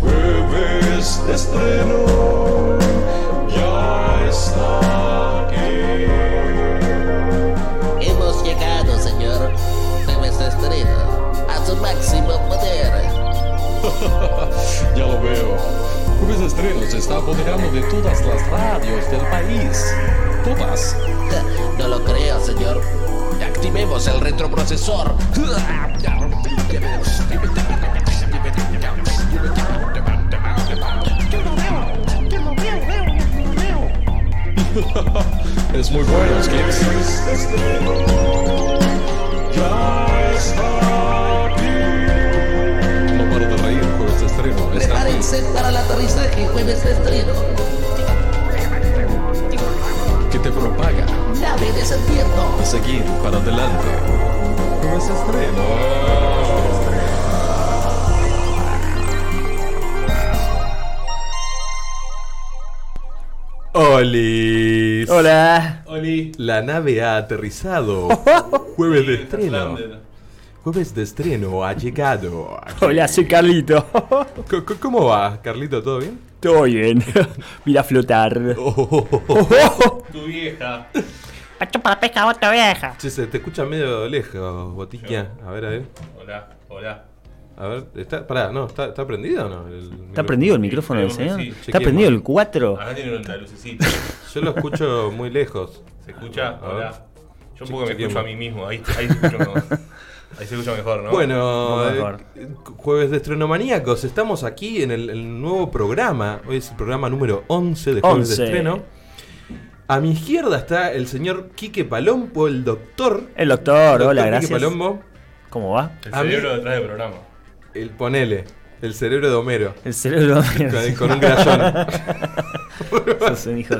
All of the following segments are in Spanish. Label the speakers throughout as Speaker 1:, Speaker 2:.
Speaker 1: Jueves de estreno ya está aquí.
Speaker 2: Hemos llegado, señor. Jueves de estreno a su máximo poder.
Speaker 1: ya lo veo. Jueves de estreno se está apoderando de todas las radios del país. Todas.
Speaker 2: No lo creo, señor. Activemos el retroprocesor.
Speaker 1: es muy bueno, Skips. No paro de reír, jueves de estreno.
Speaker 2: Prepárense para el aterrizaje, jueves de estreno.
Speaker 1: Que te propaga.
Speaker 2: Nave de sentiendo.
Speaker 1: A seguir para adelante. Jueves de estreno. Olis.
Speaker 3: Hola.
Speaker 4: Oli.
Speaker 1: La nave ha aterrizado. Jueves de estreno. Jueves de estreno ha llegado.
Speaker 3: Hola, soy Carlito.
Speaker 1: C- c- ¿Cómo va, Carlito? ¿Todo bien?
Speaker 3: Todo bien. Mira flotar.
Speaker 1: Oh, oh, oh,
Speaker 4: Oh, Tu vieja.
Speaker 5: Pacho para pesca otra vieja.
Speaker 1: Che, se te escucha medio lejos, botiquia. A ver, a ver.
Speaker 4: Hola, hola.
Speaker 1: A ver, está, pará, no, ¿está, está prendido o no? El
Speaker 3: ¿Está
Speaker 1: micrófono.
Speaker 3: prendido el micrófono del
Speaker 4: Creo que
Speaker 3: señor?
Speaker 4: sí.
Speaker 3: ¿Está prendido el 4?
Speaker 1: Ah.
Speaker 4: Acá tiene una lucecita.
Speaker 1: Yo lo escucho muy lejos.
Speaker 4: ¿Se escucha?
Speaker 1: A ver.
Speaker 4: Hola. Yo un poco me
Speaker 1: Chequeamos.
Speaker 4: escucho a mí mismo. Ahí, ahí se escucha mejor. Ahí se escucha mejor, ¿no?
Speaker 1: Bueno,
Speaker 3: Vamos
Speaker 1: eh,
Speaker 3: mejor.
Speaker 1: jueves de estreno maníacos, estamos aquí en el, el nuevo programa. Hoy es el programa número 11 de jueves
Speaker 3: Once.
Speaker 1: de estreno. A mi izquierda está el señor Quique Palompo, el doctor.
Speaker 3: El doctor, hola,
Speaker 1: Quique
Speaker 3: gracias.
Speaker 1: Palompo,
Speaker 3: ¿Cómo va?
Speaker 4: El
Speaker 1: a mí-
Speaker 4: cerebro detrás del programa.
Speaker 1: el ponele, el cerebro de Homero.
Speaker 3: El cerebro.
Speaker 1: Con, con un crayón.
Speaker 3: Sos un hijo.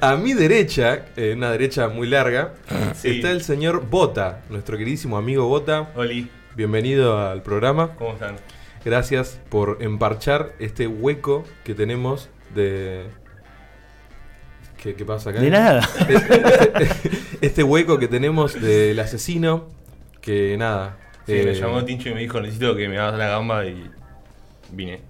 Speaker 1: A mi derecha, eh, una derecha muy larga,
Speaker 4: Sí.
Speaker 1: está el señor Bota, nuestro queridísimo amigo Bota.
Speaker 4: Oli,
Speaker 1: Bienvenido al programa.
Speaker 4: ¿cómo están?
Speaker 1: Gracias por emparchar este hueco que tenemos de... ¿Qué, qué pasa acá?
Speaker 3: De nada.
Speaker 1: Este hueco que tenemos del asesino, que nada...
Speaker 4: Sí,
Speaker 1: eh,
Speaker 4: me llamó Tincho y me dijo, necesito que me hagas la gamba y vine.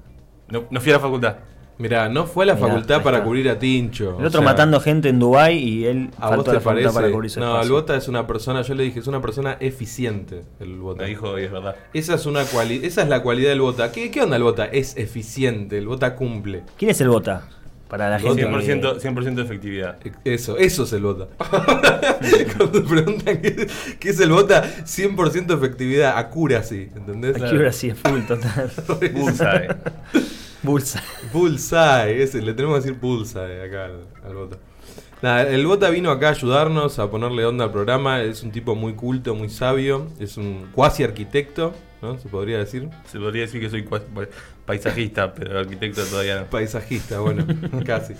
Speaker 4: No, no fui a la facultad.
Speaker 1: mirá, no fue a la
Speaker 3: Mirá,
Speaker 1: facultad
Speaker 3: ahí
Speaker 1: para
Speaker 3: está.
Speaker 1: cubrir a Tincho.
Speaker 3: El
Speaker 1: o
Speaker 3: otro
Speaker 1: sea,
Speaker 3: matando gente en Dubai y él
Speaker 1: ¿A vos
Speaker 3: faltó a
Speaker 1: te
Speaker 3: la facultad
Speaker 1: parece?
Speaker 3: para cubrir su
Speaker 1: no, el
Speaker 3: espacio.
Speaker 1: Bota es una persona, yo le dije, es una persona eficiente, el Bota.
Speaker 4: Me dijo, y es verdad.
Speaker 1: Esa es, una cuali esa es la cualidad del Bota. ¿Qué, ¿Qué onda el Bota? Es eficiente, el Bota cumple.
Speaker 3: ¿Quién es el Bota? Para la gente. que-
Speaker 4: 100%, 100 de efectividad.
Speaker 1: Eso, eso es el bota. Cuando preguntan qué, qué es el bota, 100% efectividad, accuracy, ¿entendés?
Speaker 3: Aquí ahora sí es full total.
Speaker 4: Bullseye.
Speaker 3: Bulsa.
Speaker 1: Bullseye, ese, le tenemos que decir bullseye acá al, al bota. Nada, el bota vino acá a ayudarnos, a ponerle onda al programa, es un tipo muy culto, muy sabio, es un cuasi arquitecto, ¿no? Se podría decir.
Speaker 4: Se podría decir que soy cua- pa- paisajista, pero arquitecto todavía no.
Speaker 1: Paisajista, bueno, casi.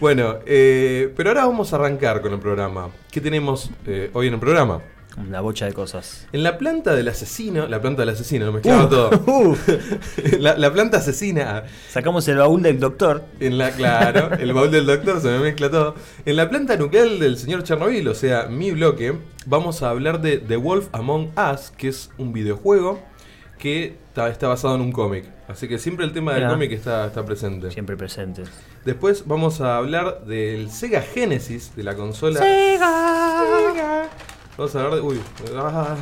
Speaker 1: Bueno, eh, pero ahora vamos a arrancar con el programa. ¿Qué tenemos eh, hoy en el programa?
Speaker 3: Una bocha de cosas.
Speaker 1: En la planta del asesino, la planta del asesino, no mezclaba todo.
Speaker 3: Uh,
Speaker 1: la, la planta asesina,
Speaker 3: sacamos el baúl del doctor.
Speaker 1: en la, claro, el baúl del doctor se me mezcla todo. En la planta nuclear del señor Chernobyl, o sea, mi bloque, vamos a hablar de The Wolf Among Us, que es un videojuego que ta- está basado en un cómic. Así que siempre el tema del
Speaker 3: Mirá.
Speaker 1: cómic está, está presente.
Speaker 3: Siempre presente.
Speaker 1: Después vamos a hablar del Sega Genesis, de la consola. Sega. Vamos a hablar de. Uy. ah,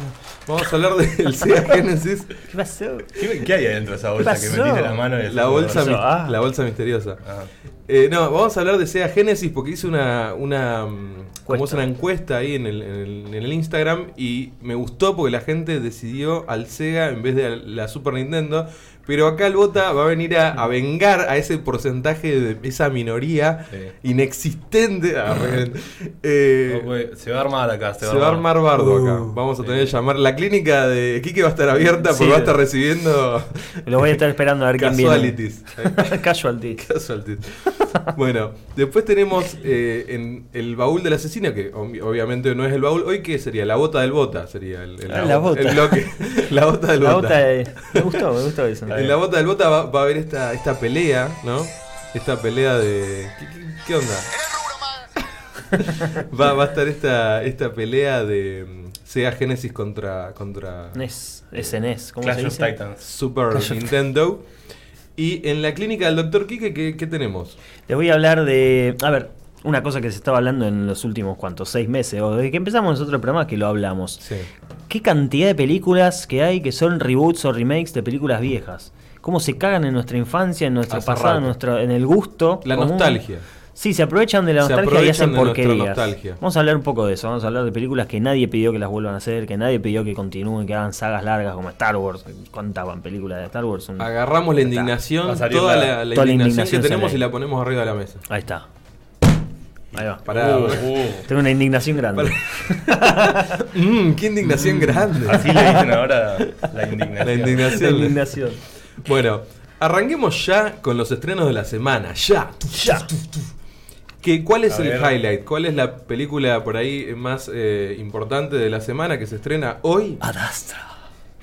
Speaker 1: vamos a hablar del Sega Genesis.
Speaker 3: ¿Qué pasó?
Speaker 4: ¿Qué, qué hay adentro de esa bolsa
Speaker 3: ¿Qué
Speaker 4: que
Speaker 3: pasó?
Speaker 4: metiste la mano en
Speaker 1: La bolsa,
Speaker 3: Eso,
Speaker 1: mis-
Speaker 3: ah.
Speaker 1: la bolsa misteriosa.
Speaker 4: Ajá.
Speaker 1: Eh, no, vamos a hablar de Sega Genesis porque hice una, una, mm, como es
Speaker 3: Encuesta.
Speaker 1: una encuesta ahí en el, en el- en el Instagram y me gustó porque la gente decidió al Sega en vez de a la Super Nintendo. Pero acá el Bota va a venir a, a vengar a ese porcentaje de esa minoría
Speaker 4: Sí.
Speaker 1: inexistente. Ah, bien. Eh,
Speaker 4: No, pues, se va a armar acá, se,
Speaker 1: se va a armar bardo acá. Vamos a
Speaker 4: sí.
Speaker 1: tener que llamar. La clínica de Quique va a estar abierta porque
Speaker 3: Sí.
Speaker 1: va a estar recibiendo
Speaker 3: Lo voy a estar esperando a ver quién viene. Casualty.
Speaker 1: casualties. Casualties. Bueno, después tenemos eh, en el baúl del asesino, que ob- obviamente no es el baúl. Hoy, ¿qué sería? La bota del bota sería el, el-
Speaker 3: Ah, la bota.
Speaker 1: el bloque. la bota del
Speaker 3: La
Speaker 1: bota.
Speaker 3: bota de- Me gustó, me gustó eso.
Speaker 1: En la bota del bota va, va a haber esta, esta pelea, ¿no? Esta pelea de. ¿Qué, qué- qué onda? va, va a estar esta, esta pelea de mm, Sega Genesis contra. contra
Speaker 3: NES, SNES, ¿cómo se
Speaker 4: Clash of
Speaker 3: dice?
Speaker 4: Titans.
Speaker 1: Super Nintendo. Y en la clínica del Dr. Kike, ¿qué, qué tenemos?
Speaker 3: Te voy a hablar de. A ver, una cosa que se estaba hablando en los últimos, ¿cuántos? Seis meses. O desde que empezamos nosotros el programa que lo hablamos.
Speaker 1: Sí.
Speaker 3: ¿Qué cantidad de películas que hay que son reboots o remakes de películas viejas? ¿Cómo se cagan en nuestra infancia, en nuestro
Speaker 1: Hace
Speaker 3: pasado, en,
Speaker 1: rato.
Speaker 3: nuestro, en el gusto?
Speaker 1: La
Speaker 3: común?
Speaker 1: nostalgia.
Speaker 3: Sí, se aprovechan de la
Speaker 1: Se
Speaker 3: nostalgia y hacen
Speaker 1: aprovechan de nuestra
Speaker 3: porquerías.
Speaker 1: nostalgia.
Speaker 3: Vamos a hablar un poco de eso. Vamos a hablar de películas que nadie pidió que las vuelvan a hacer, que nadie pidió que continúen, que hagan sagas largas como Star Wars. Contaban películas de Star Wars? Un-
Speaker 1: Agarramos la
Speaker 3: Ahí está.
Speaker 1: indignación,
Speaker 4: Va a
Speaker 1: toda la,
Speaker 3: toda
Speaker 4: salir la-
Speaker 1: la
Speaker 3: la
Speaker 1: indignación,
Speaker 3: indignación
Speaker 1: que tenemos
Speaker 3: sale
Speaker 1: y
Speaker 3: ahí.
Speaker 1: la ponemos arriba de la mesa.
Speaker 3: Ahí está. Ahí va.
Speaker 1: Pará.
Speaker 4: Uh,
Speaker 1: pará.
Speaker 4: uh.
Speaker 3: Tengo una indignación grande.
Speaker 1: Mm, qué indignación grande.
Speaker 4: Así le dicen ahora la indignación.
Speaker 1: La
Speaker 3: La
Speaker 1: indignación.
Speaker 3: indignación.
Speaker 1: Bueno, arranquemos ya con los estrenos de la semana. Ya.
Speaker 3: Ya.
Speaker 1: ¿Qué, ¿Cuál es
Speaker 4: A
Speaker 1: el
Speaker 4: ver.
Speaker 1: highlight? ¿Cuál es la película por ahí más eh, importante de la semana que se estrena hoy?
Speaker 3: Adastra.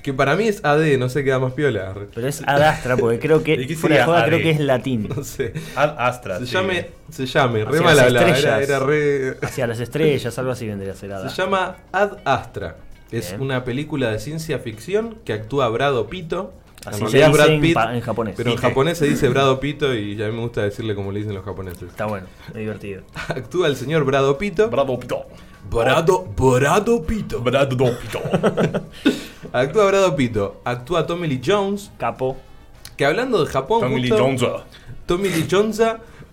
Speaker 1: Que para mí es AD, no sé qué da más piola.
Speaker 3: Pero es Adastra, porque creo que.
Speaker 4: ¿De qué
Speaker 3: Fuera de
Speaker 4: sería
Speaker 3: joda,
Speaker 4: AD?
Speaker 3: creo que es latín.
Speaker 1: Ah, No sé.
Speaker 4: Ad Astra.
Speaker 1: Se
Speaker 4: sí.
Speaker 1: llame, se llame, re
Speaker 3: Hacia
Speaker 1: mal
Speaker 3: las
Speaker 1: hablaba, era,
Speaker 3: estrellas.
Speaker 1: era re...
Speaker 3: Hacia las estrellas, algo así vendría a ser
Speaker 1: Se
Speaker 3: Adastra.
Speaker 1: llama Ad Astra. Es
Speaker 3: Bien.
Speaker 1: una película de ciencia ficción que actúa Brado Pito.
Speaker 3: Así se dice en pa- en japonés.
Speaker 1: Pero en
Speaker 3: Dije.
Speaker 1: japonés se dice Brado Pito y a mí me gusta decirle como le dicen los japoneses.
Speaker 3: Está bueno, es divertido.
Speaker 1: Actúa el señor Brado Pito.
Speaker 4: Bravo Pito.
Speaker 1: Brado, Brado Pito.
Speaker 4: Bravo Pito.
Speaker 1: Actúa Brado Pito. Actúa Tommy Lee Jones.
Speaker 3: Capo.
Speaker 1: Que hablando de Japón.
Speaker 4: Tommy Lee
Speaker 1: justo-
Speaker 4: Jones.
Speaker 1: Tommy Lee Jones.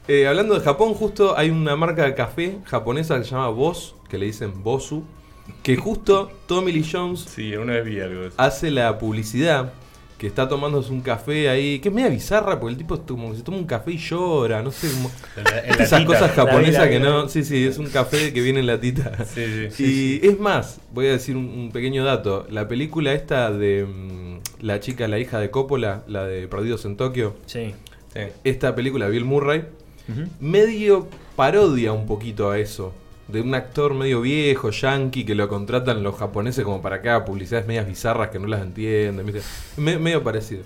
Speaker 1: eh, hablando de Japón, justo hay una marca de café japonesa que se llama Boss, que le dicen Bosu. Que justo Tommy Lee Jones
Speaker 4: Sí, una vez vi algo de eso.
Speaker 1: hace la publicidad que está tomándose un café ahí, que es media bizarra porque el tipo es como que se toma un café y llora, no sé, como-
Speaker 4: En la- en la
Speaker 1: esas
Speaker 4: tita.
Speaker 1: cosas
Speaker 3: La
Speaker 1: japonesas
Speaker 3: vi, la
Speaker 1: que
Speaker 3: vi, la
Speaker 1: no, sí, sí, es un café que viene en latita.
Speaker 4: Sí, sí.
Speaker 1: y es más, voy a decir un, un pequeño dato, la película esta de mm, la chica, la hija de Coppola, la de Perdidos en Tokio,
Speaker 3: Sí.
Speaker 4: Sí.
Speaker 1: esta película Bill Murray, medio parodia un poquito a eso. De un actor medio viejo, yankee, que lo contratan los japoneses como para que haga publicidades medias bizarras que no las entienden. ¿viste? Me- medio parecido.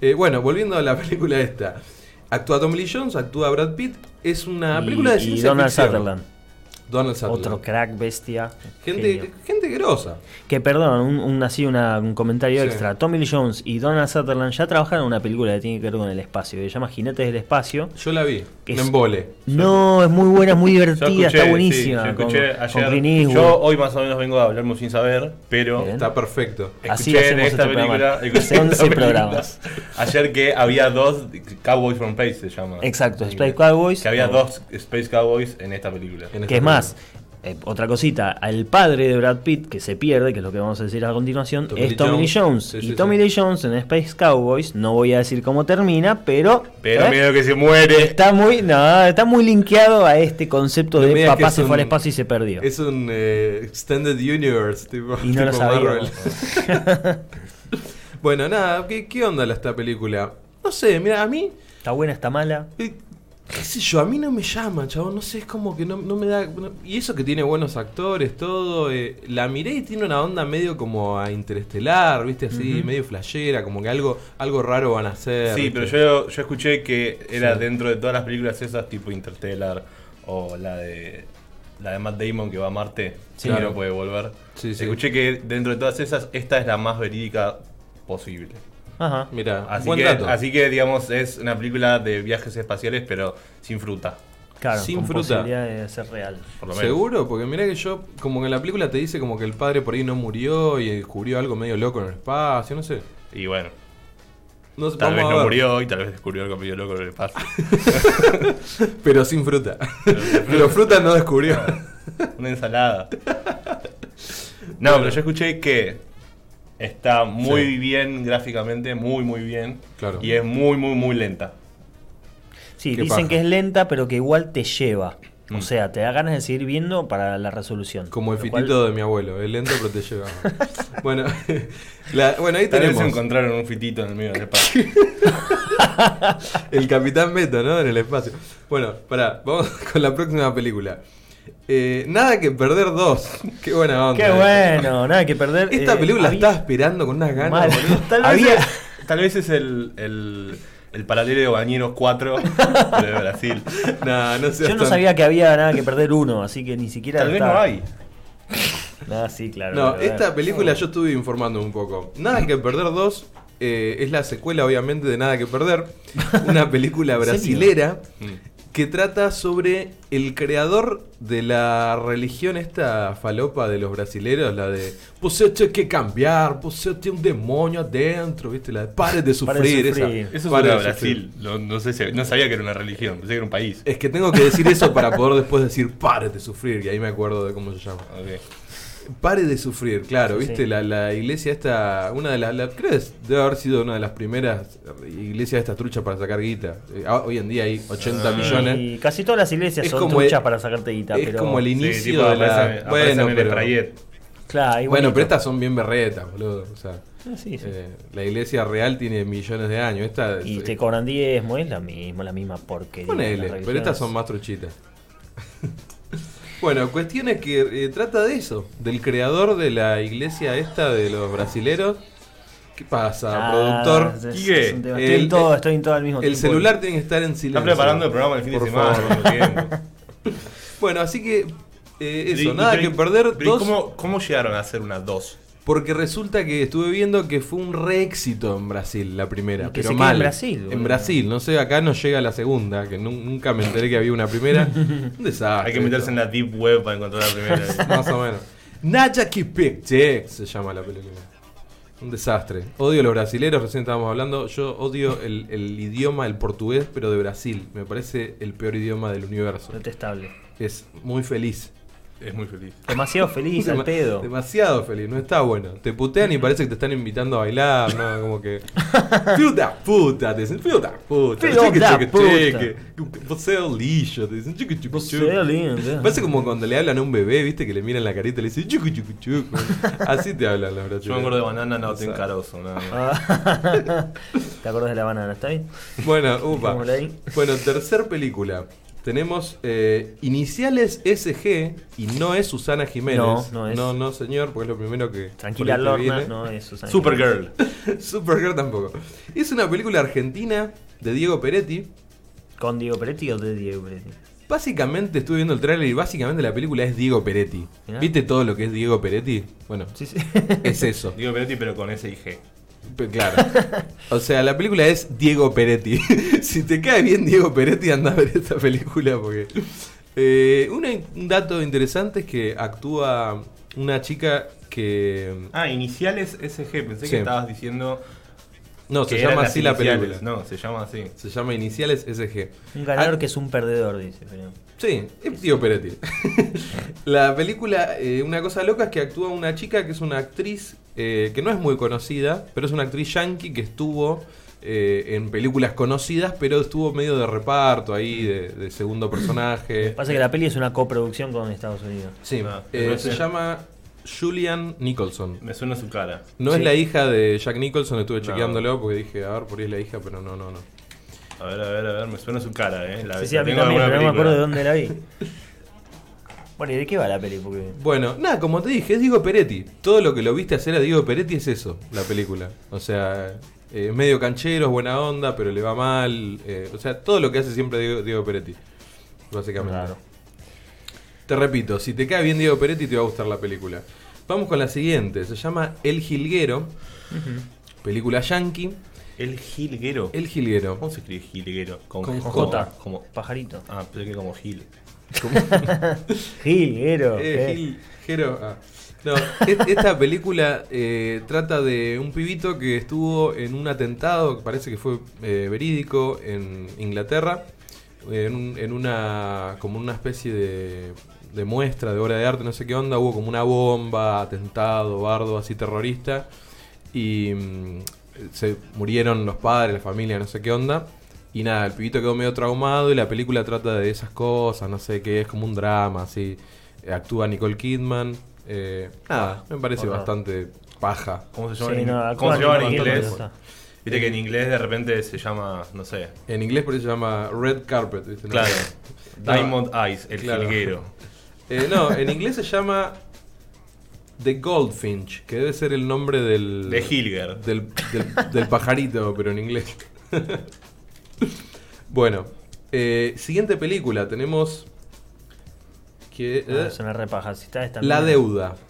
Speaker 1: Eh, bueno, volviendo a la película esta. Actúa Tom Lee Jones, actúa Brad Pitt. Es una
Speaker 3: Y-
Speaker 1: Ah, película de
Speaker 3: y
Speaker 1: ciencia
Speaker 3: Donald
Speaker 1: ficción.
Speaker 3: Sutherland.
Speaker 1: Donald Sutherland.
Speaker 3: Otro crack bestia.
Speaker 1: gente,
Speaker 3: genio.
Speaker 1: gente grosa.
Speaker 3: Que perdón, un, un- así una- un comentario
Speaker 1: Sí.
Speaker 3: extra. Tommy Lee Jones y Donald Sutherland ya trabajaron en una película que tiene que ver con el espacio, que se llama Jinetes del Espacio.
Speaker 1: Yo la vi.
Speaker 3: Que
Speaker 1: Me
Speaker 3: es-
Speaker 1: embole.
Speaker 3: No, es muy buena, es muy
Speaker 4: Yo
Speaker 3: divertida,
Speaker 4: escuché,
Speaker 3: está
Speaker 4: sí,
Speaker 3: buenísima.
Speaker 4: yo
Speaker 3: con-
Speaker 4: escuché
Speaker 3: con,
Speaker 4: ayer.
Speaker 3: Clint Eastwood.
Speaker 4: yo hoy más o menos vengo a hablarme sin saber, pero
Speaker 3: Bien.
Speaker 1: Está perfecto.
Speaker 3: Así
Speaker 4: escuché en
Speaker 3: hacemos
Speaker 4: esta
Speaker 3: este
Speaker 4: película.
Speaker 3: programa.
Speaker 4: escuché en
Speaker 3: 11
Speaker 4: esta película
Speaker 3: programas.
Speaker 4: Ayer que había dos Cowboys from Space se llama.
Speaker 3: Exacto, Space Cowboys.
Speaker 4: Que había
Speaker 3: No.
Speaker 4: dos Space Cowboys en esta película.
Speaker 1: En esta
Speaker 3: Que es más,
Speaker 1: película.
Speaker 3: eh, otra cosita, el padre de Brad Pitt que se pierde, que es lo que vamos a decir a continuación,
Speaker 1: Tommy Lee
Speaker 3: es Tommy Lee Jones.
Speaker 1: Jones. Sí,
Speaker 3: y
Speaker 1: sí,
Speaker 3: Tommy
Speaker 1: sí.
Speaker 3: Lee Jones en Space Cowboys, no voy a decir cómo termina, pero,
Speaker 4: Pero
Speaker 3: ¿eh?
Speaker 4: medio que se muere.
Speaker 3: está muy no, está muy linkeado a este concepto
Speaker 1: No me
Speaker 3: de
Speaker 1: digas que
Speaker 3: papá
Speaker 1: es
Speaker 3: se
Speaker 1: un-
Speaker 3: fue al espacio y se perdió.
Speaker 1: Es un eh, Extended Universe, tipo,
Speaker 3: Y no lo
Speaker 1: tipo
Speaker 3: sabíamos.
Speaker 1: bueno, nada, ¿qué, qué onda la- esta película? No sé, mira, a mí,
Speaker 3: Está buena, está mala.
Speaker 1: eh, qué sé yo, a mí no me llama, chabón, no sé, es como que no, no me da... no- y eso que tiene buenos actores, todo, eh, la miré y tiene una onda medio como a interestelar, viste, así, medio flashera, como que algo, algo raro van a hacer.
Speaker 4: Sí,
Speaker 1: ¿viste?
Speaker 4: pero yo, yo escuché que era
Speaker 1: Sí.
Speaker 4: dentro de todas las películas esas, tipo Interstellar o la de la de Matt Damon que va a Marte,
Speaker 1: Sí.
Speaker 4: que
Speaker 1: Claro.
Speaker 4: no puede volver.
Speaker 1: Sí, sí.
Speaker 4: Escuché que dentro de todas esas, esta es la más verídica posible.
Speaker 3: Ajá.
Speaker 1: Mira,
Speaker 4: Así
Speaker 1: buen
Speaker 4: que,
Speaker 1: dato.
Speaker 4: así que, digamos, es una película de viajes espaciales, pero sin fruta,
Speaker 3: Claro,
Speaker 1: Sin
Speaker 3: con
Speaker 1: fruta.
Speaker 3: posibilidad de ser real.
Speaker 4: por lo menos.
Speaker 1: ¿Seguro? Porque mirá que yo, como que en la película te dice como que el padre por ahí no murió y descubrió algo medio loco en el espacio, no sé.
Speaker 4: Y bueno,
Speaker 1: No, sé,
Speaker 4: tal
Speaker 1: vamos
Speaker 4: vez
Speaker 1: a
Speaker 4: no
Speaker 1: ver.
Speaker 4: murió y tal vez descubrió el medio loco en el espacio.
Speaker 1: Pero sin fruta. Pero fruta no descubrió.
Speaker 4: Una ensalada. No, pero yo escuché que está muy
Speaker 1: Sí.
Speaker 4: bien gráficamente, muy, muy bien.
Speaker 1: Claro.
Speaker 4: Y es muy, muy, muy lenta.
Speaker 3: Sí,
Speaker 1: Qué
Speaker 3: dicen
Speaker 1: paja. Mm.
Speaker 3: que es lenta, pero que igual te lleva. O sea, te da ganas de seguir viendo para la resolución.
Speaker 1: Como el
Speaker 3: Lo cual-
Speaker 1: fitito de mi abuelo, el lento pero te lleva. bueno, la- bueno, ahí
Speaker 4: Tal vez
Speaker 1: tenemos.
Speaker 4: encontraron un fitito en el medio del espacio.
Speaker 1: El Capitán Meta, ¿no? En el espacio. Bueno, pará, vamos con la próxima película. Eh, Nada que perder dos. Qué buena onda.
Speaker 3: Qué bueno, nada que perder.
Speaker 1: Esta
Speaker 3: Eh,
Speaker 1: película la
Speaker 3: había-
Speaker 1: estaba esperando con unas ganas,
Speaker 3: Mal.
Speaker 1: boludo.
Speaker 3: Tal vez
Speaker 4: Había-
Speaker 3: es-
Speaker 4: tal vez es el, el, el paralelo de Bañeros 4 de Brasil.
Speaker 1: Nah, no seas
Speaker 3: Yo no
Speaker 1: tan-
Speaker 3: sabía que había nada que perder uno, así que ni siquiera.
Speaker 4: Tal vez
Speaker 3: estaba-
Speaker 4: no hay.
Speaker 3: Ah, sí, claro.
Speaker 1: No,
Speaker 3: pero,
Speaker 1: esta
Speaker 3: eh,
Speaker 1: película yo estuve informando un poco. Nada que perder 2 eh, es la secuela, obviamente, de Nada que perder. Una película
Speaker 3: ¿En serio?
Speaker 1: brasilera
Speaker 4: Mm.
Speaker 1: que trata sobre el creador de la religión esta falopa de los brasileros, la de pues yo tengo que cambiar, pues yo tengo un demonio adentro, ¿viste? La de
Speaker 3: Pare
Speaker 1: pare de
Speaker 3: de
Speaker 1: sufrir, esa.
Speaker 3: sufrir.
Speaker 4: Eso
Speaker 1: Pare
Speaker 4: es
Speaker 1: de sufrir.
Speaker 4: Brasil. No, no sé si- no sabía que era una religión, pensé que era un país.
Speaker 1: Es que tengo que decir eso para poder después decir pare de sufrir, y ahí me acuerdo de cómo se llama.
Speaker 4: Ok.
Speaker 1: Pare de sufrir, claro, viste,
Speaker 3: Sí.
Speaker 1: la, la iglesia esta, una de las, la- creo que debe haber sido una de las primeras iglesias de esta trucha para sacar guita. Eh, ah, hoy en día hay
Speaker 3: Ah.
Speaker 1: 80 millones.
Speaker 3: Y casi todas las iglesias
Speaker 1: Es
Speaker 3: son
Speaker 1: como
Speaker 3: truchas
Speaker 1: el-
Speaker 3: para sacarte guita,
Speaker 1: es
Speaker 3: pero.
Speaker 1: como el
Speaker 4: Sí,
Speaker 1: inicio
Speaker 4: tipo,
Speaker 1: de la...
Speaker 4: aparecen- aparecen en el Sprayet.
Speaker 3: Claro, igualito.
Speaker 1: bueno, pero estas son bien berretas, boludo. O sea,
Speaker 3: Ah, sí, sí.
Speaker 1: eh, la iglesia real tiene millones de años. Esta,
Speaker 3: y
Speaker 1: eh,
Speaker 3: te cobran diezmo, es la misma, la misma porquería.
Speaker 1: Ponele,
Speaker 3: las
Speaker 1: pero estas
Speaker 3: religiones.
Speaker 1: son más truchitas. bueno, cuestiones que eh, trata de eso, del creador de la iglesia esta de los brasileros. ¿Qué pasa,
Speaker 3: Ah,
Speaker 1: productor?
Speaker 3: es-
Speaker 4: Quique,
Speaker 3: es un tema.
Speaker 1: el-
Speaker 3: Estoy en todo, estoy en todo al mismo
Speaker 1: El
Speaker 3: tiempo.
Speaker 1: celular tiene que estar en silencio.
Speaker 4: Está preparando el programa el fin de
Speaker 1: Por
Speaker 4: semana.
Speaker 1: favor.
Speaker 4: no tengo tiempo.
Speaker 1: Bueno, así que eh, eso,
Speaker 4: Y-
Speaker 1: nada
Speaker 4: y-
Speaker 1: que perder.
Speaker 4: pero ¿y
Speaker 1: Dos,
Speaker 4: ¿cómo, ¿Cómo llegaron a hacer una 2?
Speaker 1: Porque resulta que estuve viendo que fue un re éxito en Brasil la primera.
Speaker 3: Y que
Speaker 1: pero
Speaker 3: se quede
Speaker 1: mal.
Speaker 3: en Brasil, boludo.
Speaker 1: En Brasil, no sé, acá no llega la segunda, que nun- nunca me enteré que había una primera. un desastre.
Speaker 4: Hay que meterse en la deep web para encontrar la primera.
Speaker 1: Más o menos. Naja Kipekche se llama la película. Un desastre. Odio a los brasileros, recién estábamos hablando. Yo odio el, el idioma, el portugués, pero de Brasil. Me parece el peor idioma del universo.
Speaker 3: Detestable.
Speaker 1: Es muy feliz.
Speaker 4: es muy feliz.
Speaker 3: Demasiado feliz al
Speaker 1: Dema-
Speaker 3: pedo.
Speaker 1: Demasiado feliz, no está bueno. Te putean y parece que te están invitando a bailar, ¿no? Como que. Filho da puta, te dicen, filho da puta.
Speaker 3: Filho
Speaker 1: cheque,
Speaker 3: da
Speaker 1: cheque,
Speaker 3: puta.
Speaker 1: cheque. Você é o lixo, te dicen, chico, chico,
Speaker 3: Vos
Speaker 1: chico.
Speaker 3: sos lindo.
Speaker 1: Parece como cuando le hablan a un bebé, viste, que le miran la carita y le dicen, chucu, chucu, chucu. Así te hablan los brasileños.
Speaker 4: Yo me acuerdo de banana, no tengo carozo. nada más.
Speaker 3: Ah, ¿Te acordás de la banana? ¿Está bien?
Speaker 1: Bueno, upa.
Speaker 3: Dejémosla ahí.
Speaker 1: Bueno, tercer película. Tenemos eh, iniciales SG y no es Susana Jiménez.
Speaker 3: No, no es.
Speaker 1: No, no, señor, porque es lo primero que.
Speaker 3: Tranquila,
Speaker 1: por ahí te
Speaker 3: Lorna.
Speaker 1: viene.
Speaker 3: No, es Susana.
Speaker 4: Supergirl.
Speaker 1: Supergirl tampoco. Es una película argentina de Diego Peretti.
Speaker 3: ¿Con Diego Peretti o de Diego Peretti?
Speaker 1: Básicamente estuve viendo el tráiler y básicamente la película es Diego Peretti.
Speaker 3: Mirá.
Speaker 1: ¿Viste todo lo que es Diego Peretti? Bueno,
Speaker 3: Sí, sí.
Speaker 1: es eso.
Speaker 4: Digo Peretti, pero con SIG.
Speaker 1: Pe- Claro. O sea, la película es Diego Peretti. si te cae bien Diego Peretti, anda a ver esta película porque... Eh, una- un dato interesante es que actúa una chica que...
Speaker 4: Ah, iniciales SG. Pensé
Speaker 1: Sí.
Speaker 4: que estabas diciendo.
Speaker 1: No,
Speaker 4: que
Speaker 1: se
Speaker 4: eran
Speaker 1: llama
Speaker 4: las
Speaker 1: así la
Speaker 4: iniciales.
Speaker 1: película.
Speaker 4: No, se llama así.
Speaker 1: Se llama Iniciales SG.
Speaker 3: Un ganador
Speaker 1: Ah,
Speaker 3: que es un perdedor, dice. pero-
Speaker 1: Sí, es Diego Peretti. la película, eh, una cosa loca es que actúa una chica que es una actriz eh, que no es muy conocida, pero es una actriz yankee que estuvo eh, en películas conocidas, pero estuvo medio de reparto ahí,
Speaker 4: Mm.
Speaker 1: de, de segundo personaje.
Speaker 3: Pasa que la peli es una coproducción con Estados Unidos.
Speaker 1: Sí,
Speaker 4: Ah,
Speaker 1: eh,
Speaker 4: no
Speaker 1: se
Speaker 4: sé.
Speaker 1: llama Julian Nicholson.
Speaker 4: Me suena su cara.
Speaker 1: No es
Speaker 3: Sí.
Speaker 1: la hija de Jack Nicholson, estuve
Speaker 4: No.
Speaker 1: chequeándolo porque dije, a ver, por ahí es la hija, pero no, no, no.
Speaker 4: A ver, a ver, a ver. Me suena su cara, eh. La,
Speaker 3: Sí, sí, a
Speaker 4: la
Speaker 3: mí
Speaker 4: tengo en
Speaker 3: también,
Speaker 4: alguna
Speaker 3: pero no me acuerdo de dónde
Speaker 4: película.
Speaker 3: la vi. Bueno, ¿y de qué va la peli? Porque...
Speaker 1: Bueno, nada, como te dije, es Diego Peretti. Todo lo que lo viste hacer a Diego Peretti es eso, la película. O sea, eh, medio canchero, buena onda, pero le va mal. eh, o sea, todo lo que hace siempre Diego, Diego Peretti. Básicamente.
Speaker 3: Raro.
Speaker 1: Te repito, si te cae bien Diego Peretti te va a gustar la película. Vamos con la siguiente, se llama El Jilguero. Película yankee.
Speaker 4: El Gilguero.
Speaker 1: El Jilguero.
Speaker 4: ¿Cómo se escribe Gilguero? Con,
Speaker 1: Con
Speaker 4: como-
Speaker 3: Jota.
Speaker 4: Como,
Speaker 3: Pajarito.
Speaker 4: ah, pensé que como Gil.
Speaker 3: Gilguero.
Speaker 1: Eh, Gil- Jero, ah. No, es- esta película eh, trata de un pibito que estuvo en un atentado, que parece que fue eh, verídico, en Inglaterra, eh, en, un- en una como una especie de, de muestra de obra de arte, no sé qué onda, hubo como una bomba, atentado, bardo, así terrorista, y mm, se murieron los padres, la familia, no sé qué onda. Y nada, el pibito quedó medio traumado y la película trata de esas cosas, no sé qué, es como un drama, así. Eh, Actúa Nicole Kidman. eh, nada, me parece
Speaker 3: Ajá.
Speaker 4: Ah,
Speaker 1: bastante paja.
Speaker 4: ¿Cómo se llama?
Speaker 3: Sí,
Speaker 4: en-
Speaker 3: no,
Speaker 4: ¿Cómo
Speaker 3: actúa
Speaker 4: se llama
Speaker 3: Nicole
Speaker 4: en
Speaker 3: Kidman,
Speaker 4: inglés?
Speaker 3: está.
Speaker 4: Viste que en inglés de repente se llama, no sé.
Speaker 1: En inglés por eso se llama Red Carpet, ¿viste? ¿No?
Speaker 4: Claro.
Speaker 1: No.
Speaker 4: Diamond Eyes, el
Speaker 1: Claro.
Speaker 4: jilguero.
Speaker 1: Eh, no, en inglés se llama The Goldfinch, que debe ser el nombre del.
Speaker 4: De Hilger.
Speaker 1: Del, del- del pajarito, pero en inglés. bueno, eh, siguiente película tenemos. Que,
Speaker 3: No,
Speaker 1: eh,
Speaker 3: Ah, es una repaja. Si está esta
Speaker 1: la
Speaker 3: mierda.
Speaker 1: deuda.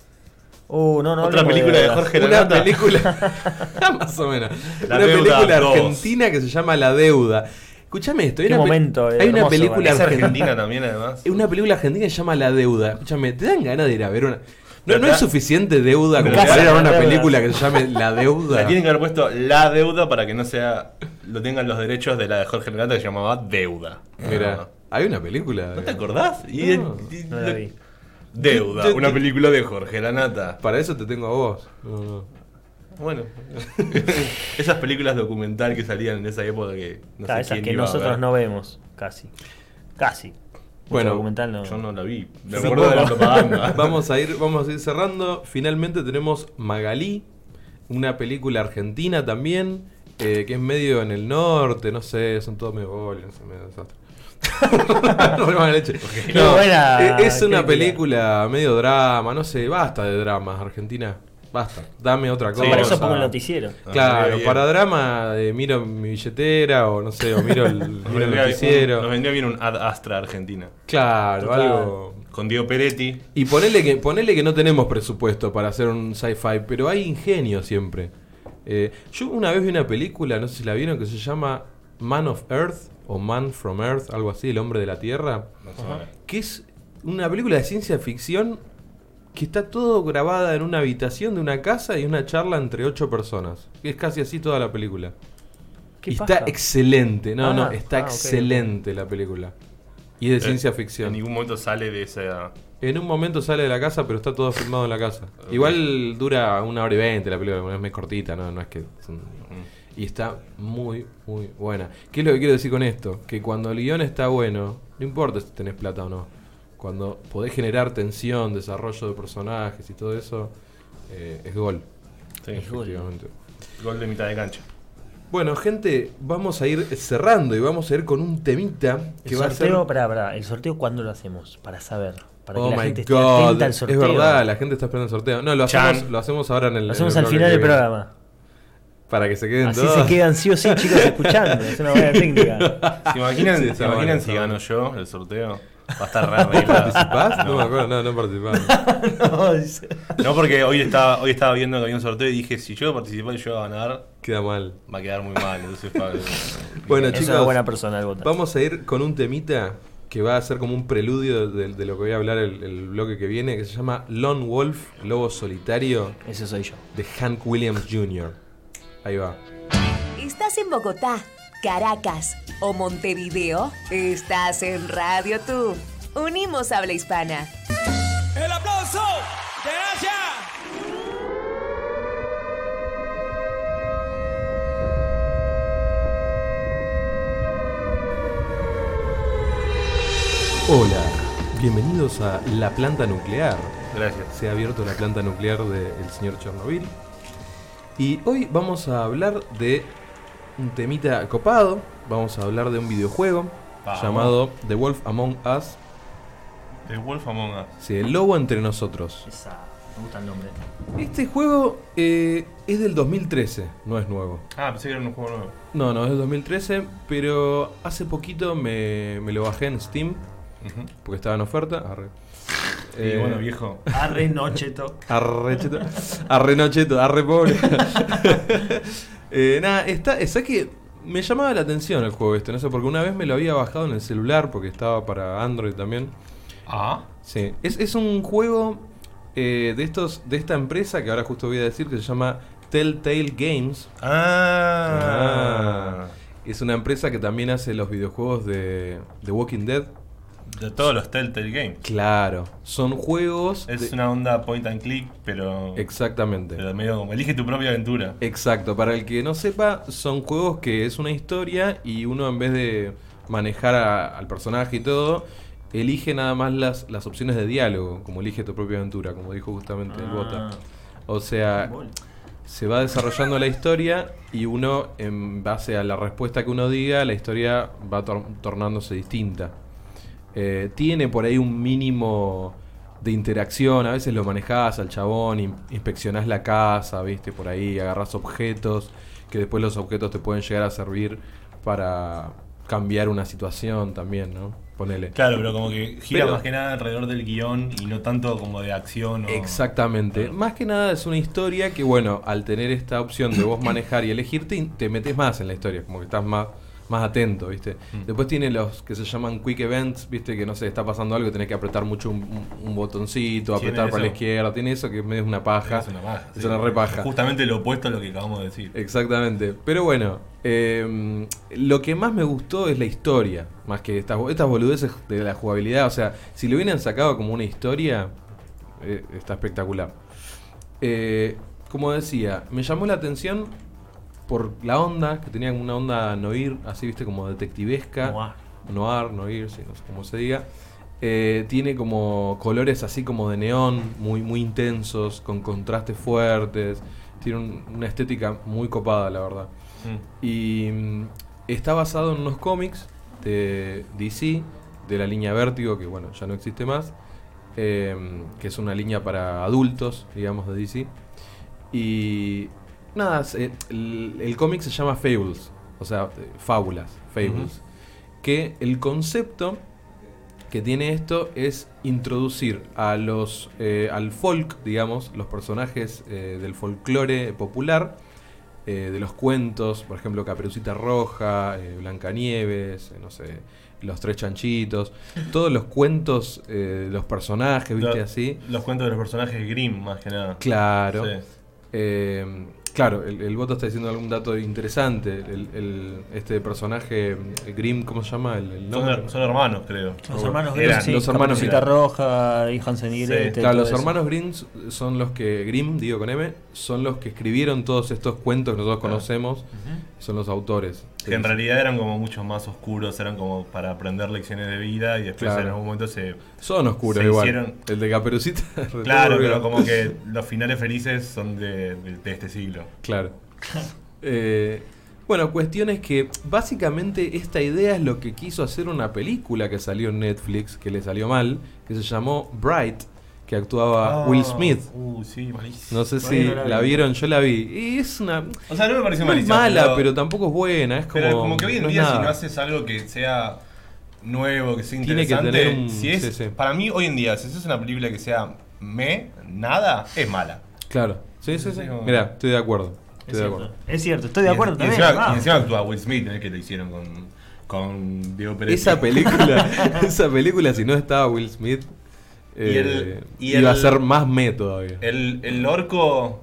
Speaker 3: Uh, no, no.
Speaker 4: Otra
Speaker 3: hablemos
Speaker 4: película de
Speaker 3: deudas.
Speaker 4: Jorge
Speaker 1: Una
Speaker 4: Lanata.
Speaker 1: película. más o menos.
Speaker 4: La
Speaker 1: una
Speaker 4: Deuda
Speaker 1: película
Speaker 4: dos.
Speaker 1: argentina que se llama La Deuda. Escúchame esto. Hay
Speaker 3: Qué
Speaker 1: una pe-
Speaker 3: momento, eh,
Speaker 1: Hay una
Speaker 3: hermoso,
Speaker 1: película
Speaker 4: Es
Speaker 3: Valeria.
Speaker 1: argentina.
Speaker 4: argentina también, además.
Speaker 1: Es Una película argentina que se llama La Deuda. Escúchame, ¿te dan ganas de ir a ver una.? No,
Speaker 4: Pero
Speaker 1: no es
Speaker 4: está-
Speaker 1: suficiente deuda como
Speaker 4: Pero
Speaker 1: para
Speaker 4: está-
Speaker 1: ir a ver una
Speaker 3: la deuda.
Speaker 1: película que se llame La Deuda.
Speaker 4: La tienen que haber puesto la deuda para que no sea. Lo tengan los derechos de la de Jorge Lanata que se llamaba Deuda.
Speaker 1: Ah. Mira, hay una película.
Speaker 4: ¿No te acordás? Y
Speaker 1: No,
Speaker 4: el- y-
Speaker 3: No la vi.
Speaker 4: Deuda, una película de Jorge Lanata.
Speaker 1: Para eso te tengo a vos. No, no.
Speaker 4: Bueno, esas películas documental que salían en esa época que no
Speaker 3: Claro,
Speaker 4: sé
Speaker 3: esas
Speaker 4: quién
Speaker 3: que
Speaker 4: iba a ver.
Speaker 3: nosotros no vemos. Casi. Casi.
Speaker 1: Bueno,
Speaker 3: Bueno. documental no.
Speaker 4: Yo no la vi. Me
Speaker 1: Sí,
Speaker 4: acuerdo de la
Speaker 1: bueno.
Speaker 4: propaganda.
Speaker 1: Vamos a ir, vamos a ir cerrando. Finalmente tenemos Magalí, una película argentina también, eh, que es medio en el norte, no sé, son todos medio bolos, son medio desastre. Re mala leche.
Speaker 3: Qué buena
Speaker 1: eh, es una
Speaker 3: película.
Speaker 1: película medio drama, no sé, basta de dramas, Argentina, basta, dame otra cosa.
Speaker 3: Para
Speaker 4: Sí,
Speaker 3: eso pongo el noticiero.
Speaker 4: Ah,
Speaker 1: Claro,
Speaker 4: bien.
Speaker 1: para drama eh, miro mi billetera o no sé, o miro el,
Speaker 4: Nos
Speaker 1: miro
Speaker 4: vendría,
Speaker 1: el
Speaker 4: bien- nos
Speaker 1: noticiero.
Speaker 4: vendría bien un Ad Astra Argentina.
Speaker 1: Claro,
Speaker 3: Total.
Speaker 1: algo,
Speaker 4: Con Diego Peretti.
Speaker 1: Y ponele que, ponele que no tenemos presupuesto para hacer un sci-fi, pero hay ingenio siempre. Eh, yo una vez vi una película, no sé si la vieron, que se llama Man of Earth o Man from Earth, algo así, el hombre de la Tierra,
Speaker 4: No sé, bueno.
Speaker 1: que es una película de ciencia ficción que está todo grabada en una habitación de una casa y una charla entre ocho personas. Que es casi así toda la película.
Speaker 3: ¿Qué
Speaker 1: Y está
Speaker 3: paja?
Speaker 1: excelente, no,
Speaker 3: Ah,
Speaker 1: no, está
Speaker 3: ah, ok, ok.
Speaker 1: excelente la película. Y es de
Speaker 4: Eh,
Speaker 1: ciencia ficción.
Speaker 4: En ningún momento sale de esa.
Speaker 1: En un momento sale de la casa, pero está todo filmado en la casa. Igual dura una hora y veinte la película, es más cortita, no, no es que. son- Y está muy, muy buena. ¿Qué es lo que quiero decir con esto? Que cuando el guión está bueno, no importa si tenés plata o no. Cuando podés generar tensión, desarrollo de personajes y todo eso, eh, es gol.
Speaker 4: Sí,
Speaker 3: gol.
Speaker 1: efectivamente.
Speaker 4: gol de mitad de cancha.
Speaker 1: Bueno, gente, vamos a ir cerrando y vamos a ir con un temita que
Speaker 3: El
Speaker 1: va
Speaker 3: sorteo,
Speaker 1: a ser.
Speaker 3: pará, pará, ¿El sorteo cuándo lo hacemos? Para saber. Para que
Speaker 1: oh
Speaker 3: la
Speaker 1: my
Speaker 3: gente esté
Speaker 1: god,
Speaker 3: atenta al
Speaker 1: es
Speaker 3: sorteo.
Speaker 1: verdad, la gente está esperando el sorteo. No, lo
Speaker 4: Chan.
Speaker 1: hacemos, lo hacemos ahora en el.
Speaker 3: Lo
Speaker 1: en
Speaker 3: hacemos
Speaker 1: el
Speaker 3: al
Speaker 1: bloque
Speaker 3: final
Speaker 1: que
Speaker 3: del
Speaker 1: viene.
Speaker 3: programa.
Speaker 1: Para que se queden
Speaker 3: Así
Speaker 1: todos.
Speaker 3: se quedan sí o sí, chicos, escuchando. Es una buena técnica.
Speaker 4: ¿Se imaginan,
Speaker 1: Sí,
Speaker 4: se
Speaker 1: está
Speaker 4: imaginan
Speaker 1: bueno, está
Speaker 4: si gano
Speaker 1: bueno.
Speaker 4: yo el sorteo? Va a estar raro. ¿Participás?
Speaker 1: ¿Vas? No me acuerdo, no, no participamos.
Speaker 3: No, dice-
Speaker 4: No, porque hoy estaba, hoy estaba viendo que había un sorteo y dije, si yo participo y yo voy a ganar,
Speaker 1: Queda mal.
Speaker 4: va a quedar muy mal. Entonces, pa-
Speaker 1: Bueno,
Speaker 3: es una
Speaker 1: chicos,
Speaker 3: buena persona el votar.
Speaker 1: vamos a ir con un temita que va a ser como un preludio de, de lo que voy a hablar el, el bloque que viene, que se llama Lone Wolf, Lobo Solitario,
Speaker 3: Ese soy yo.
Speaker 1: de Hank Williams Jr. Ahí va.
Speaker 6: ¿Estás en Bogotá, Caracas o Montevideo? Estás en Radio Tú. Unimos Habla Hispana.
Speaker 7: El aplauso de Asia.
Speaker 1: Hola, bienvenidos a La Planta Nuclear.
Speaker 4: gracias.
Speaker 1: Se ha abierto la planta nuclear del señor Chernobyl. Y hoy vamos a hablar de un temita copado. Vamos a hablar de un videojuego
Speaker 4: Vamos.
Speaker 1: llamado The Wolf Among Us.
Speaker 4: The Wolf Among Us.
Speaker 1: Sí, el lobo entre nosotros.
Speaker 3: Esa, me gusta el nombre.
Speaker 1: Este juego eh, es del 2013, no es nuevo.
Speaker 4: Ah, pensé que era un juego nuevo.
Speaker 1: No, no, es del 2013, pero hace poquito me, me lo bajé en Steam porque estaba en oferta. Arre.
Speaker 4: Y
Speaker 1: Eh,
Speaker 4: bueno, viejo.
Speaker 3: Arre Nocheto.
Speaker 1: Arre cheto. Arre no cheto, arre pobre. Eh, nada, está, es que me llamaba la atención el juego este, no sé, porque una vez me lo había bajado en el celular porque estaba para Android también.
Speaker 4: Ah.
Speaker 1: Sí, es, es un juego eh, de estos de esta empresa que ahora justo voy a decir que se llama Telltale Games.
Speaker 4: Ah.
Speaker 1: Es una empresa que también hace los videojuegos de, de Walking Dead.
Speaker 4: De todos los Telltale Games.
Speaker 1: Claro, son juegos
Speaker 4: Es
Speaker 1: de-
Speaker 4: una onda point and click, pero.
Speaker 1: exactamente.
Speaker 4: Pero medio como elige tu propia aventura.
Speaker 1: Exacto, para el que no sepa, son juegos que es una historia y uno en vez de manejar a- al personaje y todo, elige nada más las, las opciones de diálogo, como elige tu propia aventura, como dijo justamente el Bota. O sea, se va desarrollando la historia y uno, en base a la respuesta que uno diga, la historia va tor- tornándose distinta. Eh, tiene por ahí un mínimo de interacción, a veces lo manejás al chabón, in- inspeccionás la casa, viste, por ahí, agarrás objetos, que después los objetos te pueden llegar a servir para cambiar una situación también, ¿no? Ponele.
Speaker 4: Claro, pero como que gira
Speaker 1: Pero-
Speaker 4: más que nada alrededor del guión y no tanto como de acción o.
Speaker 1: Exactamente. Más que nada es una historia que, bueno, al tener esta opción de vos manejar y elegirte, in- te metes más en la historia, como que estás más, más atento, ¿viste?
Speaker 4: Mm.
Speaker 1: Después tiene los que se llaman quick events, ¿viste? Que no sé, está pasando algo, tenés que apretar mucho un, un- un botoncito,
Speaker 4: Tiene
Speaker 1: apretar para la
Speaker 4: eso.
Speaker 1: izquierda, tiene eso que es medio una paja.
Speaker 4: Es una paja.
Speaker 1: Es
Speaker 4: sí.
Speaker 1: una repaja.
Speaker 4: Justamente lo opuesto a lo que acabamos de decir.
Speaker 1: Exactamente. Pero bueno, eh, lo que más me gustó es la historia, más que estas, estas boludeces de la jugabilidad. O sea, si lo hubieran sacado como una historia, eh, está espectacular. Eh, como decía, me llamó la atención por la onda, que tenía una onda noir, así viste, como detectivesca.
Speaker 4: ah,
Speaker 3: Noir.
Speaker 1: Noir, noir, sí, no sé cómo se diga. Eh, tiene como colores así como de neón, muy, muy intensos, con contrastes fuertes. Tiene un- una estética muy copada, la verdad. Y mm, está basado en unos cómics de DC, de la línea Vértigo, que bueno, ya no existe más, eh, que es una línea para adultos, digamos, de DC. Y nada, se- el, el cómic se llama Fables, o sea, eh, fábulas, Fables. Que el concepto que tiene esto es introducir a los eh, al folk, digamos, los personajes eh, del folclore popular, eh, de los cuentos, por ejemplo, Caperucita Roja, eh, Blancanieves, eh, no sé, los tres chanchitos, todos los cuentos, eh, los personajes, viste
Speaker 4: Lo-
Speaker 1: así.
Speaker 4: Los cuentos de los personajes Grimm, más que nada.
Speaker 1: Claro.
Speaker 4: Sí.
Speaker 1: Eh, claro, el, el voto está diciendo algún dato interesante. El, el- este personaje, el Grimm, ¿cómo se llama? El, el nombre?
Speaker 4: Son, son hermanos, creo.
Speaker 3: Los hermanos
Speaker 4: Eran,
Speaker 3: Grimm, sí,
Speaker 1: los hermanos
Speaker 3: Caperucita
Speaker 4: Grimm.
Speaker 3: Roja y Hansen y
Speaker 4: Sí.
Speaker 3: Gretel.
Speaker 1: Claro,
Speaker 3: todo
Speaker 1: los
Speaker 3: eso.
Speaker 1: hermanos Grimm son los que, Grimm, digo con M, son los que escribieron todos estos cuentos que nosotros conocemos, son los autores.
Speaker 4: Que en realidad eran como muchos más oscuros, eran como para aprender lecciones de vida y después
Speaker 1: Claro.
Speaker 4: en algún momento se...
Speaker 1: Son oscuros
Speaker 4: se
Speaker 1: igual.
Speaker 4: hicieron-
Speaker 1: El de Caperucita. re
Speaker 4: Claro,
Speaker 1: turbio.
Speaker 4: pero como que los finales felices son de, de- de este siglo.
Speaker 1: Claro. Eh, bueno, cuestión es que básicamente esta idea es lo que quiso hacer una película que salió en Netflix, que le salió mal, que se llamó Bright, que actuaba Ah, Will Smith.
Speaker 4: Uh, sí, malísimo.
Speaker 1: No sé
Speaker 3: Todavía
Speaker 1: si
Speaker 3: no la vi.
Speaker 1: la vieron, yo la vi. Y es una.
Speaker 4: O sea, no me pareció
Speaker 1: no es
Speaker 4: malísimo,
Speaker 1: mala, pero, tampoco es buena. Es como.
Speaker 4: Pero como que hoy en
Speaker 1: no es
Speaker 4: día, si
Speaker 1: nada.
Speaker 4: no haces algo que sea nuevo, que sea
Speaker 1: Tiene que
Speaker 4: interesante,
Speaker 1: tener un-
Speaker 4: si es,
Speaker 1: sí, sí.
Speaker 4: para mí hoy en día, si haces una película que sea me, nada, es mala.
Speaker 1: Claro. Sí, sí, sí.
Speaker 4: como-
Speaker 1: Mirá, estoy de acuerdo.
Speaker 3: Es
Speaker 1: Estoy de acuerdo.
Speaker 3: cierto, es cierto, estoy de acuerdo
Speaker 4: y,
Speaker 3: también.
Speaker 4: encima,
Speaker 3: ah.
Speaker 4: y encima actúa Will Smith, no es que lo hicieron con, con Diego Pérez.
Speaker 1: Esa película, esa película, si no estaba Will Smith,
Speaker 4: Y el-
Speaker 1: eh,
Speaker 4: y
Speaker 1: iba a
Speaker 4: el-
Speaker 1: ser más me todavía.
Speaker 4: El, el orco.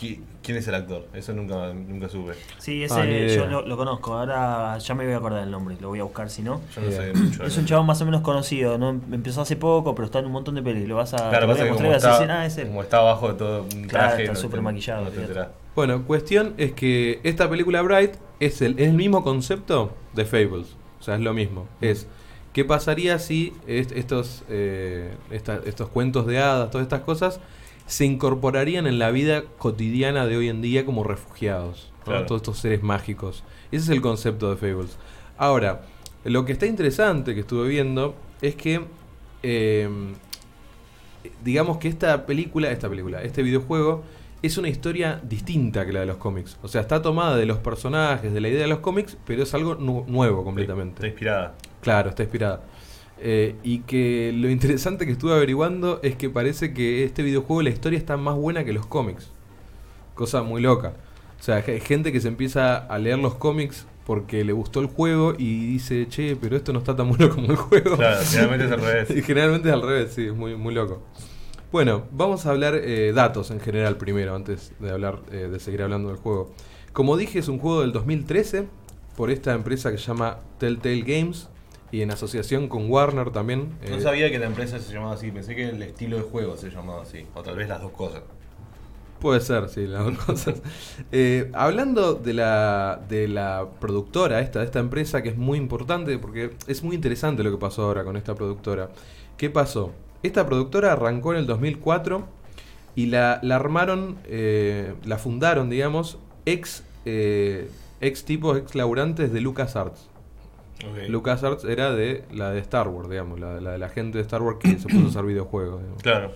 Speaker 4: qui- ¿Quién es el actor? Eso nunca, nunca supe.
Speaker 3: Sí,
Speaker 1: Ah, ni
Speaker 3: ese
Speaker 1: idea.
Speaker 3: yo lo, lo conozco. Ahora ya me voy a acordar el nombre, lo voy a buscar si no.
Speaker 4: Yo no
Speaker 1: Yeah.
Speaker 4: sé mucho. de
Speaker 3: Es un
Speaker 4: él.
Speaker 3: chavo más o menos conocido, ¿no? empezó hace poco, pero está en un montón de pelis. Lo vas a, te
Speaker 4: Claro,
Speaker 3: voy
Speaker 4: pasa
Speaker 3: a
Speaker 4: que
Speaker 3: mostrar
Speaker 4: como
Speaker 3: y vas a decir,
Speaker 4: está,
Speaker 3: ah, es él.
Speaker 4: como está abajo de todo un
Speaker 3: Claro,
Speaker 4: traje.
Speaker 3: está
Speaker 4: no te-
Speaker 3: súper maquillado,
Speaker 4: no te
Speaker 3: fíjate.
Speaker 4: enterás.
Speaker 1: Bueno, cuestión es que esta película Bright es el, es el mismo concepto de Fables. O sea, es lo mismo. Es qué pasaría si est- estos, eh, esta- estos cuentos de hadas, todas estas cosas, se incorporarían en la vida cotidiana de hoy en día como refugiados. ¿no?
Speaker 4: Claro.
Speaker 1: Todos estos seres mágicos. Ese es el concepto de Fables. Ahora, lo que está interesante que estuve viendo es que... eh, digamos que esta película, esta película, este videojuego es una historia distinta que la de los cómics. O sea, está tomada de los personajes, de la idea de los cómics, pero es algo nu- nuevo completamente.
Speaker 4: Está inspirada.
Speaker 1: Claro, está inspirada. Eh, y que lo interesante que estuve averiguando es que parece que este videojuego la historia está más buena que los cómics. Cosa muy loca. O sea, hay gente que se empieza a leer los cómics porque le gustó el juego y dice, che, pero esto no está tan bueno como el juego.
Speaker 4: Claro, generalmente es al
Speaker 1: Y
Speaker 4: revés.
Speaker 1: Generalmente es al revés, sí, es muy, muy loco. Bueno, vamos a hablar eh, datos en general primero, antes de hablar eh, de seguir hablando del juego. Como dije, es un juego del 2013 por esta empresa que se llama Telltale Games y en asociación con Warner también.
Speaker 4: No
Speaker 1: eh,
Speaker 4: sabía que la empresa se llamaba así, pensé que el estilo de juego se llamaba así. O tal vez las dos cosas.
Speaker 1: Puede ser, sí, las dos cosas. Eh, hablando de la, de la productora esta, de esta empresa, que es muy importante, porque es muy interesante lo que pasó ahora con esta productora. ¿Qué pasó? Esta productora arrancó en el 2004 y la, la armaron, eh, la fundaron, digamos, ex, eh, ex tipos, ex laburantes de LucasArts.
Speaker 4: Ok.
Speaker 1: LucasArts era de la de Star Wars, digamos, la, la de la gente de Star Wars que se puso a hacer videojuegos. digamos.
Speaker 4: Claro.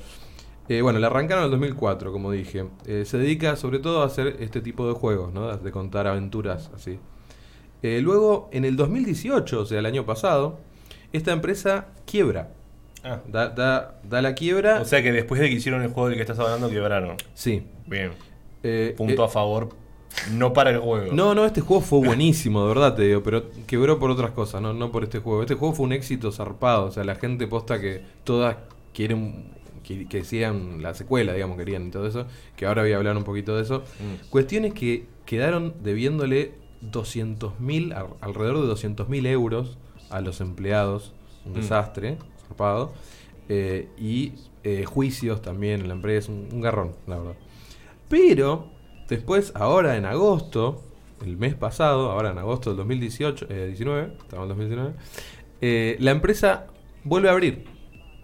Speaker 1: Eh, bueno, la arrancaron en el 2004, como dije. Eh, se dedica sobre todo a hacer este tipo de juegos, ¿no? De contar aventuras así. Eh, luego, en el 2018, o sea, el año pasado, esta empresa quiebra.
Speaker 4: Ah.
Speaker 1: Da, da- da la quiebra.
Speaker 4: O sea que después de que hicieron el juego del que estás hablando, quebraron.
Speaker 1: sí.
Speaker 4: Bien.
Speaker 1: Eh,
Speaker 4: Punto
Speaker 1: eh,
Speaker 4: a favor. No para el juego.
Speaker 1: No, no, este juego fue buenísimo, de verdad te digo, pero quebró por otras cosas, no, no por este juego. Este juego fue un éxito zarpado, o sea, la gente posta que todas quieren que, que sigan la secuela, digamos, querían y todo eso, que ahora voy a hablar un poquito de eso. Cuestiones que quedaron debiéndole 200.000, al- alrededor de 200.000 euros a los empleados, un desastre, zarpado, eh, y eh, juicios también en la empresa, un- un garrón, la verdad. Pero después, ahora en agosto, el mes pasado, ahora en agosto del 2018, eh, 19, estamos en 2019, eh, la empresa vuelve a abrir.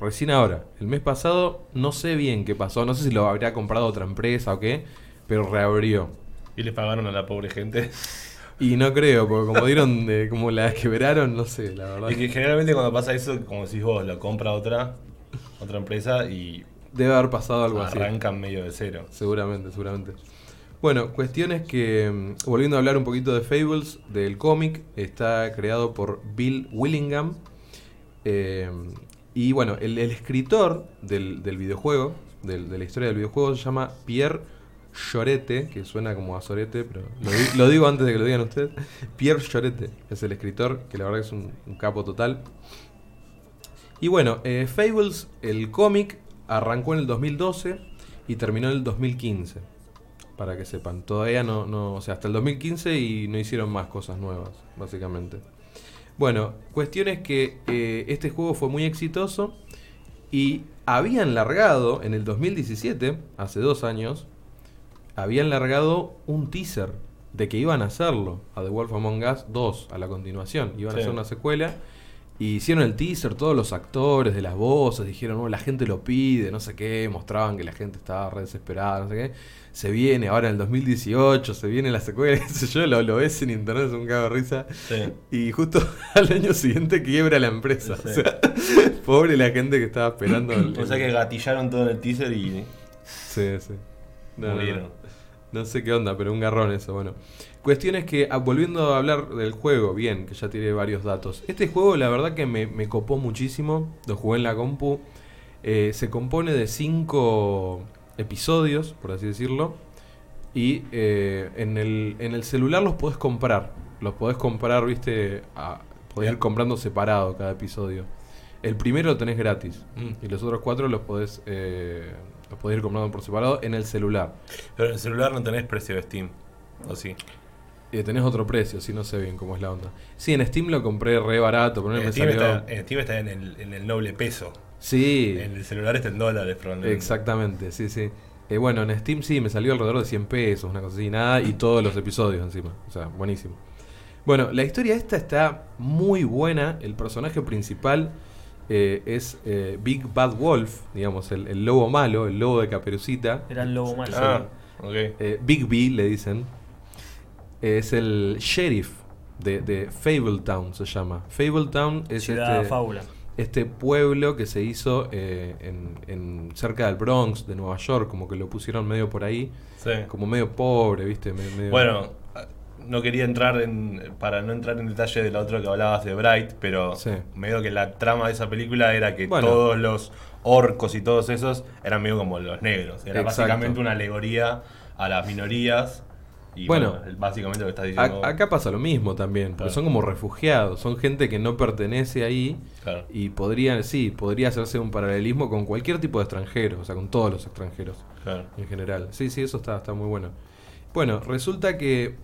Speaker 1: Recién ahora. El mes pasado no sé bien qué pasó, no sé si lo habría comprado otra empresa o qué, pero reabrió.
Speaker 4: Y le pagaron a la pobre gente.
Speaker 1: Y no creo, porque como dieron, de- como la quebraron, no sé, la verdad.
Speaker 4: Y que generalmente cuando pasa eso, como decís vos, lo compra otra, otra empresa y
Speaker 1: Debe haber pasado algo así.
Speaker 4: arrancan medio de cero.
Speaker 1: Seguramente, seguramente. Bueno, cuestiones que, mm, volviendo a hablar un poquito de Fables, del cómic, está creado por Bill Willingham. Eh, y bueno, el, el escritor del, del videojuego, del- de la historia del videojuego, se llama Pierre Llorete, que suena como a Sorete, pero lo, di- lo digo antes de que lo digan ustedes. Pierre Llorete es el escritor, que la verdad que es un- un capo total. Y bueno, eh, Fables, el cómic, arrancó en el 2012 y terminó en el 2015. Para que sepan, todavía no, no, o sea, hasta el 2015 y no hicieron más cosas nuevas, básicamente. Bueno, cuestión es que eh, este juego fue muy exitoso y habían largado en el 2017, hace dos años, habían largado un teaser de que iban a hacerlo a The Wolf Among Us 2, a la continuación, iban a
Speaker 4: Sí.
Speaker 1: hacer una secuela. Y hicieron el teaser, todos los actores de las voces dijeron, "Oh, la gente lo pide, no sé qué, mostraban que la gente estaba re desesperada, no sé qué. Se viene ahora en el 2018, se viene la secuela, qué sé yo, lo, lo ves en internet, es un cago de risa.
Speaker 4: Sí.
Speaker 1: Y justo al año siguiente quiebra la empresa.
Speaker 4: Sí.
Speaker 1: O sea, pobre la gente que estaba esperando. el-
Speaker 4: O sea que gatillaron todo en el teaser y
Speaker 1: Sí, sí. No, no, no.
Speaker 4: murieron.
Speaker 1: No sé qué onda, pero un garrón eso, bueno. Cuestión es que, ah, volviendo a hablar del juego, bien, que ya tiré varios datos. Este juego, la verdad que me, me copó muchísimo, lo jugué en la compu. Eh, se compone de cinco episodios, por así decirlo. Y eh, en, el, en el celular los podés comprar. Los podés comprar, viste, a- podés ir comprando separado cada episodio. El primero lo tenés gratis. mm, Y los otros cuatro los podés, eh, los podés ir comprando por separado en el celular.
Speaker 4: Pero en el celular no tenés precio de Steam. ¿O sí?
Speaker 1: Eh, tenés otro precio, si no sé bien cómo es la onda. Sí, en Steam lo compré re barato, pero no
Speaker 4: En
Speaker 1: me
Speaker 4: Steam,
Speaker 1: salió.
Speaker 4: está, en Steam está en el, en el noble peso.
Speaker 1: Sí,
Speaker 4: En el celular está en dólares, probablemente.
Speaker 1: exactamente, sí, sí. Eh, bueno, en Steam sí, me salió alrededor de 100 pesos, una cosa así, nada, y todos los episodios encima. O sea, buenísimo. Bueno, la historia esta está muy buena. El personaje principal eh, es eh, Big Bad Wolf, digamos, el, el lobo malo, el lobo de caperucita.
Speaker 3: Era el lobo malo.
Speaker 4: Ah, ok.
Speaker 1: Eh, Big B le dicen. Es el sheriff de, de Fabletown, se llama. Fabletown es
Speaker 3: Ciudad
Speaker 1: este,
Speaker 3: Fábula.
Speaker 1: este pueblo que se hizo eh, en, en- cerca del Bronx, de Nueva York, como que lo pusieron medio por ahí,
Speaker 4: Sí.
Speaker 1: como medio pobre, ¿viste? Me- medio-
Speaker 4: Bueno, no quería entrar en. Para no entrar en detalle de la otra que hablabas de Bright, pero
Speaker 1: Sí.
Speaker 4: medio que la trama de esa película era que
Speaker 1: Bueno.
Speaker 4: todos los orcos y todos esos eran medio como los negros. Era
Speaker 1: Exacto.
Speaker 4: básicamente una alegoría a las minorías. Y
Speaker 1: Bueno.
Speaker 4: bueno, básicamente lo que estás diciendo.
Speaker 1: A- acá pasa lo mismo también, porque
Speaker 4: Claro.
Speaker 1: son como refugiados, son gente que no pertenece ahí
Speaker 4: Claro.
Speaker 1: y podría, sí, podría hacerse un paralelismo con cualquier tipo de extranjero, o sea, con todos los extranjeros.
Speaker 4: Claro.
Speaker 1: en general. Sí, sí, eso está, está muy bueno. Bueno, resulta que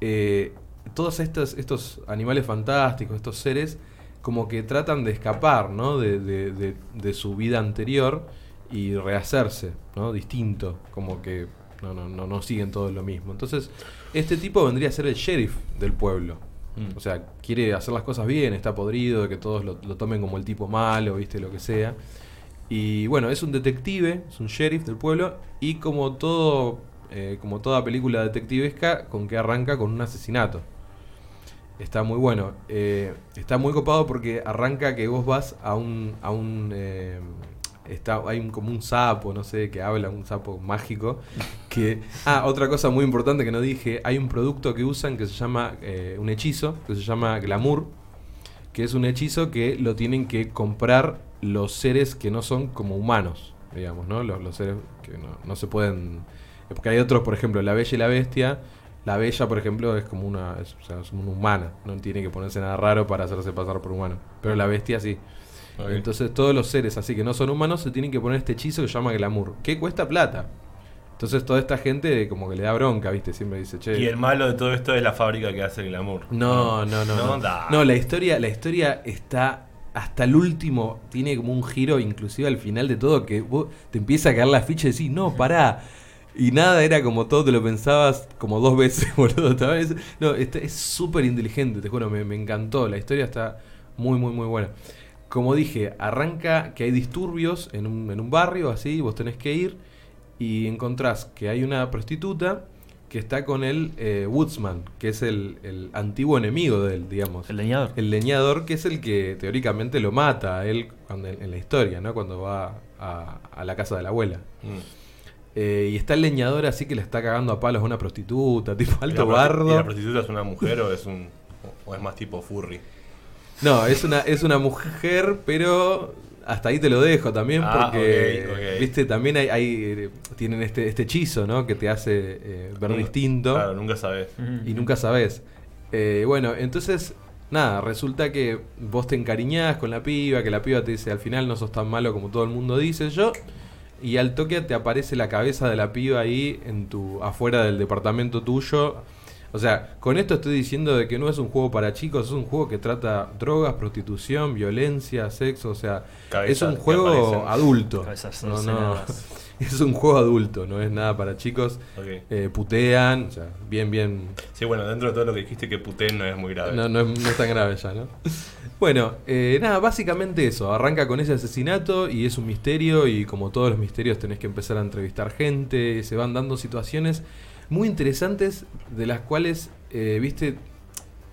Speaker 1: eh, todos estos, estos animales fantásticos, estos seres, como que tratan de escapar, ¿no? De, de- de- de su vida anterior y rehacerse, ¿no? Distinto, como que no, no, no, no siguen todo lo mismo. Entonces, este tipo vendría a ser el sheriff del pueblo. O sea, quiere hacer las cosas bien, está podrido, de que todos lo, lo tomen como el tipo malo, viste, lo que sea. Y bueno, es un detective, es un sheriff del pueblo. Y como todo. eh, como toda película detectivesca, con que arranca con un asesinato. Está muy bueno. Eh, está muy copado porque arranca que vos vas a un. a un. eh, está, hay un- como un sapo, no sé, que habla, un sapo mágico. Que. Ah, otra cosa muy importante que no dije. Hay un producto que usan que se llama. eh, un hechizo, que se llama glamour. Que es un hechizo que lo tienen que comprar los seres que no son como humanos. Digamos, ¿no? Los, los seres que no, no se pueden. eh, Porque hay otros, por ejemplo, la bella y la bestia. La bella, por ejemplo, es como una, es, o sea, es una humana. No tiene que ponerse nada raro para hacerse pasar por humano. Pero la bestia sí.
Speaker 4: Ok.
Speaker 1: Entonces todos los seres así que no son humanos se tienen que poner este hechizo que se llama glamour. Que cuesta plata. Entonces toda esta gente como que le da bronca, ¿viste? Siempre dice, che...
Speaker 4: Y el malo de todo esto es la fábrica que hace el glamour.
Speaker 1: No, no, no. No,
Speaker 4: No, da.
Speaker 1: No, la historia, la historia está hasta el último, tiene como un giro, inclusive al final de todo, que vos te empieza a caer la ficha y decís, no, pará. Y nada, era como todo, te lo pensabas como dos veces, boludo. tal vez. No, este es súper inteligente, te juro, me, me encantó. La historia está muy, muy, muy buena. Como dije, arranca que hay disturbios en un, en un barrio, así, vos tenés que ir y encontrás que hay una prostituta que está con el eh, Woodsman, que es el, el antiguo enemigo de él, digamos.
Speaker 3: El leñador.
Speaker 1: El leñador, que es el que teóricamente lo mata a él cuando- en la historia, ¿no? Cuando va a, a la casa de la abuela.
Speaker 4: Mm.
Speaker 1: Eh, y está el leñador así que le está cagando a palos a una prostituta, tipo alto
Speaker 4: ¿Y la prosti- ¿Y
Speaker 1: bardo.
Speaker 4: la prostituta es una mujer o es un o es más tipo furry?
Speaker 1: No, es una, es una mujer, pero hasta ahí te lo dejo también,
Speaker 4: Ah,
Speaker 1: porque,
Speaker 4: ok, ok.
Speaker 1: viste, también hay, hay, eh, tienen este, este hechizo, ¿no? Que te hace eh, ver
Speaker 4: Nunca-
Speaker 1: distinto.
Speaker 4: Claro, nunca sabes.
Speaker 3: Mm.
Speaker 1: y nunca sabes. Eh, bueno, entonces, nada, resulta que vos te encariñás con la piba, que la piba te dice al final no sos tan malo como todo el mundo dice yo. Y al toque te aparece la cabeza de la piba ahí en tu, afuera del departamento tuyo. O sea, con esto estoy diciendo de que no es un juego para chicos, es un juego que trata drogas, prostitución, violencia, sexo, o sea,
Speaker 4: Cabezas
Speaker 1: es un
Speaker 4: que
Speaker 1: juego
Speaker 4: aparecen.
Speaker 1: adulto.
Speaker 3: Cabezas
Speaker 1: No, no,
Speaker 3: obscenas.
Speaker 1: es un juego adulto, no es nada para chicos.
Speaker 4: Ok.
Speaker 1: Eh, putean, o sea, bien, bien
Speaker 4: Sí, bueno, dentro de todo lo que dijiste que puté no es muy grave.
Speaker 1: no, no, es, no es tan grave ya, ¿no? Bueno, eh, nada, básicamente eso. Arranca con ese asesinato y es un misterio y como todos los misterios tenés que empezar a entrevistar gente, se van dando situaciones muy interesantes de las cuales, eh, viste,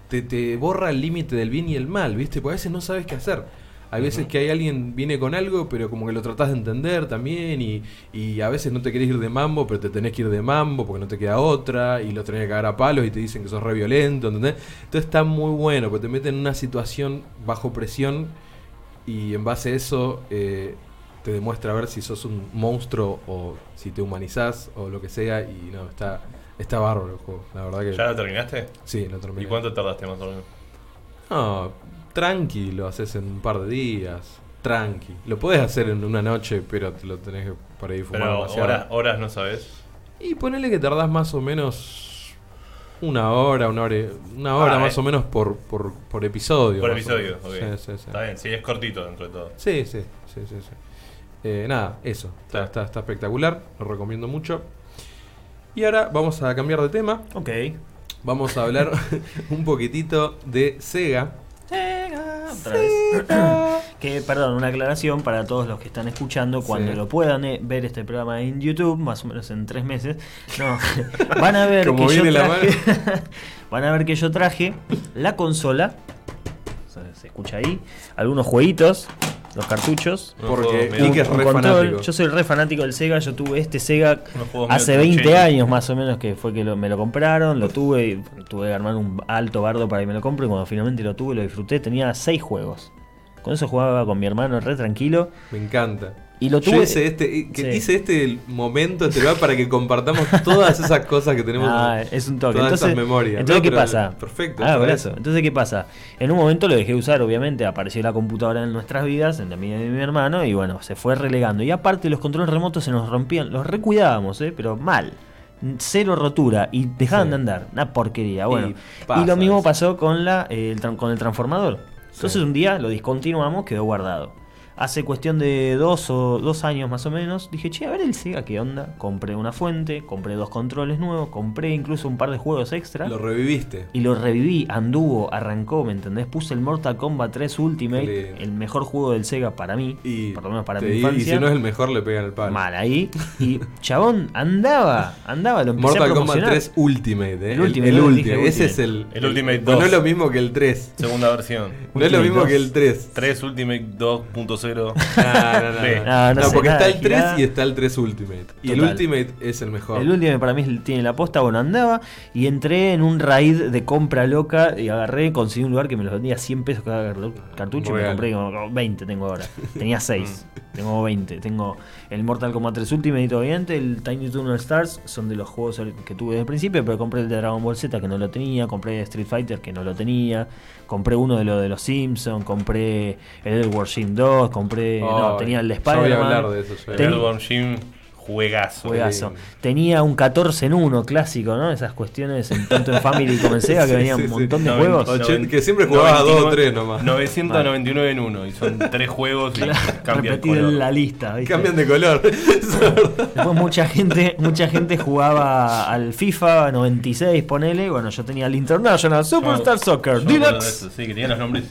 Speaker 1: te, te borra el límite del bien y el mal, viste, porque a veces no sabes qué hacer. Hay veces que hay alguien viene con algo, pero como que lo tratás de entender también y, y a veces no te querés ir de mambo, pero te tenés que ir de mambo porque no te queda otra y lo tenés que cagar a palos y te dicen que sos re violento, ¿entendés? Entonces está muy bueno, porque te meten en una situación bajo presión y en base a eso eh, te demuestra a ver si sos un monstruo o si te humanizás o lo que sea y no, está, está bárbaro el juego, la verdad que...
Speaker 4: ¿Ya lo terminaste?
Speaker 1: Sí, lo terminé.
Speaker 4: ¿Y cuánto tardaste más o menos?
Speaker 1: No, tranqui, lo haces en un par de días. Tranqui. Lo podés hacer en una noche, pero te lo tenés que por ahí fumar
Speaker 4: Pero
Speaker 1: demasiado.
Speaker 4: horas, horas no sabes.
Speaker 1: Y ponele que tardás más o menos una hora, una hora, una hora
Speaker 4: Ah,
Speaker 1: más
Speaker 4: eh.
Speaker 1: o menos por, por, por episodio.
Speaker 4: Por
Speaker 1: más o
Speaker 4: episodio, ok.
Speaker 1: menos. Sí, sí, sí.
Speaker 4: Está bien, sí, es cortito dentro de todo.
Speaker 1: Sí, sí, sí, sí. sí. Eh, nada, eso. Está,
Speaker 4: Está.
Speaker 1: está, está espectacular, lo recomiendo mucho. Y ahora vamos a cambiar de tema.
Speaker 3: Ok.
Speaker 1: Vamos a hablar un poquitito de Sega.
Speaker 3: Otra vez. Que, perdón, una aclaración para todos los que están escuchando, cuando
Speaker 1: Sí.
Speaker 3: lo puedan eh, ver este programa en YouTube, más o menos en tres meses, no, van a ver
Speaker 1: Como
Speaker 3: que yo
Speaker 1: viene la
Speaker 3: traje, van a ver que yo traje la consola, se, se escucha ahí, algunos jueguitos, los cartuchos,
Speaker 1: Porque
Speaker 4: Unos juegos
Speaker 1: Ike es
Speaker 3: un
Speaker 1: re
Speaker 3: control.
Speaker 1: fanático.
Speaker 3: Yo soy re fanático del Sega, yo tuve este Sega
Speaker 4: Unos juegos
Speaker 3: hace
Speaker 4: medio
Speaker 3: 20
Speaker 4: trucheros.
Speaker 3: años más o menos que fue que lo- me lo compraron, lo tuve, y tuve que armar un alto bardo para que me lo compre, y cuando finalmente lo tuve, lo disfruté, tenía 6 juegos. Con eso jugaba con mi hermano re tranquilo.
Speaker 1: Me encanta.
Speaker 3: Y lo
Speaker 1: Yo
Speaker 3: tuve-
Speaker 1: hice este, que
Speaker 3: Sí.
Speaker 1: hice este momento, este lugar, para que compartamos todas esas cosas que tenemos.
Speaker 3: Ah, es un toque.
Speaker 1: Todas
Speaker 3: entonces,
Speaker 1: esas memorias.
Speaker 3: entonces
Speaker 1: No,
Speaker 3: ¿qué
Speaker 1: pero
Speaker 3: pasa?
Speaker 1: Perfecto.
Speaker 3: Ah,
Speaker 1: está bien.
Speaker 3: abrazo. Entonces, ¿qué pasa? En un momento lo dejé de usar, obviamente, apareció la computadora en nuestras vidas, en la mía y de mi hermano, y bueno, se fue relegando. Y aparte, los controles remotos se nos rompían, los recuidábamos, ¿eh? pero mal. Cero rotura y dejaban
Speaker 1: Sí.
Speaker 3: de andar. Una porquería. Bueno, y,
Speaker 1: pasa
Speaker 3: lo mismo
Speaker 1: eso.
Speaker 3: pasó con, la, eh, el tran- con el transformador. Entonces, un día lo discontinuamos, quedó guardado. Hace cuestión de dos o dos años más o menos, dije, che, a ver el Sega, ¿qué onda? Compré una fuente, compré dos controles nuevos, compré incluso un par de juegos extra.
Speaker 1: Lo reviviste.
Speaker 3: y lo reviví, anduvo, arrancó, ¿me entendés? Puse el Mortal Kombat 3 Ultimate,
Speaker 1: Qué lindo.
Speaker 3: el mejor juego del Sega para mí,
Speaker 1: Y
Speaker 3: por lo menos para
Speaker 1: te
Speaker 3: mi
Speaker 1: di-
Speaker 3: infancia.
Speaker 1: Y si no es el mejor, le pegan el palo.
Speaker 3: Mal ahí. Y chabón, andaba, andaba, lo empecé
Speaker 1: Mortal
Speaker 3: a
Speaker 1: Kombat
Speaker 3: promocionar.
Speaker 1: 3 Ultimate, eh.
Speaker 3: El Ultimate, yo dije
Speaker 1: Ultimate.
Speaker 3: Ultimate.
Speaker 1: Ese es el.
Speaker 4: El Ultimate
Speaker 1: Bueno, No es
Speaker 4: 2.
Speaker 1: lo mismo que el 3.
Speaker 4: Segunda versión.
Speaker 1: No es lo
Speaker 3: Ultimate
Speaker 1: mismo
Speaker 3: 2.
Speaker 1: que el 3.
Speaker 4: 3 Ultimate 2.0.
Speaker 1: No, no, no.
Speaker 4: Sí.
Speaker 3: No, no sé
Speaker 1: porque
Speaker 3: nada
Speaker 1: está
Speaker 3: de
Speaker 1: el 3
Speaker 3: girar.
Speaker 1: y está el 3 Ultimate. Y el
Speaker 3: Total.
Speaker 1: Ultimate es el mejor.
Speaker 3: El Ultimate para mí es el- tiene la posta, bueno, andaba y entré en un raid de compra loca y agarré, conseguí un lugar que me los vendía 100 pesos cada cartu- cartucho
Speaker 1: Real.
Speaker 3: y me compré como 20 tengo ahora. Tenía 6,
Speaker 1: Mm.
Speaker 3: tengo 20. Tengo el Mortal Kombat 3 Ultimate y obviamente, el Tiny Toon All Stars son de los juegos que tuve desde el principio, pero compré el de Dragon Ball Z que no lo tenía, compré Street Fighter que no lo tenía, compré uno de los de los Simpsons, compré el Edward Jim 2, compré... no,
Speaker 1: Ay,
Speaker 3: tenía el de
Speaker 1: ya voy a
Speaker 3: Spider-Man.
Speaker 1: hablar de eso, ya voy a
Speaker 4: El
Speaker 3: Tenía-
Speaker 4: Earthworm Jim, juegazo.
Speaker 3: Juegazo. Tenía un 14 en 1 clásico, ¿no? Esas cuestiones en tanto en Family como en Sega que
Speaker 1: Sí,
Speaker 3: venían
Speaker 1: sí,
Speaker 3: un
Speaker 1: sí.
Speaker 3: montón de
Speaker 1: No,
Speaker 3: juegos.
Speaker 1: no, que siempre jugabas a dos o tres nomás.
Speaker 4: 999 en uno. Y son tres juegos y cambia el
Speaker 3: Repetido
Speaker 4: color.
Speaker 3: en la lista, ¿viste?
Speaker 1: Cambian de color. Es verdad.
Speaker 3: Después mucha gente, mucha gente jugaba al FIFA 96, ponele. Bueno, yo tenía el International Superstar
Speaker 4: Yo-
Speaker 3: Soccer
Speaker 4: Ah, yo me acuerdo de
Speaker 3: Deluxe.
Speaker 4: eso, Sí, que tenían los nombres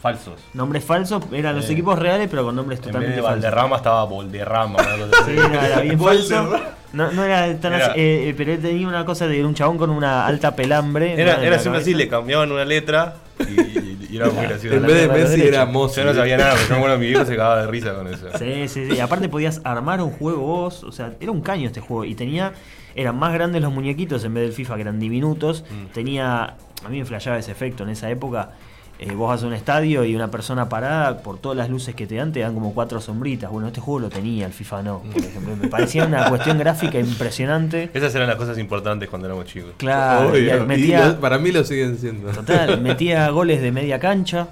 Speaker 4: falsos.
Speaker 3: Nombres falsos, eran los equipos reales, pero con nombres
Speaker 4: En vez
Speaker 3: totalmente
Speaker 4: de
Speaker 3: falsos.
Speaker 4: Valderrama estaba Bolderrama. una cosa
Speaker 3: Sí,
Speaker 4: así.
Speaker 3: no, era bien falso.
Speaker 1: Walter.
Speaker 3: No, no era tan
Speaker 4: Era-
Speaker 3: así, eh, eh, pero él tenía una cosa de un chabón con una alta pelambre. ¿no?
Speaker 4: Era,
Speaker 3: en
Speaker 4: era
Speaker 3: la
Speaker 4: siempre así,
Speaker 3: cabeza.
Speaker 4: le cambiaban una letra y, y- y era muy gracioso.
Speaker 1: en vez de
Speaker 3: mierda,
Speaker 1: Messi
Speaker 3: derecho.
Speaker 1: era Mozart.
Speaker 4: Yo no sabía nada, pero yo me acuerdo que mi viejo se cagaba de risa con eso.
Speaker 3: Sí, sí, sí. Aparte podías armar un juego vos. O sea, era un caño este juego. Y tenía. Eran más grandes los muñequitos en vez del FIFA, que eran diminutos. Tenía. A mí me flasheaba ese efecto en esa época. eh, vos vas a un estadio y una persona parada, por todas las luces que te dan, te dan como cuatro sombritas. Bueno, este juego lo tenía, el FIFA no, por ejemplo. Me parecía una cuestión gráfica impresionante.
Speaker 4: Esas eran las cosas importantes cuando éramos chicos.
Speaker 3: Claro, y
Speaker 1: Obvio.
Speaker 3: metía-
Speaker 1: Y lo- para mí lo siguen siendo.
Speaker 3: Total, metía goles de media cancha.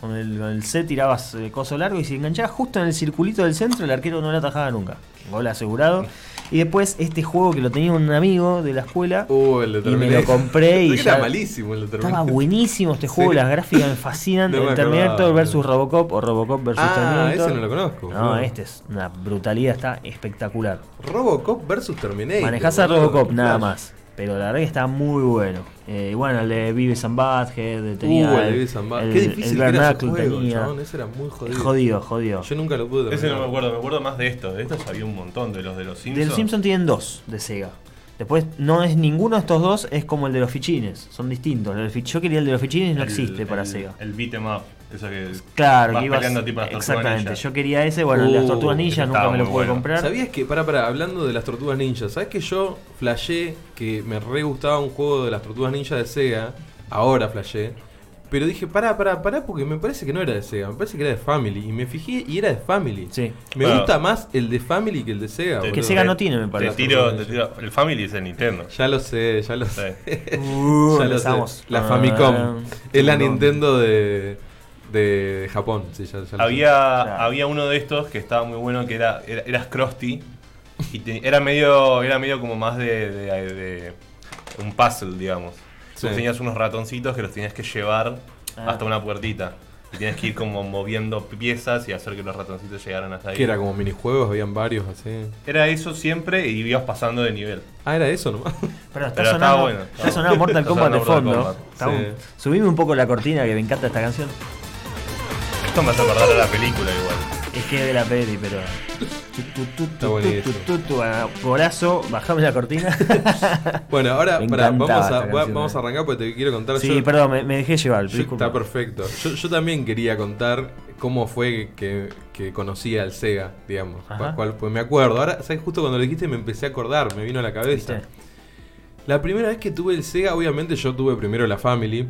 Speaker 3: Con el, con el C tirabas el coso largo y si enganchabas justo en el circulito del centro, el arquero no la atajaba nunca. Gol asegurado. Y después este juego que lo tenía un amigo de la escuela.
Speaker 1: Uh, el de
Speaker 3: y me
Speaker 1: Terminator.
Speaker 3: lo compré y
Speaker 1: Creo que era
Speaker 3: ya-
Speaker 1: malísimo el de
Speaker 3: Estaba
Speaker 1: Terminator.
Speaker 3: buenísimo este juego,
Speaker 1: Sí.
Speaker 3: las gráficas me fascinan.
Speaker 1: No me
Speaker 3: el Terminator
Speaker 1: acordaba.
Speaker 3: versus Robocop o Robocop versus
Speaker 1: Ah,
Speaker 3: Terminator.
Speaker 1: ese no lo conozco,
Speaker 3: No,
Speaker 1: boludo.
Speaker 3: este es una brutalidad, está espectacular.
Speaker 1: Robocop versus Terminator.
Speaker 3: Manejás a Robocop, nada
Speaker 1: Claro.
Speaker 3: más. Pero la verdad que está muy bueno. Eh, y bueno, el de Vives and Butthead, tenía
Speaker 1: Uh, el de Beavis and Butt- Qué difícil
Speaker 3: el
Speaker 1: que era ese
Speaker 3: Vernacle
Speaker 1: juego,
Speaker 3: tenía.
Speaker 1: chabón, ese era muy jodido.
Speaker 3: jodido, jodido.
Speaker 1: Yo nunca lo
Speaker 4: Ese no
Speaker 1: pude
Speaker 4: me
Speaker 1: terminar.
Speaker 4: acuerdo, me acuerdo más de estos. De estos había un montón, de los de los Simpsons.
Speaker 3: De los Simpsons tienen dos de Sega. Después, no es ninguno de estos dos, es como el de los fichines. Son distintos. El de los fi- Yo quería el de los fichines, no
Speaker 4: El-
Speaker 3: existe para
Speaker 4: el-
Speaker 3: Sega.
Speaker 4: El beat em up, eso que.
Speaker 3: Claro,
Speaker 4: vas
Speaker 3: que ibas.
Speaker 4: peleando tipo las tortugas
Speaker 3: Exactamente,
Speaker 4: ninja.
Speaker 3: yo quería ese. Bueno, el de las
Speaker 1: Uh,
Speaker 3: tortugas ninja
Speaker 4: ese
Speaker 3: nunca
Speaker 4: estaba
Speaker 3: me lo
Speaker 4: muy
Speaker 3: pude
Speaker 4: bueno.
Speaker 3: comprar.
Speaker 1: ¿Sabías que, para, para, hablando de las tortugas ninja, ¿sabes que yo flashé que me re gustaba un juego de las tortugas ninja de Sega? Ahora flashé. Pero dije, pará, pará, pará, porque me parece que no era de Sega, me parece que era de Family. Y me fijé y era de Family.
Speaker 3: Sí.
Speaker 1: Me
Speaker 4: Claro.
Speaker 1: gusta más el de Family que el de Sega.
Speaker 4: Te-
Speaker 1: boludo.
Speaker 3: Que Sega no tiene, me
Speaker 4: eh, Te
Speaker 3: parece.
Speaker 4: tiro, te tiro. El Family es el Nintendo.
Speaker 1: Ya lo sé, ya lo sé.
Speaker 3: Uh,
Speaker 1: ya lo
Speaker 3: empezamos.
Speaker 1: sé. La Famicom.
Speaker 3: Ah,
Speaker 1: es la
Speaker 3: Famicom.
Speaker 1: Nintendo de, de Japón. Sí, ya- ya lo
Speaker 4: Había,
Speaker 3: Claro.
Speaker 4: había uno de estos que estaba muy bueno que era. era- eras Krusty. Y te- era medio. Era medio como más de. de- de un puzzle, digamos.
Speaker 1: Sí.
Speaker 4: Tú tenías unos ratoncitos que los tenías que llevar
Speaker 3: Ah.
Speaker 4: hasta una puertita. Y tienes que ir como moviendo piezas y hacer que los ratoncitos llegaran hasta ahí.
Speaker 1: sé. Que era como minijuegos, habían varios así.
Speaker 4: Era eso siempre y ibas pasando de nivel.
Speaker 1: Ah, era eso nomás.
Speaker 3: Pero está
Speaker 4: Pero estaba
Speaker 3: sonando,
Speaker 4: bueno,
Speaker 3: está
Speaker 4: estaba
Speaker 3: sonando
Speaker 4: bueno.
Speaker 3: Mortal
Speaker 4: Está
Speaker 3: Kombat de
Speaker 4: sonando Mortal
Speaker 3: fondo.
Speaker 4: Kombat.
Speaker 3: Está un-
Speaker 1: Sí.
Speaker 3: Subime un poco la cortina que me encanta esta canción.
Speaker 4: Esto me hace acordar a la película igual.
Speaker 3: Es que es de la peli, pero.
Speaker 1: Está buenísimo.
Speaker 3: Corazo, bajame la cortina.
Speaker 1: Bueno, ahora
Speaker 3: Me
Speaker 1: pará, vamos,
Speaker 3: encantaba esta
Speaker 1: a, va-
Speaker 3: canción,
Speaker 1: vamos a
Speaker 3: eh.
Speaker 1: arrancar porque te quiero contar.
Speaker 3: sí,
Speaker 1: yo-
Speaker 3: perdón, me, me dejé llevar.
Speaker 1: yo-
Speaker 3: disculpa.
Speaker 1: está perfecto. Yo, yo también quería contar cómo fue que, que conocí al Sega, digamos.
Speaker 3: Ajá.
Speaker 1: Cuál fue, me acuerdo. Ahora, ¿sabes? Justo cuando lo dijiste me empecé a acordar, me vino a la cabeza.
Speaker 3: ¿Viste?
Speaker 1: La primera vez que tuve el Sega, obviamente yo tuve primero la Family.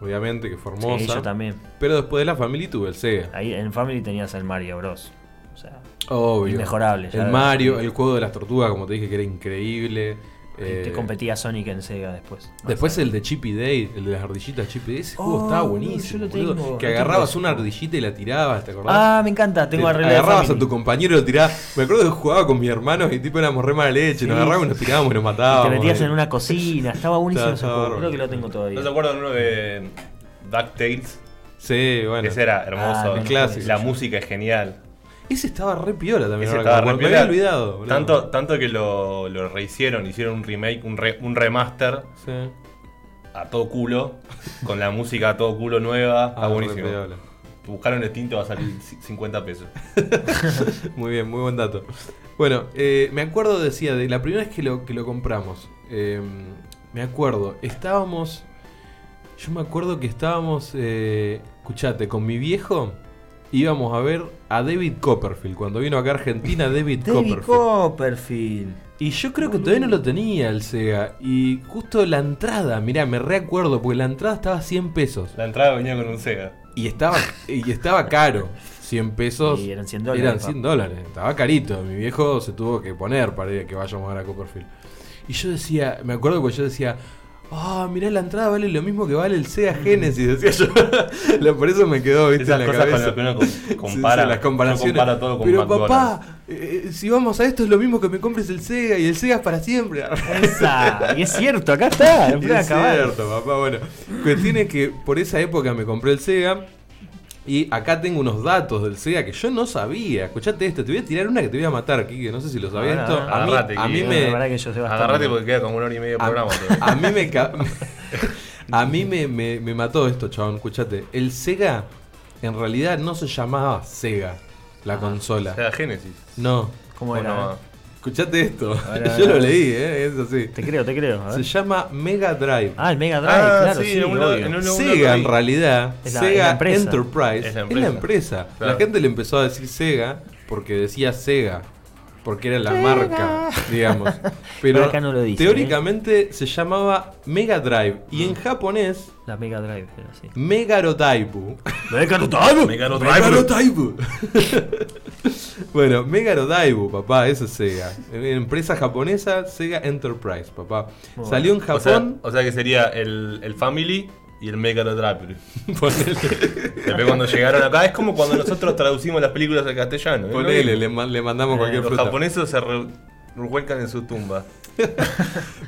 Speaker 1: Obviamente, que fue hermosa.
Speaker 3: Sí, yo también.
Speaker 1: Pero después de la Family tuve el Sega.
Speaker 3: Ahí en Family tenías el Mario Bros. O sea,
Speaker 1: Obvio.
Speaker 3: Inmejorable, ya
Speaker 1: El
Speaker 3: lo-
Speaker 1: Mario, el juego de las tortugas, como te dije, que era increíble.
Speaker 3: te
Speaker 1: Eh,
Speaker 3: competía Sonic en Sega después.
Speaker 1: Después el de Chippy Day, el de las ardillitas Chippy Day, ese juego
Speaker 3: Oh,
Speaker 1: estaba
Speaker 3: no,
Speaker 1: buenísimo.
Speaker 3: yo lo
Speaker 1: boludo.
Speaker 3: tengo,
Speaker 1: que
Speaker 3: lo
Speaker 1: agarrabas
Speaker 3: tengo.
Speaker 1: una ardillita y la tirabas, ¿te acordás?
Speaker 3: Ah, me encanta, tengo
Speaker 1: Te
Speaker 3: arreglo de
Speaker 1: agarrabas a
Speaker 3: Family.
Speaker 1: tu compañero y lo tirabas. Me acuerdo que jugaba con mis hermanos y tipo éramos re mala leche,
Speaker 3: Sí.
Speaker 1: nos agarrábamos y nos tirábamos y nos
Speaker 3: Y
Speaker 1: matábamos.
Speaker 3: Te metías
Speaker 1: eh.
Speaker 3: en una cocina, estaba buenísimo
Speaker 1: Está-
Speaker 3: ese
Speaker 1: está
Speaker 3: juego.
Speaker 1: bárbaro.
Speaker 3: Creo que lo tengo todavía.
Speaker 4: ¿No se acuerdan uno de DuckTales?
Speaker 1: Sí, bueno.
Speaker 4: Ese era hermoso.
Speaker 3: Ah,
Speaker 1: el clásico.
Speaker 4: La música es genial.
Speaker 1: Ese estaba re piola también.
Speaker 4: Ese
Speaker 1: ahora
Speaker 4: estaba
Speaker 1: que me
Speaker 4: re
Speaker 1: acuerdo. Me había
Speaker 4: piola.
Speaker 1: olvidado. boludo.
Speaker 4: Tanto, tanto que lo, lo rehicieron, hicieron un remake, un, re- un remaster
Speaker 1: Sí.
Speaker 4: a todo culo, con la música a todo culo nueva. Está
Speaker 1: Ah, re
Speaker 4: buenísimo.
Speaker 1: piola.
Speaker 4: Buscaron el tinto, va a salir c- 50 pesos.
Speaker 1: Muy bien, muy buen dato. Bueno, eh, me acuerdo, decía, de la primera vez que lo, que lo compramos. eh, me acuerdo, estábamos. Yo me acuerdo que estábamos. Eh, escuchate, con mi viejo íbamos a ver a David Copperfield. Cuando vino acá a Argentina, David,
Speaker 3: David
Speaker 1: Copperfield.
Speaker 3: Copperfield.
Speaker 1: y yo creo que todavía no lo tenía el Sega. Y justo la entrada, mirá, me reacuerdo, porque la entrada estaba a 100 pesos.
Speaker 4: La entrada venía con un Sega.
Speaker 1: Y estaba, y estaba caro. 100 pesos.
Speaker 3: Y eran 100 dólares,
Speaker 1: eran
Speaker 3: papá.
Speaker 1: 100 dólares. Estaba carito. Mi viejo se tuvo que poner para ir- que vayamos a ver a Copperfield. Y yo decía, me acuerdo que yo decía, ah, mirá, la entrada vale lo mismo que vale el Sega Genesis. Decía yo. Lo- Por eso me quedó, viste,
Speaker 4: Esas
Speaker 1: en la
Speaker 4: cosas con
Speaker 1: cabeza.
Speaker 4: las que uno com-
Speaker 1: Sí, sí,
Speaker 4: compara.
Speaker 1: las
Speaker 4: Uno
Speaker 1: comparaciones.
Speaker 4: compara todo con
Speaker 1: Pero
Speaker 4: McDonald's.
Speaker 1: papá, eh, eh, si vamos a esto es lo mismo que me compres el Sega y el Sega es para siempre.
Speaker 3: Esa. Y es cierto, acá está. Ah, en
Speaker 1: Y
Speaker 3: plan
Speaker 1: es
Speaker 3: cabal.
Speaker 1: cierto, papá. Bueno, cuestión es que por esa época me compré el Sega. Y acá tengo unos datos del Sega que yo no sabía. Escuchate esto, te voy a tirar una que te voy a matar, Kike. No sé si lo sabías
Speaker 3: Ah,
Speaker 1: esto. A mí,
Speaker 4: agarrate,
Speaker 1: a mí
Speaker 4: Quique.
Speaker 3: No, la
Speaker 1: me.
Speaker 3: verdad que yo sé bastante. Ah.
Speaker 4: Agarrate porque queda como una hora y media de
Speaker 1: A,
Speaker 4: programa. todavía.
Speaker 1: a mí me. ca- A mí me, me- me mató esto, chabón. Escuchate. El Sega en realidad no se llamaba Sega, la consola.
Speaker 4: Ah, O sea, Genesis.
Speaker 1: No.
Speaker 3: ¿Cómo
Speaker 4: ¿O
Speaker 3: era? Ah,
Speaker 4: no?
Speaker 1: Escuchate esto.
Speaker 3: ver, a
Speaker 1: yo
Speaker 3: ver.
Speaker 1: lo leí, ¿eh? Es así.
Speaker 3: Te creo, te creo. a ver.
Speaker 1: Se llama Mega Drive.
Speaker 3: Ah, el Mega Drive,
Speaker 4: Ah,
Speaker 3: claro,
Speaker 4: sí,
Speaker 3: sí,
Speaker 4: en un lado-
Speaker 3: obvio.
Speaker 4: en un-
Speaker 1: Sega en realidad,
Speaker 3: Es la- es
Speaker 1: Sega
Speaker 3: la empresa.
Speaker 1: Enterprise,
Speaker 4: Es
Speaker 1: es la
Speaker 4: la
Speaker 1: empresa. La,
Speaker 4: Claro.
Speaker 1: gente le empezó a decir Sega porque decía Sega, porque era la marca, digamos. Pero
Speaker 3: Pero acá no lo dice, ¿eh?
Speaker 1: teóricamente se llamaba Mega Drive y
Speaker 4: Mm.
Speaker 1: en japonés
Speaker 3: La Mega Drive, era así.
Speaker 1: Megarotaibu.
Speaker 4: Megarotaibu.
Speaker 1: Megarotaibu. bueno, Megarotaibu, papá, eso es Sega. Empresa japonesa Sega Enterprise, papá.
Speaker 3: Muy
Speaker 1: Salió en
Speaker 4: O sea,
Speaker 1: Japón.
Speaker 4: o sea que sería el, el Family y el Megarodrapper.
Speaker 1: ponele.
Speaker 4: Después cuando llegaron acá, es como cuando nosotros traducimos las películas al castellano. ¿eh?
Speaker 1: Ponele, le, ma- le mandamos cualquier
Speaker 4: Los
Speaker 1: fruta.
Speaker 4: japoneses se re- revuelcan en su tumba.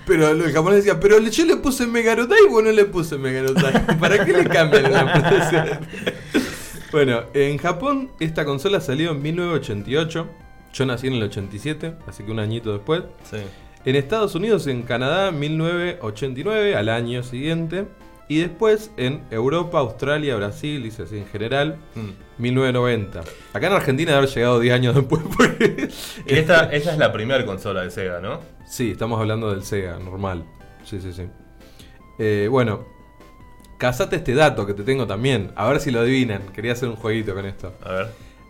Speaker 1: Pero el japonés decía, pero le- yo le puse Megarotaibo o no le puse Megarotaibo. ¿Para qué le cambian la pronunciación? bueno, en Japón esta consola salió en 1988. Yo nací en el 87, así que un añito después.
Speaker 4: Sí.
Speaker 1: En Estados Unidos y en Canadá, 1989, al año siguiente. Y después en Europa, Australia, Brasil, dice así en general,
Speaker 4: Mm.
Speaker 1: 1990. Acá en Argentina debe haber llegado 10 años después. Porque...
Speaker 4: Y esta, esta es la primera consola de Sega, ¿no?
Speaker 1: Sí, estamos hablando del Sega, normal. Sí, sí, sí. Eh, bueno, cazate este dato que te tengo también. A ver si lo adivinan. Quería hacer un jueguito con esto.
Speaker 4: A ver.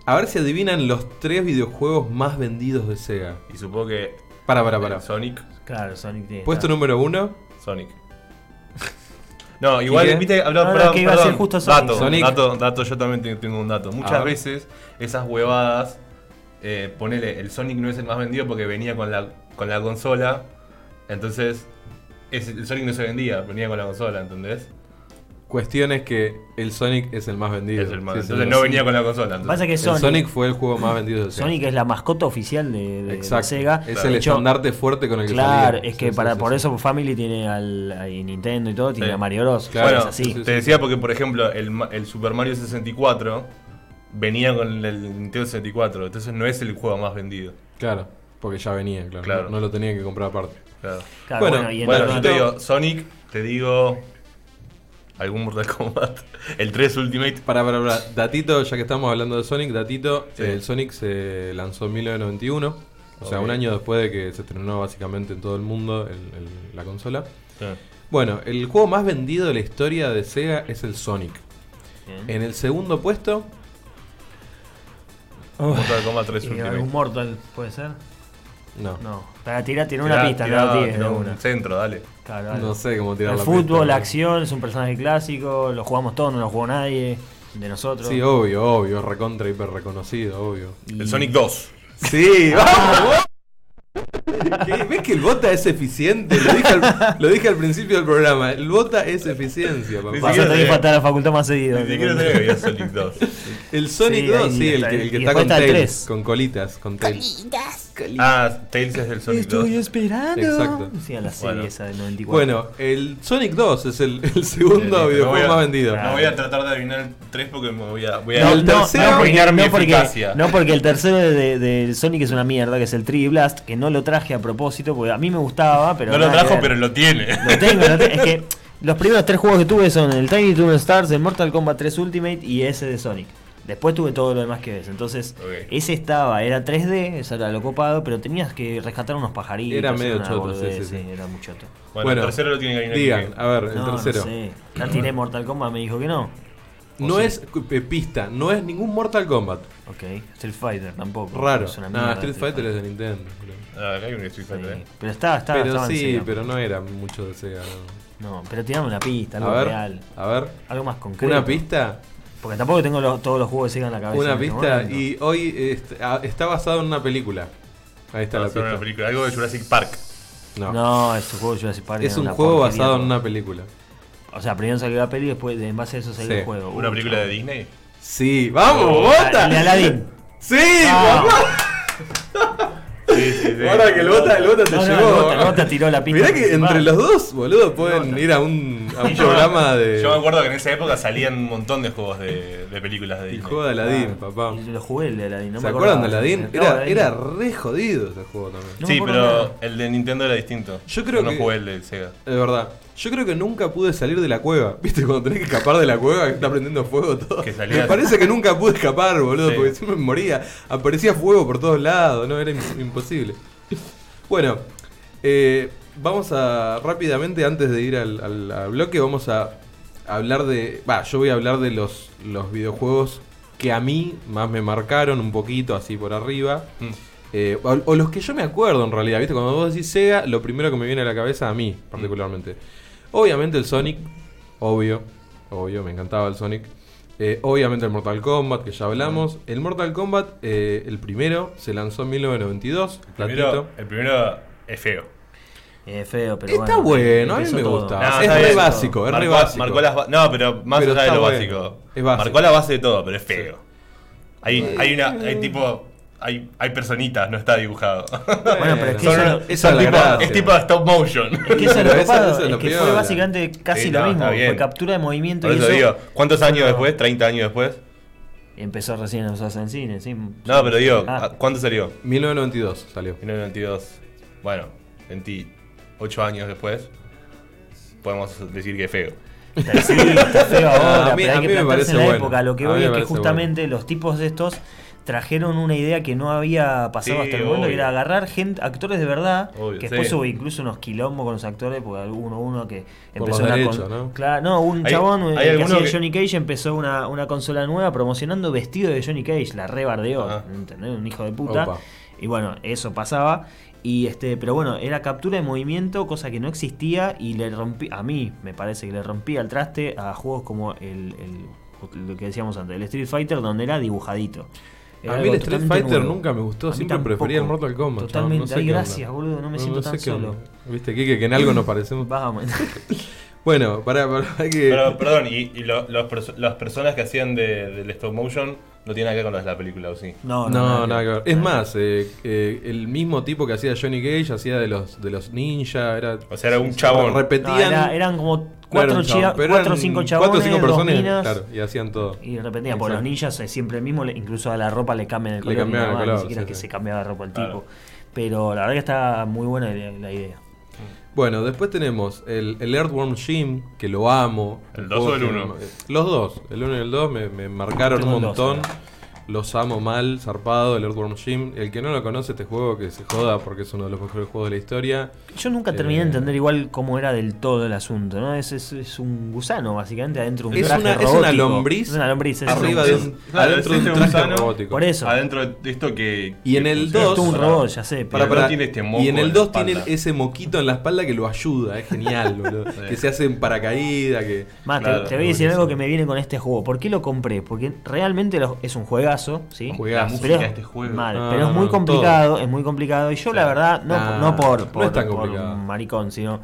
Speaker 1: A ver si adivinan los tres videojuegos más vendidos de Sega.
Speaker 4: Y supongo que.
Speaker 1: Para, para, para.
Speaker 4: el Sonic.
Speaker 3: Claro, Sonic tiene.
Speaker 1: Puesto número uno.
Speaker 4: Sonic. No, igual,
Speaker 1: qué?
Speaker 4: viste, habló-
Speaker 3: No, no,
Speaker 4: perdón,
Speaker 3: que iba a
Speaker 4: perdón.
Speaker 3: ser justo Sonic.
Speaker 4: dato,
Speaker 1: Sonic.
Speaker 4: dato, dato, yo también te- tengo un dato.
Speaker 1: A
Speaker 4: Muchas
Speaker 1: ver.
Speaker 4: veces esas huevadas, eh, ponele, el Sonic no es el más vendido porque venía con la, con la consola, entonces es- el Sonic no se vendía, venía con la consola, ¿entendés?
Speaker 1: Cuestión es que el Sonic es el más vendido.
Speaker 4: Es el más-
Speaker 1: Sí, sí,
Speaker 4: entonces
Speaker 1: sí.
Speaker 4: no venía con la consola. entonces-
Speaker 3: Pasa que
Speaker 1: El
Speaker 3: Sonic,
Speaker 1: Sonic.
Speaker 3: Sonic,
Speaker 1: fue el juego más vendido de Sega.
Speaker 3: es la mascota oficial de, de- de
Speaker 1: Exacto.
Speaker 3: Sega.
Speaker 1: Es
Speaker 3: De
Speaker 1: el
Speaker 3: hecho,
Speaker 1: estandarte fuerte con el que
Speaker 3: Claro,
Speaker 1: salía.
Speaker 3: es que
Speaker 1: Sí,
Speaker 3: para,
Speaker 1: sí, sí,
Speaker 3: por
Speaker 1: sí.
Speaker 3: eso Family tiene al a Nintendo y todo, tiene
Speaker 4: Sí.
Speaker 3: a Mario Bros.
Speaker 1: Claro.
Speaker 3: Bueno, es
Speaker 4: bueno,
Speaker 3: así.
Speaker 1: sí,
Speaker 4: te decía porque, por ejemplo, el, ma- el Super Mario 64 venía con el Nintendo 64, entonces no es el juego más vendido.
Speaker 1: Claro, porque ya venía, claro.
Speaker 4: Claro.
Speaker 1: No, no lo tenía que comprar aparte.
Speaker 4: Claro.
Speaker 3: Claro,
Speaker 1: Bueno,
Speaker 3: bueno, y en
Speaker 4: Bueno,
Speaker 3: otro-
Speaker 4: yo te digo Sonic, te digo algún Mortal Kombat, el 3 Ultimate.
Speaker 1: Para, para, para. Datito, ya que estamos hablando de Sonic, Datito,
Speaker 4: Sí.
Speaker 1: eh, el Sonic se lanzó en 1991, o sea,
Speaker 4: Ok.
Speaker 1: un año después de que se estrenó básicamente en todo el mundo el- el- la consola. Bueno, el juego más vendido de la historia de Sega es el Sonic.
Speaker 3: Bien.
Speaker 1: En el segundo puesto,
Speaker 4: Mortal Kombat 3
Speaker 3: y algún
Speaker 4: Ultimate.
Speaker 3: Mortal puede ser.
Speaker 1: no. No,
Speaker 3: No. Para tirar, tirar
Speaker 4: Tirá,
Speaker 3: una pista,
Speaker 4: tirá,
Speaker 3: no la tires
Speaker 4: tirá
Speaker 3: de
Speaker 4: un
Speaker 3: una.
Speaker 4: centro, dale.
Speaker 3: Claro, dale.
Speaker 1: sé cómo tirar
Speaker 3: El
Speaker 1: la
Speaker 3: fútbol,
Speaker 1: pista,
Speaker 3: la
Speaker 1: pero-
Speaker 3: acción, es un personaje clásico, lo jugamos todos, no lo jugó nadie, de nosotros.
Speaker 1: Sí, obvio, obvio, recontra, hiper reconocido, obvio.
Speaker 4: El Sonic 2.
Speaker 1: Sí, vamos. Ah, ¿Qué? ¿Ves que el bota es eficiente? Lo dije, al, lo dije al principio del programa. El bota es eficiencia, papá.
Speaker 4: Ni
Speaker 3: Vas a
Speaker 4: siquiera
Speaker 3: tener que
Speaker 4: sé.
Speaker 3: faltar a la facultad más seguido.
Speaker 4: Ni siquiera sabía que había Sonic 2.
Speaker 1: El Sonic
Speaker 3: Sí,
Speaker 1: 2,
Speaker 3: ahí
Speaker 1: sí, el
Speaker 3: está,
Speaker 1: que, el
Speaker 3: y
Speaker 1: que está
Speaker 3: después
Speaker 1: con
Speaker 3: está el
Speaker 1: tail,
Speaker 3: tres.
Speaker 1: con colitas, con tail.
Speaker 5: Colitas.
Speaker 4: Ah, Tails es del Sonic 2.
Speaker 3: esperando.
Speaker 1: Exacto.
Speaker 3: Sí, a la serie
Speaker 4: Bueno.
Speaker 3: esa del 94.
Speaker 1: Bueno, el Sonic 2 es el, el segundo
Speaker 4: Listo,
Speaker 1: videojuego
Speaker 4: no voy a-
Speaker 1: más vendido.
Speaker 4: No voy a tratar de adivinar el 3 porque me voy a. Voy a
Speaker 1: No, el tercero-
Speaker 3: no, porque,
Speaker 4: arruinar mi
Speaker 3: no, porque,
Speaker 4: eficacia.
Speaker 3: no, porque el tercero de, de Sonic es una mierda, que es el 3D Blast, que no lo traje a propósito, porque a mí me gustaba, pero.
Speaker 4: no lo
Speaker 3: nada que
Speaker 4: trajo,
Speaker 3: ver.
Speaker 4: pero lo tiene.
Speaker 3: Lo tengo, lo tengo. Es que los primeros tres juegos que tuve son el Tiny Toon Stars, el Mortal Kombat 3 Ultimate y ese de Sonic. Después tuve todo lo demás que ves. Entonces,
Speaker 4: Ok.
Speaker 3: ese estaba, era 3D, eso era lo copado, pero tenías que rescatar unos pajaritos.
Speaker 1: Era medio
Speaker 3: una
Speaker 1: choto,
Speaker 3: boludez,
Speaker 1: sí, sí, sí.
Speaker 3: era muy choto.
Speaker 4: Bueno, el tercero lo tiene que adivinar.
Speaker 1: Digan,
Speaker 4: quién.
Speaker 1: a ver, el
Speaker 3: no,
Speaker 1: tercero.
Speaker 3: No sé. Ya tiré Mortal Kombat, me dijo que no.
Speaker 1: No es eh, pista, no es ningún Mortal Kombat.
Speaker 3: Ok. Street Fighter tampoco.
Speaker 1: Raro.
Speaker 3: Es una
Speaker 1: No,
Speaker 3: mierda,
Speaker 1: Street Fighter es de Nintendo. creo.
Speaker 4: Ah, acá hay un Street Fighter.
Speaker 3: Sí.
Speaker 4: eh.
Speaker 3: Pero estaba, estaba,
Speaker 1: Pero
Speaker 3: estaba en
Speaker 1: sí,
Speaker 3: Sega.
Speaker 1: pero no era mucho de Sega. no.
Speaker 3: No, pero tirame una pista, algo
Speaker 1: A ver,
Speaker 3: real.
Speaker 1: a ver.
Speaker 3: Algo más concreto.
Speaker 1: Una pista,
Speaker 3: Porque tampoco tengo los- todos los juegos de Sega en la cabeza. en
Speaker 1: una
Speaker 3: este
Speaker 1: pista
Speaker 3: momento.
Speaker 1: y hoy est- a- está basado en una película. Ahí está
Speaker 4: Ah,
Speaker 1: la
Speaker 4: sobre una
Speaker 1: pista.
Speaker 4: película, Algo de Jurassic Park.
Speaker 1: No.
Speaker 3: No, es un juego de Jurassic Park.
Speaker 1: Es
Speaker 3: era
Speaker 1: un
Speaker 3: una
Speaker 1: juego
Speaker 3: porquería.
Speaker 1: basado en una película.
Speaker 3: O sea, primero salió la peli y después de- en base a eso salió
Speaker 1: Sí,
Speaker 3: el juego.
Speaker 4: Una
Speaker 3: Uh,
Speaker 4: película de
Speaker 3: chao.
Speaker 4: Disney.
Speaker 1: Sí, vamos,
Speaker 3: Ah,
Speaker 1: bota.
Speaker 3: el de Aladdin.
Speaker 1: Sí,
Speaker 3: Ah.
Speaker 1: papá.
Speaker 4: Sí, sí, sí.
Speaker 1: Ahora que el bota, el bota te
Speaker 3: No, no,
Speaker 1: llegó.
Speaker 3: el bota, el bota tiró la pista
Speaker 1: Mirá que
Speaker 3: principal.
Speaker 1: entre los dos, boludo, pueden ir a un, a un
Speaker 4: Yo me-
Speaker 1: programa de.
Speaker 4: Yo me acuerdo que en esa época salían un montón de juegos de, de películas de
Speaker 1: El
Speaker 4: Disney.
Speaker 1: juego de
Speaker 3: Ah.
Speaker 1: Aladdin, papá.
Speaker 3: Y Lo jugué el de Aladdin. No
Speaker 1: ¿Se
Speaker 3: me
Speaker 1: acuerdan de
Speaker 3: acordaba.
Speaker 1: Aladdin?
Speaker 3: Me acordaba
Speaker 1: Era,
Speaker 3: de
Speaker 1: era
Speaker 3: Aladdin.
Speaker 1: re jodido ese juego también.
Speaker 3: No me
Speaker 4: sí,
Speaker 3: acuerdo
Speaker 4: pero
Speaker 3: nada.
Speaker 4: el de Nintendo era distinto.
Speaker 1: Yo creo
Speaker 4: no
Speaker 1: que-
Speaker 4: jugué el de Sega.
Speaker 1: Es verdad. Yo creo que nunca pude salir de la cueva. ¿Viste? Cuando tenés que escapar de la cueva, que está prendiendo fuego todo.
Speaker 4: Que salías.
Speaker 1: me parece que nunca pude escapar, boludo,
Speaker 4: Sí.
Speaker 1: porque siempre me moría. Aparecía fuego por todos lados, ¿no? Era im- imposible. Bueno, eh, vamos a rápidamente, antes de ir al, al- al bloque, vamos a hablar de... Va, yo voy a hablar de los, los videojuegos que a mí más me marcaron un poquito, así por arriba.
Speaker 4: Mm.
Speaker 1: Eh, o, o los que yo me acuerdo en realidad, ¿viste? Cuando vos decís Sega, lo primero que me viene a la cabeza a
Speaker 4: Mm.
Speaker 1: mí, particularmente. Obviamente el Sonic, obvio, obvio, me encantaba el Sonic. Eh, obviamente el Mortal Kombat, que ya hablamos. El Mortal Kombat, eh, el primero, se lanzó en 1992. platito. Eh,
Speaker 4: Primero, el primero es feo.
Speaker 3: Eh, feo, pero
Speaker 1: Está
Speaker 3: bueno, eh,
Speaker 1: bueno, a mí
Speaker 3: empezó
Speaker 1: me
Speaker 3: todo.
Speaker 1: gusta.
Speaker 4: No,
Speaker 1: Ah, es
Speaker 4: está
Speaker 1: re
Speaker 4: bien.
Speaker 1: básico, es re
Speaker 4: Marcó-
Speaker 1: básico.
Speaker 4: marcó las ba- no, pero más
Speaker 1: Pero
Speaker 4: allá de
Speaker 1: está
Speaker 4: lo
Speaker 1: bueno.
Speaker 4: básico.
Speaker 1: Es básico.
Speaker 4: Marcó la base de todo, pero es feo. Hay,
Speaker 1: Eh.
Speaker 4: hay una. Hay tipo. Hay, hay personitas, no está dibujado.
Speaker 3: Bueno, pero es que eso es
Speaker 1: Son- esa
Speaker 3: lo-
Speaker 1: es
Speaker 4: Son
Speaker 1: la
Speaker 4: tipo-
Speaker 1: gracia.
Speaker 4: es tipo stop motion.
Speaker 3: Es que eso es
Speaker 1: Pero
Speaker 3: lo
Speaker 1: eso-
Speaker 3: copado,
Speaker 1: eso es
Speaker 3: es
Speaker 1: lo
Speaker 3: que fue
Speaker 1: piola.
Speaker 3: básicamente casi
Speaker 4: Sí,
Speaker 3: lo
Speaker 4: no,
Speaker 3: mismo.
Speaker 4: está bien.
Speaker 3: Fue captura de movimiento
Speaker 4: Por
Speaker 3: y
Speaker 4: eso
Speaker 3: eso.
Speaker 4: digo, ¿cuántos años
Speaker 3: No.
Speaker 4: después? ¿30 años después?
Speaker 3: Empezó recién a usarse en cine, sí.
Speaker 4: No, pero digo,
Speaker 3: Ah.
Speaker 4: ¿a- ¿cuánto salió?
Speaker 1: 1992 salió.
Speaker 4: 1992. Bueno, 28 años después. Podemos decir que es feo.
Speaker 3: Está- Sí, está feo ahora,
Speaker 1: A mí-
Speaker 3: pero
Speaker 1: a
Speaker 3: hay
Speaker 1: mí
Speaker 3: que
Speaker 1: me parece
Speaker 3: plantarse en la
Speaker 1: bueno.
Speaker 3: época. Lo que
Speaker 1: A mí
Speaker 3: voy
Speaker 1: me
Speaker 3: es que
Speaker 1: parece
Speaker 3: justamente los tipos de estos trajeron una idea que no había pasado
Speaker 4: Sí,
Speaker 3: hasta el momento, que
Speaker 4: obvio.
Speaker 3: era agarrar gente, actores de verdad,
Speaker 4: Obvio,
Speaker 3: que después
Speaker 4: sí.
Speaker 3: hubo incluso unos quilombos con los actores, porque uno uno que
Speaker 1: Por
Speaker 3: empezó
Speaker 1: los
Speaker 3: una
Speaker 1: derechos,
Speaker 3: con-
Speaker 1: ¿no?
Speaker 3: Claro, no, un
Speaker 4: Hay-
Speaker 3: chabón
Speaker 4: hay
Speaker 3: el que
Speaker 4: alguno
Speaker 3: hacía de
Speaker 4: que-
Speaker 3: Johnny Cage empezó una, una consola nueva promocionando vestido de Johnny Cage, la rebardeó,
Speaker 4: Ah.
Speaker 3: ¿entendés? Un hijo de puta.
Speaker 1: Opa.
Speaker 3: Y bueno, eso pasaba. Y este, pero bueno, era captura de movimiento, cosa que no existía. Y le rompí, a mí me parece que le rompía el traste a juegos como el, el- lo que decíamos antes, el Street Fighter, donde era dibujadito. Era
Speaker 1: A mí
Speaker 3: algo
Speaker 1: el Street
Speaker 3: totalmente
Speaker 1: Fighter
Speaker 3: nuevo.
Speaker 1: nunca me gustó,
Speaker 3: A mí
Speaker 1: siempre
Speaker 3: tampoco.
Speaker 1: prefería el Mortal Kombat. chabón,
Speaker 3: Totalmente,
Speaker 1: no sé
Speaker 3: ay,
Speaker 1: qué onda.
Speaker 3: gracias, boludo, no me
Speaker 1: No,
Speaker 3: siento
Speaker 1: no
Speaker 3: tan
Speaker 1: sé qué
Speaker 3: solo.
Speaker 1: onda. Viste, Kike, que en algo nos parecemos.
Speaker 3: Vamos.
Speaker 1: Bueno, pará, pará, que.
Speaker 4: Pero, perdón, y, y lo- los perso- las personas que hacían de- del stop motion no tienen nada que ver con las de la película, ¿o sí?
Speaker 3: No,
Speaker 1: No,
Speaker 3: no,
Speaker 1: nada que ver. Es más, eh, eh, el mismo tipo que hacía Johnny Cage hacía de los, de los ninja, era...
Speaker 4: O sea, era un chabón.
Speaker 1: Repetían...
Speaker 3: No, era- eran como
Speaker 1: Claro,
Speaker 3: cuatro,
Speaker 1: un chabón,
Speaker 3: chia-
Speaker 1: pero
Speaker 3: cuatro o
Speaker 1: eran
Speaker 3: cinco chabones,
Speaker 1: Cuatro o cinco
Speaker 3: dos
Speaker 1: personas,
Speaker 3: minas,
Speaker 1: claro, y hacían todo.
Speaker 3: Y repetían, porque los
Speaker 1: Exacto.
Speaker 3: ninjas es siempre el mismo, le- incluso a la ropa le cambian el
Speaker 1: Le
Speaker 3: color. y
Speaker 1: cambiaban
Speaker 3: nada
Speaker 1: el
Speaker 3: más,
Speaker 1: color,
Speaker 3: ni siquiera
Speaker 1: sí,
Speaker 3: es que
Speaker 1: sí.
Speaker 3: se cambiaba la ropa el
Speaker 4: Claro.
Speaker 3: tipo. Pero la verdad que está muy buena la, la idea.
Speaker 1: Bueno, después tenemos el, el Earthworm Jim, que lo amo.
Speaker 4: ¿El dos o el uno?
Speaker 1: Los dos, el uno y el dos me, me marcaron
Speaker 3: Tengo
Speaker 1: un
Speaker 3: el dos eh.
Speaker 1: montón.
Speaker 3: ahora.
Speaker 1: Los amo mal, zarpado, el Earthworm Jim. El que no lo conoce este juego, que se joda porque es uno de los mejores juegos de la historia.
Speaker 3: Yo nunca
Speaker 1: Eh,
Speaker 3: terminé de entender igual cómo era del todo el asunto, ¿no? Es, es, es un gusano, básicamente, adentro de un
Speaker 1: Es
Speaker 3: traje
Speaker 1: una- es una
Speaker 3: robótico.
Speaker 1: lombriz
Speaker 3: Es una lombriz. es
Speaker 1: Arriba de un,
Speaker 4: Claro,
Speaker 1: adentro de
Speaker 4: es
Speaker 1: un
Speaker 4: este
Speaker 1: traje
Speaker 4: gusano.
Speaker 1: robótico.
Speaker 3: Por eso.
Speaker 4: Adentro de esto que.
Speaker 1: Y en
Speaker 4: que
Speaker 1: el
Speaker 4: funciona.
Speaker 3: Es
Speaker 1: 2.
Speaker 3: todo un robot, ya sé.
Speaker 1: Pará,
Speaker 3: Pero,
Speaker 4: Para-
Speaker 1: pará.
Speaker 4: no tiene este moco
Speaker 1: y en el
Speaker 4: en la
Speaker 1: 2 tiene
Speaker 4: espalda.
Speaker 1: ese moquito en la espalda que lo ayuda, es genial, boludo. que se hace en paracaídas, que.
Speaker 3: Más, te-
Speaker 4: Claro,
Speaker 3: te, voy a decir algo que me viene con este juego. ¿Por qué lo compré? Porque realmente lo- es un juegazo, ¿sí?
Speaker 1: Juegazo.
Speaker 4: La música
Speaker 3: Pero,
Speaker 4: de este juego.
Speaker 3: mal,
Speaker 1: No,
Speaker 3: pero es
Speaker 1: no,
Speaker 3: muy
Speaker 1: no,
Speaker 3: complicado, es muy complicado. Y yo, la verdad, no,
Speaker 1: Nah,
Speaker 3: no por,
Speaker 1: no
Speaker 3: por,
Speaker 1: es tan
Speaker 3: por
Speaker 1: complicado.
Speaker 3: maricón, sino.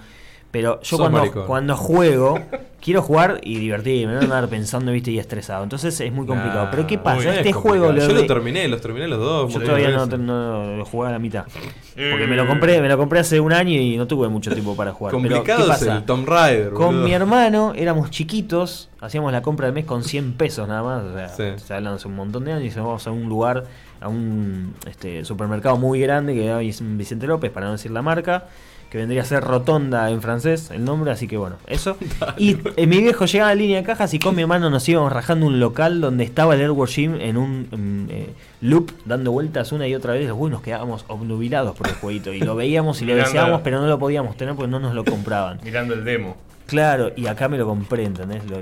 Speaker 3: Pero yo
Speaker 1: Sos
Speaker 3: cuando,
Speaker 1: maricón.
Speaker 3: cuando juego, quiero jugar y divertirme, no andar pensando, viste, y estresado. Entonces es muy complicado.
Speaker 1: Nah,
Speaker 3: Pero ¿qué
Speaker 1: muy
Speaker 3: pasa?
Speaker 1: bien,
Speaker 3: Este
Speaker 1: es
Speaker 3: juego
Speaker 1: complicado. Yo
Speaker 3: de-
Speaker 1: lo terminé, los terminé los dos.
Speaker 3: yo
Speaker 1: muy
Speaker 3: todavía
Speaker 1: bien.
Speaker 3: no, no- lo jugué a la mitad.
Speaker 4: Eh,
Speaker 3: Porque me lo compré, me lo compré hace un año y no tuve mucho tiempo para jugar. Pero, ¿qué
Speaker 1: Complicado es
Speaker 3: pasa?
Speaker 1: el Tomb Raider.
Speaker 3: Con
Speaker 1: boludo.
Speaker 3: mi hermano éramos chiquitos, hacíamos la compra del mes con 100 pesos nada más. O sea,
Speaker 1: Sí.
Speaker 3: se hablan hace un montón de años y vamos a un lugar, a un este, supermercado muy grande que hay en Vicente López, para no decir la marca, que vendría a ser Rotonda en francés el nombre, así que bueno, eso. y eh, mi viejo llegaba a la línea de cajas y con mi hermano nos íbamos rajando un local donde estaba el Airword Gym en un mm, eh, loop, dando vueltas una y otra vez. Uy, nos quedábamos obnubilados por el jueguito y lo veíamos y lo
Speaker 4: Mirando.
Speaker 3: deseábamos, pero no lo podíamos tener porque no nos lo compraban.
Speaker 4: Mirando el demo.
Speaker 3: Claro, y acá me lo compré, ¿entendés? Lo-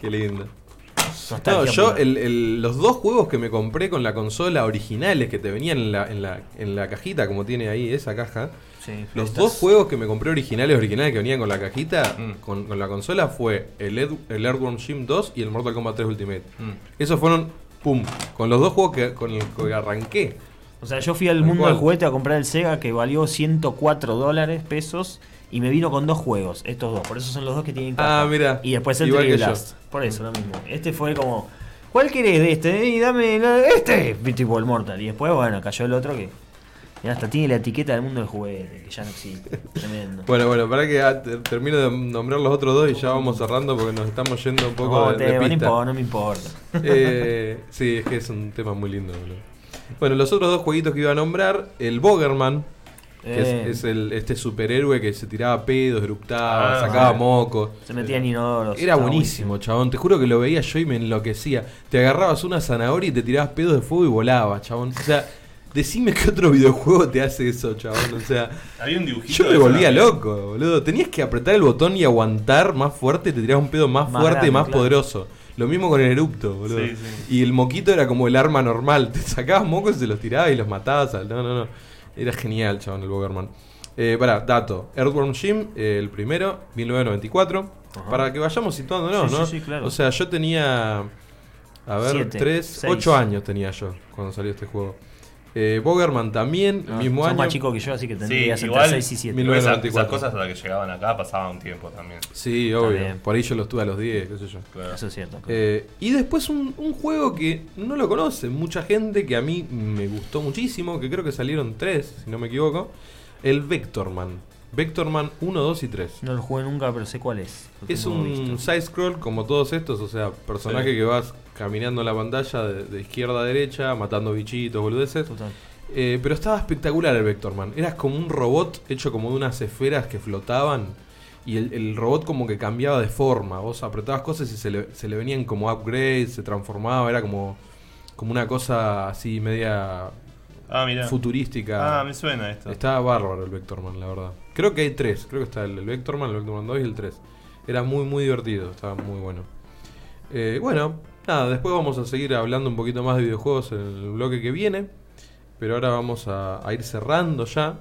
Speaker 1: Qué lindo. No,
Speaker 3: nostalgia
Speaker 1: yo
Speaker 3: pura.
Speaker 1: el- el- los dos juegos que me compré con la consola originales que te venían en la, en la, en la cajita, como tiene ahí esa caja,
Speaker 3: Sí,
Speaker 1: los
Speaker 3: estás-
Speaker 1: dos juegos que me compré originales, originales que venían con la cajita,
Speaker 4: Mm.
Speaker 1: con, con la consola, fue el, Ed- el Earthworm Jim 2 y el Mortal Kombat 3 Ultimate.
Speaker 4: Mm.
Speaker 1: Esos fueron, pum, con los dos juegos que, con el que arranqué.
Speaker 3: O sea, yo fui al
Speaker 1: Tal
Speaker 3: mundo del
Speaker 1: cual.
Speaker 3: juguete a comprar el Sega que valió 104 dólares pesos y me vino con dos juegos, estos dos. Por eso son los dos que tienen caja.
Speaker 1: Ah, mira.
Speaker 3: Y después el
Speaker 1: Igual
Speaker 3: Triple
Speaker 1: que yo.
Speaker 3: Blast. Por eso, lo mismo. Este fue como, ¿cuál querés de este? Y dame la- este, y tipo el Mortal. Y después, bueno, cayó el otro que... mirá, hasta tiene la etiqueta del mundo del juguete, que ya no existe. Tremendo.
Speaker 1: Bueno, bueno, para que ah, te- termino de nombrar los otros dos y ya vamos cerrando porque nos estamos yendo un poco
Speaker 3: No,
Speaker 1: de,
Speaker 3: te-
Speaker 1: de
Speaker 3: no me
Speaker 1: pista.
Speaker 3: importa, no me importa.
Speaker 1: Eh, sí, es que es un tema muy lindo, boludo. Bueno, los otros dos jueguitos que iba a nombrar, el Bogerman, que es-
Speaker 3: Eh,
Speaker 1: es, el, este superhéroe que se tiraba pedos, eructaba,
Speaker 4: Ah,
Speaker 1: sacaba
Speaker 4: sí.
Speaker 1: mocos.
Speaker 3: Se metía en inodoros.
Speaker 1: Era
Speaker 3: estaba
Speaker 1: buenísimo, chabón. Te juro que lo veía yo y me enloquecía. Te agarrabas una zanahoria y te tirabas pedos de fuego y volabas, chabón. O sea, decime qué otro videojuego te hace eso, chabón. O sea,
Speaker 4: Había un dibujito.
Speaker 1: yo
Speaker 4: de
Speaker 1: me volvía
Speaker 4: esa-
Speaker 1: loco, boludo. Tenías que apretar el botón y aguantar más fuerte, te tirabas un pedo más,
Speaker 3: Más
Speaker 1: fuerte y
Speaker 3: grande,
Speaker 1: más
Speaker 3: claro.
Speaker 1: poderoso. Lo mismo con el erupto, boludo.
Speaker 4: Sí, sí.
Speaker 1: Y el moquito era como el arma normal. Te sacabas mocos y se los tirabas y los matabas. al- No, no, no. Era genial, chabón, el Bogerman. Eh, pará, dato. Earthworm Jim, eh, el primero, 1994. Para que vayamos situándonos,
Speaker 3: Sí,
Speaker 1: ¿no?
Speaker 3: sí, sí, claro.
Speaker 1: O sea, yo tenía. A ver,
Speaker 3: Siete,
Speaker 1: 3,
Speaker 3: seis.
Speaker 1: 8 años tenía yo cuando salió este juego. Eh, Bogerman también,
Speaker 3: No,
Speaker 1: mismo
Speaker 3: Ah, son
Speaker 1: año.
Speaker 3: más chicos que yo, así que tendría que
Speaker 4: igual,
Speaker 3: 6 y 7.
Speaker 1: mil-
Speaker 4: Pero esas-
Speaker 1: 1994.
Speaker 4: Esas cosas a las que llegaban acá pasaban un tiempo también.
Speaker 1: Sí, obvio.
Speaker 3: bien.
Speaker 1: Por ahí yo los tuve a los 10, qué sé yo.
Speaker 4: Claro.
Speaker 3: Eso es cierto.
Speaker 1: Eh, y después un, un juego que no lo conoce mucha gente, que a mí me gustó muchísimo, que creo que salieron tres, si no me equivoco, el Vectorman. Vectorman 1, 2 y 3.
Speaker 3: no lo jugué nunca, pero sé cuál es. lo
Speaker 1: Es
Speaker 3: tengo
Speaker 1: un
Speaker 3: visto.
Speaker 1: side-scroll como todos estos, o sea, personaje
Speaker 4: Sí.
Speaker 1: que vas caminando en la pantalla de, de izquierda a derecha, matando bichitos, boludeces.
Speaker 3: Total.
Speaker 1: Eh, pero estaba espectacular el Vectorman. Eras como un robot hecho como de unas esferas que flotaban. Y el, el robot como que cambiaba de forma. Vos apretabas cosas y se le, se le venían como upgrades, se transformaba. Era como, como una cosa así media
Speaker 8: Ah, mira.
Speaker 1: futurística.
Speaker 8: Ah, me suena esto.
Speaker 1: estaba bárbaro el Vectorman, la verdad. Creo que hay tres. Creo que está el, el Vectorman, el Vectorman 2 y el 3. Era muy, muy divertido. Estaba muy bueno. Eh, bueno, nada, después vamos a seguir hablando un poquito más de videojuegos en el bloque que viene. Pero ahora vamos a, a ir cerrando ya.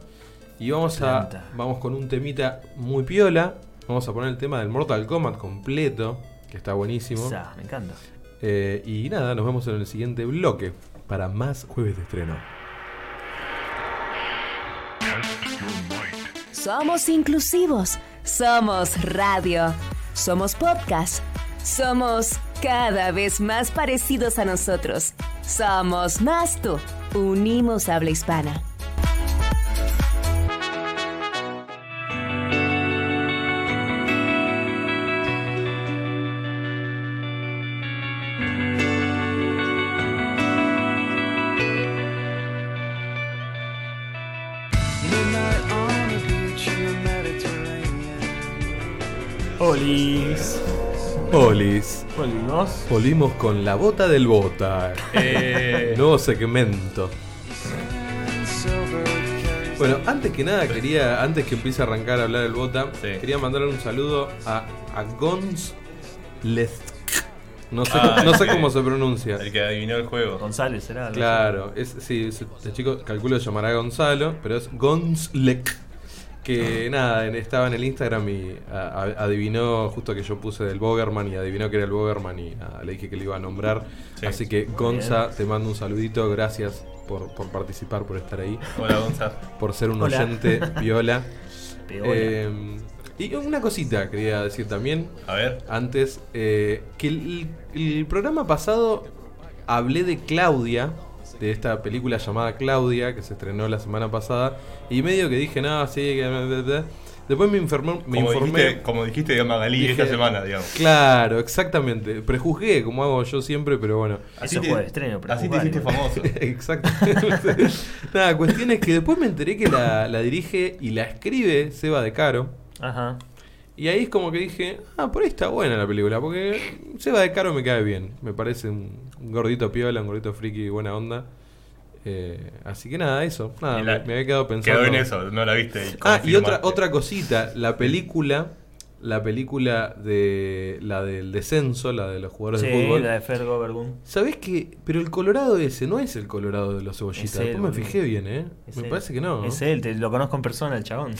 Speaker 1: Y vamos a.
Speaker 3: Planta.
Speaker 1: Vamos con un temita muy piola. Vamos a poner el tema del Mortal Kombat completo. Que está buenísimo.
Speaker 3: Esa, me encanta.
Speaker 1: Eh, y nada, nos vemos en el siguiente bloque. Para más jueves de estreno.
Speaker 6: Somos inclusivos. Somos radio. Somos podcast. Somos cada vez más parecidos a nosotros. Somos más tú. Unimos habla hispana.
Speaker 3: Olis.
Speaker 1: Olis.
Speaker 3: Volvimos.
Speaker 1: Volvimos con la bota del bota.
Speaker 4: Eh,
Speaker 1: Nuevo segmento. Bueno, antes que nada quería, antes que empiece a arrancar a hablar el bota,
Speaker 4: Sí.
Speaker 1: quería mandar un saludo a, a Gons Lesk. No sé,
Speaker 4: Ah,
Speaker 1: no
Speaker 4: el
Speaker 1: sé
Speaker 4: que-
Speaker 1: cómo se pronuncia.
Speaker 4: El que adivinó el juego.
Speaker 3: González, ¿será? algo
Speaker 1: Claro, es, sí, es- el chico calculo que llamará Gonzalo, pero es Gonslek. Que
Speaker 4: Ah.
Speaker 1: nada, en- estaba en el Instagram y a- a- adivinó justo que yo puse del Bogerman y adivinó que era el Bogerman y nada, le dije que le iba a nombrar.
Speaker 4: Sí.
Speaker 1: Así que Gonza, te mando un saludito, gracias por, por participar, por estar ahí,
Speaker 4: Hola, Gonza.
Speaker 1: por ser un
Speaker 3: Hola.
Speaker 1: oyente viola.
Speaker 3: así? Peola.
Speaker 1: Eh, Y una cosita quería decir también.
Speaker 4: A ver.
Speaker 1: Antes, eh, que el, el programa pasado hablé de Claudia, de esta película llamada Claudia, que se estrenó la semana pasada, y medio que dije, no, sí, que... bla, bla, bla". Después me, informó, me
Speaker 4: como,
Speaker 1: informé...
Speaker 4: dijiste, como dijiste de Magalí
Speaker 1: Dije-
Speaker 4: esta semana, digamos.
Speaker 1: Claro, exactamente. Prejuzgué, como hago yo siempre, pero bueno.
Speaker 3: Eso fue de estreno, pero
Speaker 4: Así te
Speaker 3: jugar,
Speaker 4: hiciste
Speaker 3: igual.
Speaker 4: famoso.
Speaker 1: Exacto. Nada, cuestión es que después me enteré que la, la dirige y la escribe Seba de Caro.
Speaker 3: Ajá.
Speaker 1: Y ahí es como que dije, ah, por ahí está buena la película, porque Seba de Caro me cae bien. Me parece un un gordito piola, un gordito friki, buena onda. Eh, así que nada, eso. Nada,
Speaker 4: Y la-
Speaker 1: me, me había quedado pensando.
Speaker 4: Quedó en eso, no la viste. y
Speaker 1: Ah, y otra,
Speaker 4: confirmaste.
Speaker 1: otra cosita, la película, la película de la del descenso, la de los jugadores de
Speaker 3: Sí,
Speaker 1: fútbol.
Speaker 3: la de Fergo Bergún.
Speaker 1: ¿Sabés qué? Pero el colorado ese no es el colorado de los cebollitas.
Speaker 3: Es él,
Speaker 1: Después me
Speaker 3: boludo.
Speaker 1: fijé bien, ¿eh?
Speaker 3: Es
Speaker 1: me
Speaker 3: él.
Speaker 1: parece que no.
Speaker 3: Es él, te lo conozco en persona, el chabón.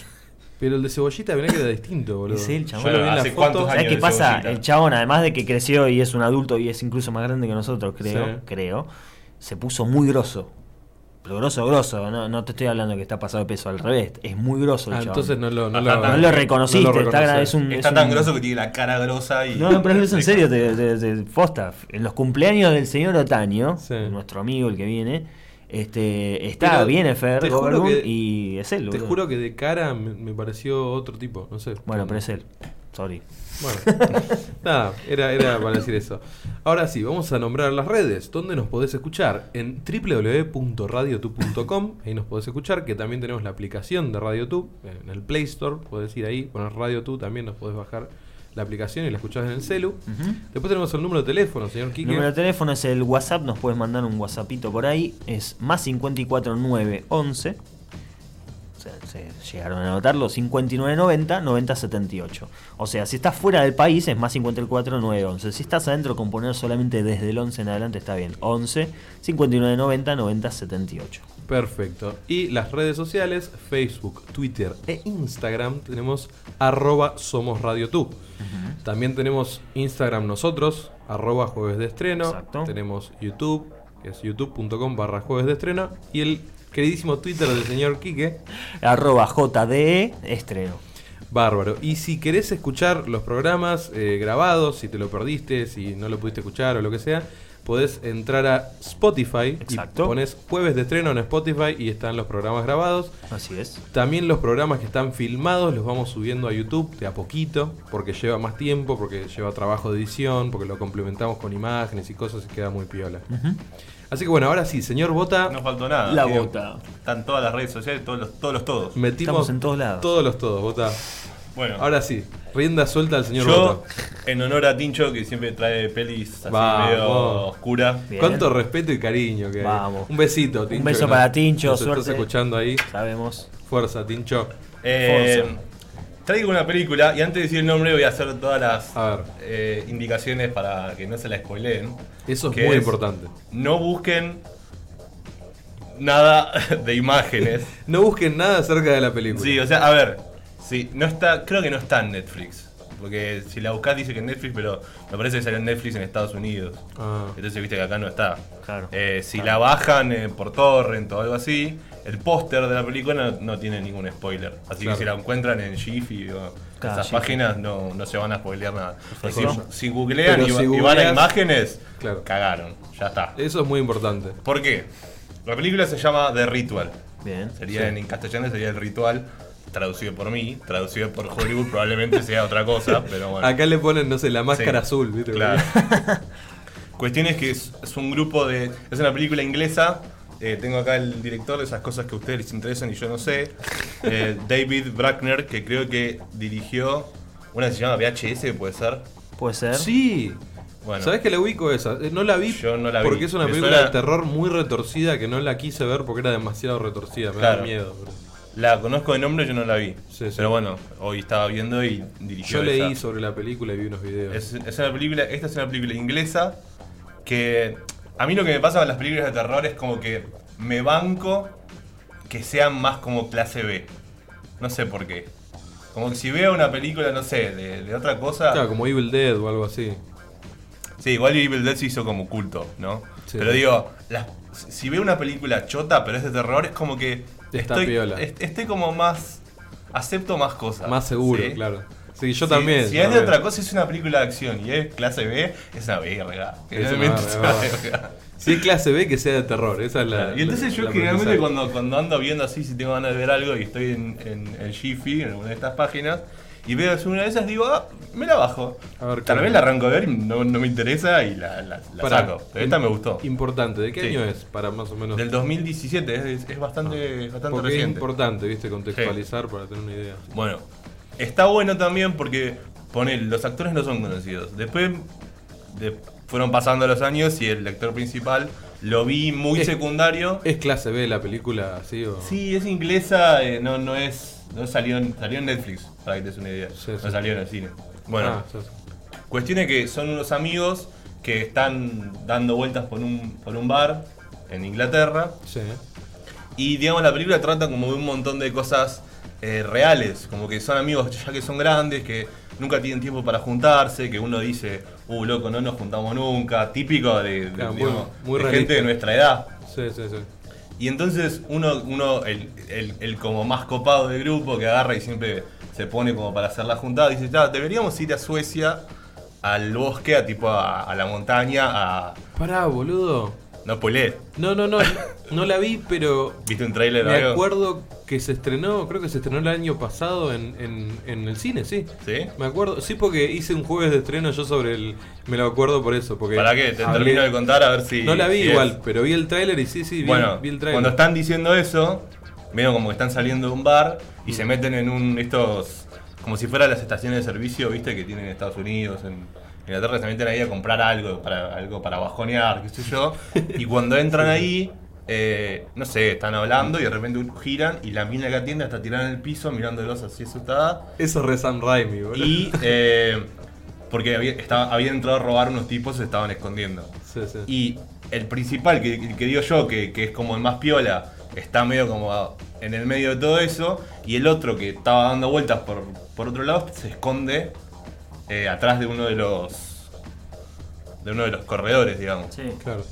Speaker 1: Pero el de cebollita, mirá que era distinto, boludo.
Speaker 3: Es él, chabón.
Speaker 1: Yo lo vi en la
Speaker 4: ¿Hace
Speaker 1: foto.
Speaker 4: cuántos años?
Speaker 3: ¿Sabes qué
Speaker 4: de
Speaker 3: pasa?
Speaker 4: cebollita.
Speaker 3: El chabón, además de que creció y es un adulto y es incluso más grande que nosotros, creo,
Speaker 1: Sí.
Speaker 3: creo, se puso muy grosso. Pero grosso, grosso, no, no te estoy hablando que está pasado de peso, al revés, es muy grosso el
Speaker 1: Ah,
Speaker 3: chabón.
Speaker 1: entonces no lo, no
Speaker 4: Ah,
Speaker 1: lo,
Speaker 4: no
Speaker 3: No
Speaker 4: no
Speaker 3: lo reconociste,
Speaker 1: no lo
Speaker 3: está gra- es un...
Speaker 4: Está
Speaker 3: es
Speaker 4: tan
Speaker 3: un-
Speaker 4: grosso que tiene la cara grosa y.
Speaker 3: No, pero es en serio, te, te- te- posta. En los cumpleaños del señor Otaño,
Speaker 1: Sí.
Speaker 3: nuestro amigo el que viene, este está,
Speaker 1: Pero
Speaker 3: viene Fer
Speaker 1: te juro
Speaker 3: Gobergun
Speaker 1: que-
Speaker 3: y es él.
Speaker 1: Te
Speaker 3: boludo.
Speaker 1: juro que de cara me, me pareció otro tipo, no sé.
Speaker 3: Bueno, pero es él. Sorry.
Speaker 1: Bueno, nada, era, era para decir eso. Ahora sí, vamos a nombrar las redes. ¿Dónde nos podés escuchar? En www.radiotu.com. Ahí nos podés escuchar, que también tenemos la aplicación de Radio Tu. En el Play Store, podés ir ahí, poner Radio Tu. También nos podés bajar la aplicación y la escuchás en el celu. Después tenemos el número de teléfono, señor
Speaker 3: El
Speaker 1: Quique.
Speaker 3: número de teléfono es el WhatsApp, nos puedes mandar un WhatsAppito por ahí, es más 54911. O sea, se llegaron a anotarlo, 5990 9078. O sea, si estás fuera del país es más 54911. Si estás adentro, componer solamente desde el 11 en adelante está bien. 11 5990 9078.
Speaker 1: Perfecto. Y las redes sociales, Facebook, Twitter e Instagram, tenemos arroba somos Radio Tu. También tenemos Instagram nosotros, arroba jueves de estreno.
Speaker 3: Exacto.
Speaker 1: Tenemos YouTube, que es youtube.com barra jueves de estreno. Y el queridísimo Twitter del señor Quique,
Speaker 3: Arroba JDE estreno.
Speaker 1: Bárbaro. Y si querés escuchar los programas eh, grabados, si te lo perdiste, si no lo pudiste escuchar o lo que sea, podés entrar a Spotify
Speaker 3: Exacto.
Speaker 1: y pones jueves de estreno en Spotify y están los programas grabados.
Speaker 3: Así es.
Speaker 1: También los programas que están filmados los vamos subiendo a YouTube de a poquito, porque lleva más tiempo, porque lleva trabajo de edición, porque lo complementamos con imágenes y cosas y queda muy piola. Así que bueno, ahora sí, señor Bota,
Speaker 4: No faltó nada.
Speaker 3: La
Speaker 4: Digo,
Speaker 3: bota.
Speaker 4: Están todas las redes sociales, todos los todos. Los, todos.
Speaker 1: metimos
Speaker 3: Estamos en todos lados.
Speaker 1: Todos los todos, Bota.
Speaker 4: Bueno,
Speaker 1: Mm. Ahora sí, rienda suelta al señor
Speaker 4: yo,
Speaker 1: Bota.
Speaker 4: en honor a Tincho, que siempre trae pelis así
Speaker 1: Vamos.
Speaker 4: medio oscuras.
Speaker 3: Bien.
Speaker 1: Cuánto respeto y cariño que hay.
Speaker 3: Vamos.
Speaker 1: Un besito, Tincho.
Speaker 3: beso
Speaker 1: que nos-
Speaker 3: para Tincho,
Speaker 1: nos
Speaker 3: suerte.
Speaker 1: estás escuchando ahí.
Speaker 3: Sabemos.
Speaker 1: Fuerza, Tincho.
Speaker 4: Eh,
Speaker 3: Forza.
Speaker 4: traigo una película y antes de decir el nombre voy a hacer todas las
Speaker 1: A ver.
Speaker 4: eh, indicaciones para que no se la spoileen.
Speaker 1: Eso es
Speaker 4: Que
Speaker 1: muy importante.
Speaker 4: No busquen nada de imágenes.
Speaker 1: No busquen nada acerca de la película.
Speaker 4: sí, o sea, a ver, sí, no está, creo que no está en Netflix. Porque si la buscás dice que en Netflix, pero me parece que salió en Netflix en Estados Unidos.
Speaker 1: Ah.
Speaker 4: Entonces viste que acá no está.
Speaker 3: Claro.
Speaker 4: Eh, si la bajan eh, por torrent o algo así, el póster de la película no, no tiene ningún spoiler. Así
Speaker 1: Claro.
Speaker 4: que si la encuentran en Jiffy o
Speaker 3: Claro,
Speaker 4: esas
Speaker 3: Jiffy.
Speaker 4: páginas, no, no se van a spoilear nada. Si,
Speaker 3: Perfecto.
Speaker 4: si googlean
Speaker 1: Pero
Speaker 4: y,
Speaker 1: si
Speaker 4: va- y van a
Speaker 1: googleas-
Speaker 4: imágenes,
Speaker 1: Claro.
Speaker 4: cagaron. Ya está.
Speaker 1: Eso es muy importante.
Speaker 4: ¿Por qué? La película se llama The Ritual.
Speaker 3: Bien.
Speaker 4: Sería en castellano sería el ritual traducido por mí, traducido por Hollywood probablemente sea otra cosa, pero bueno.
Speaker 1: Acá le ponen, no sé, la máscara
Speaker 4: Sí,
Speaker 1: azul, ¿viste?
Speaker 4: Claro. Cuestión es que es, es un grupo de. Es una película inglesa. Eh, tengo acá el director de esas cosas que a ustedes les interesan y yo no sé. Eh, David Brackner, que creo que dirigió una que se llama VHS, puede ser.
Speaker 3: Puede ser.
Speaker 1: Sí.
Speaker 4: Bueno.
Speaker 1: ¿Sabés que la ubico esa? Eh, No la vi,
Speaker 4: Yo no la vi.
Speaker 1: porque es una
Speaker 4: Me
Speaker 1: película
Speaker 4: suena-
Speaker 1: de terror muy retorcida que no la quise ver porque era demasiado retorcida. Me da
Speaker 4: Claro.
Speaker 1: miedo. bro.
Speaker 4: La conozco de nombre, yo no la vi.
Speaker 1: Sí, sí.
Speaker 4: Pero bueno, hoy estaba viendo y dirigió.
Speaker 1: Yo leí
Speaker 4: esa.
Speaker 1: sobre la película y vi unos videos.
Speaker 4: Es, es una película, esta es una película inglesa que a mí lo que me pasa con las películas de terror es como que me banco que sean más como clase B. No sé por qué. Como que si veo una película, no sé, de, de otra cosa.
Speaker 1: Claro, como Evil Dead o algo así.
Speaker 4: Sí, igual Evil Dead se hizo como culto, ¿no?
Speaker 1: Sí.
Speaker 4: Pero digo, las- si veo una película chota, pero es de terror, es como que.
Speaker 1: Está
Speaker 4: estoy,
Speaker 1: piola.
Speaker 4: est- estoy como más acepto más cosas.
Speaker 1: Más seguro,
Speaker 4: Ah, ¿sí?
Speaker 1: claro. Sí, yo
Speaker 4: Si-
Speaker 1: también.
Speaker 4: Si es de
Speaker 1: también.
Speaker 4: otra cosa, es una película de acción y es clase B, es una verga.
Speaker 1: Es una
Speaker 4: Realmente es una
Speaker 1: verga.
Speaker 4: verga.
Speaker 1: Si es clase B, que sea de terror. Esa es la.
Speaker 4: Y entonces yo
Speaker 1: la- la
Speaker 4: generalmente
Speaker 1: premisa.
Speaker 4: cuando, cuando ando viendo así, si tengo ganas de ver algo y estoy en, en, en Giphy, en alguna de estas páginas, y veo una de esas, digo, ah, me la bajo.
Speaker 1: A ver,
Speaker 4: Tal
Speaker 1: ¿qué?
Speaker 4: vez la arranco a ver y no, no me interesa y la, la- la
Speaker 1: Pará,
Speaker 4: saco. Pero esta me gustó.
Speaker 1: Importante, ¿de qué
Speaker 4: Sí.
Speaker 1: año es? Para más o menos.
Speaker 4: Del 2017, es- es, es bastante, bastante
Speaker 1: Ah. Porque es
Speaker 4: reciente.
Speaker 1: importante, viste, contextualizar para tener una idea.
Speaker 4: Bueno, está bueno también porque, pone, los actores no son conocidos. Después de- fueron pasando los años y el actor principal lo vi muy
Speaker 1: Es-
Speaker 4: secundario.
Speaker 1: ¿Es clase B la película, sí o.?
Speaker 4: Sí, es inglesa, eh, no, no es. No salió en, salió en Netflix, para que te des una idea.
Speaker 1: Sí,
Speaker 4: no
Speaker 1: sí.
Speaker 4: salió en el cine. Bueno,
Speaker 1: Ah, sí, sí.
Speaker 4: cuestión es que son unos amigos que están dando vueltas por un, por un bar en Inglaterra.
Speaker 1: Sí.
Speaker 4: Y digamos, la película trata como de un montón de cosas eh, reales, como que son amigos ya que son grandes, que nunca tienen tiempo para juntarse, que uno dice, uh, loco, no nos juntamos nunca, típico de, de,
Speaker 1: Claro, muy-
Speaker 4: digamos,
Speaker 1: muy
Speaker 4: de
Speaker 1: realista.
Speaker 4: gente de nuestra edad.
Speaker 1: Sí, sí, sí.
Speaker 4: Y entonces uno, uno el, el- el como más copado del grupo que agarra y siempre se pone como para hacer la juntada, dice, ya, deberíamos ir a Suecia, al bosque, a tipo a, a la montaña, a...
Speaker 1: Pará, boludo.
Speaker 4: No, Polé.
Speaker 1: No, no, no. No la vi, pero.
Speaker 4: ¿Viste un trailer
Speaker 1: Me acuerdo que se estrenó, creo que se estrenó el año pasado en, en- en el cine, sí.
Speaker 4: ¿Sí?
Speaker 1: Me acuerdo, sí, porque hice un jueves de estreno yo sobre el. Me lo acuerdo por eso. Porque
Speaker 4: ¿Para qué? Te
Speaker 1: hablé-
Speaker 4: termino de contar a ver si...
Speaker 1: No la vi
Speaker 4: si es.
Speaker 1: igual, pero vi el tráiler y sí, sí, vi,
Speaker 4: bueno,
Speaker 1: vi el tráiler.
Speaker 4: cuando están diciendo eso, veo como que están saliendo de un bar y se meten en un estos como si fueran las estaciones de servicio, ¿viste? que tienen en Estados Unidos, en Inglaterra se meten ahí a comprar algo para algo para bajonear, qué sé yo, y cuando entran ahí eh, no sé, están hablando y de repente giran y la mina que atiende está tirada en el piso mirándolos así asustada
Speaker 1: Eso es re Sam Raimi, boludo.
Speaker 4: y eh, porque había, estaba, habían entrado a robar unos tipos se estaban escondiendo.
Speaker 1: Sí, sí.
Speaker 4: Y el principal, que, el que digo yo, que, que es como el más piola, está medio como en el medio de todo eso. Y el otro que estaba dando vueltas por, por otro lado se esconde eh, atrás de uno de los. de uno de los corredores, digamos.
Speaker 3: Sí.
Speaker 1: Claro.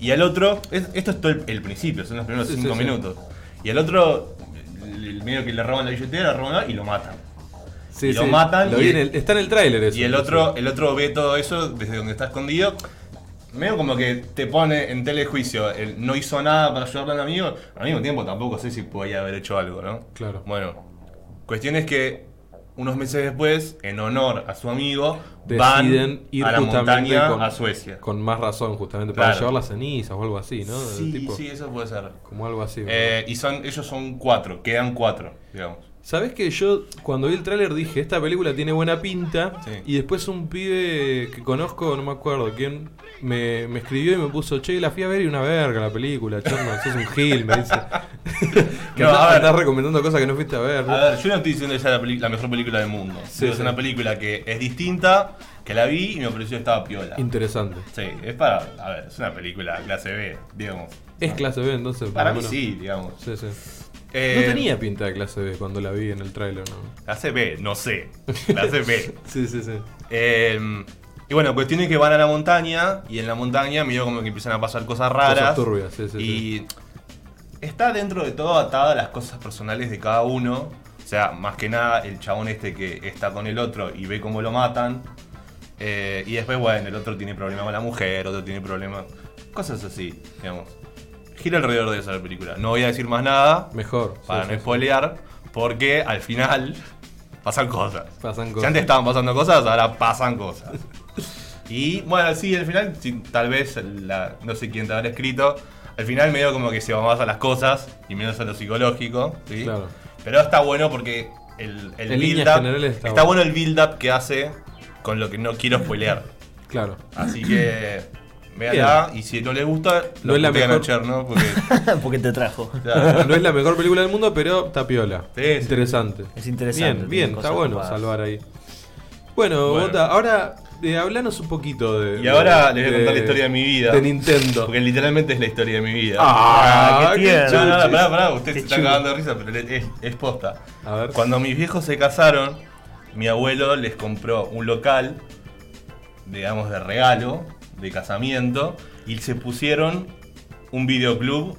Speaker 4: Y al otro, es- esto es todo el, el principio, son los primeros
Speaker 1: Sí, sí,
Speaker 4: cinco
Speaker 1: sí.
Speaker 4: minutos. Y al otro, el, el medio que le roban la billetera, le roban y lo matan.
Speaker 1: Sí,
Speaker 4: Y lo
Speaker 1: sí,
Speaker 4: matan
Speaker 1: lo
Speaker 4: y-
Speaker 1: vi en el- está en el tráiler eso.
Speaker 4: Y el otro, el otro ve todo eso desde donde está escondido. Medio como que te pone en telejuicio. El no hizo nada para ayudarle al amigo. Al mismo tiempo tampoco sé si podía haber hecho algo, ¿no?
Speaker 1: Claro.
Speaker 4: Bueno, cuestión es que unos meses después, en honor a su amigo,
Speaker 1: deciden
Speaker 4: van
Speaker 1: ir
Speaker 4: a la
Speaker 1: justamente
Speaker 4: montaña
Speaker 1: con,
Speaker 4: a Suecia.
Speaker 1: Con más razón, justamente, para
Speaker 4: Claro.
Speaker 1: llevar las cenizas o algo así, ¿no? Del
Speaker 4: Sí,
Speaker 1: tipo,
Speaker 4: sí, eso puede ser.
Speaker 1: Como algo así. ¿verdad?
Speaker 4: Eh, y son, ellos son cuatro, quedan cuatro, digamos.
Speaker 1: ¿Sabés que yo cuando vi el tráiler dije, esta película tiene buena pinta?
Speaker 4: Sí.
Speaker 1: Y después un pibe que conozco, no me acuerdo quién, me, me escribió y me puso, che, la fui a ver y una verga la película, chorno, sos un gil, me dice. que
Speaker 4: No,
Speaker 1: andás,
Speaker 4: a ver.
Speaker 1: andás recomendando cosas que no fuiste a ver.
Speaker 4: A ver, yo no estoy diciendo que sea la, peli- la mejor película del mundo.
Speaker 1: Sí,
Speaker 4: Digo,
Speaker 1: sí.
Speaker 4: Es una película que es distinta, que la vi y me pareció que estaba piola.
Speaker 1: Interesante.
Speaker 4: Sí, es para. A ver, es una película clase B, digamos.
Speaker 1: Es clase B entonces. por
Speaker 4: Para
Speaker 1: lo
Speaker 4: mí
Speaker 1: menos.
Speaker 4: sí, digamos.
Speaker 1: Sí, sí.
Speaker 4: Eh,
Speaker 1: No tenía pinta de clase B cuando la vi en el tráiler, ¿no?
Speaker 4: Clase B, no sé. Clase B.
Speaker 1: Sí, sí, sí.
Speaker 4: Eh, y bueno, cuestión es que van a la montaña y en la montaña medio como que empiezan a pasar cosas raras.
Speaker 1: Cosas turbias, sí, sí,
Speaker 4: y está dentro de todo atada a las cosas personales de cada uno. O sea, más que nada el chabón este que está con el otro y ve cómo lo matan. Eh, y después, bueno, el otro tiene problemas con la mujer, otro tiene problemas. Cosas así, digamos. Gira alrededor de esa la película. No voy a decir más nada
Speaker 1: Mejor. sí,
Speaker 4: para
Speaker 1: sí,
Speaker 4: no
Speaker 1: sí.
Speaker 4: spoilear, porque al final pasan cosas.
Speaker 1: Pasan
Speaker 4: Si
Speaker 1: cosas.
Speaker 4: antes estaban pasando cosas, ahora pasan cosas. Y bueno, sí, al final, sí, tal vez, la- no sé quién te habrá escrito, al final medio como que se va más a las cosas y menos a lo psicológico, ¿sí?
Speaker 1: Claro.
Speaker 4: Pero está bueno porque el, el
Speaker 1: En líneas
Speaker 4: build-up-
Speaker 1: generales está
Speaker 4: está
Speaker 1: bueno.
Speaker 4: bueno el build-up que hace con lo que no quiero spoilear.
Speaker 1: Claro.
Speaker 4: Así que, véanla, y si no les gusta,
Speaker 1: No
Speaker 4: lo
Speaker 1: es la
Speaker 4: putean a
Speaker 1: mejor-
Speaker 4: Cher, ¿no? Porque,
Speaker 3: Porque te trajo.
Speaker 4: claro.
Speaker 1: No es la mejor película del mundo, pero está piola.
Speaker 4: Sí, sí.
Speaker 1: Interesante.
Speaker 3: Es interesante,
Speaker 1: Bien,
Speaker 3: tiene
Speaker 1: bien,
Speaker 3: cosas
Speaker 1: está bueno
Speaker 3: copadas.
Speaker 1: salvar ahí. Bueno,
Speaker 4: Bueno.
Speaker 1: Bota, ahora eh, hablanos un poquito de.
Speaker 4: Y ahora
Speaker 1: de-
Speaker 4: les voy a contar la historia de mi vida.
Speaker 1: De Nintendo.
Speaker 4: Porque literalmente es la historia de mi vida.
Speaker 1: Ah,
Speaker 3: qué tierno.
Speaker 4: No, no,
Speaker 1: chulo,
Speaker 4: no, pará, pará, ustedes
Speaker 3: Qué
Speaker 4: se están
Speaker 3: chulo.
Speaker 4: cagando de risa, pero le- es, es posta.
Speaker 1: A ver.
Speaker 4: Cuando mis viejos se casaron, mi abuelo les compró un local, digamos, de regalo, de casamiento, y se pusieron un videoclub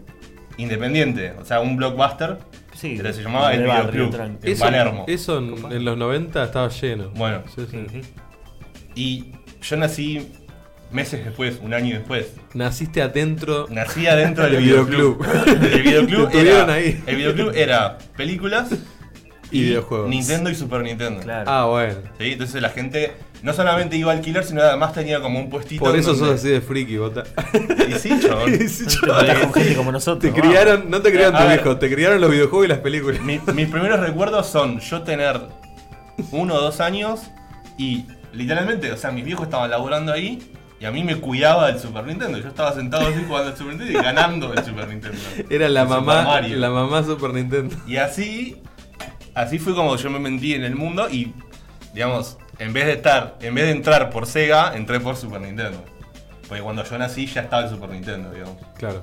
Speaker 4: independiente, o sea, un blockbuster,
Speaker 3: sí.
Speaker 4: Pero se llamaba
Speaker 3: de
Speaker 4: el
Speaker 3: barrio,
Speaker 4: videoclub.
Speaker 3: tranqui.
Speaker 4: En
Speaker 1: Eso,
Speaker 4: Palermo.
Speaker 1: Eso en, en los 90 estaba lleno.
Speaker 4: Bueno.
Speaker 1: Sí, sí.
Speaker 3: Ujú.
Speaker 4: Y yo nací meses después, un año después.
Speaker 1: Naciste adentro.
Speaker 4: Nací adentro del
Speaker 1: El
Speaker 4: videoclub.
Speaker 1: videoclub.
Speaker 4: el videoclub
Speaker 1: Te tuvieron
Speaker 4: era,
Speaker 1: ahí.
Speaker 4: El videoclub era películas
Speaker 1: Y videojuegos.
Speaker 4: Nintendo y Super Nintendo.
Speaker 3: Claro.
Speaker 1: Ah, bueno.
Speaker 4: ¿Sí? Entonces la gente no solamente iba a alquilar, sino además tenía como un puestito.
Speaker 1: Por eso
Speaker 4: donde-
Speaker 1: sos así de friki, bota.
Speaker 4: Y sí, chabón.
Speaker 1: Y sí,
Speaker 3: Te juntás
Speaker 1: chabón.
Speaker 3: con gente como nosotros.
Speaker 1: Te
Speaker 3: vamos.
Speaker 1: criaron, no te criaron
Speaker 4: Ah, A
Speaker 1: tus
Speaker 4: ver.
Speaker 1: viejos, te criaron los videojuegos y las películas.
Speaker 4: Mi- mis primeros recuerdos son yo tener uno o dos años y literalmente, o sea, mis viejos estaban laburando ahí y a mí me cuidaba del Super Nintendo. Yo estaba sentado así jugando al Super Nintendo y ganando el Super Nintendo.
Speaker 1: Era la
Speaker 4: El Super
Speaker 1: mamá,
Speaker 4: Mario.
Speaker 1: la mamá Super Nintendo.
Speaker 4: Y así, así fue como yo me mentí en el mundo y, digamos, en vez de estar, en vez de entrar por Sega, entré por Super Nintendo. Porque cuando yo nací ya estaba el Super Nintendo, digamos.
Speaker 1: Claro.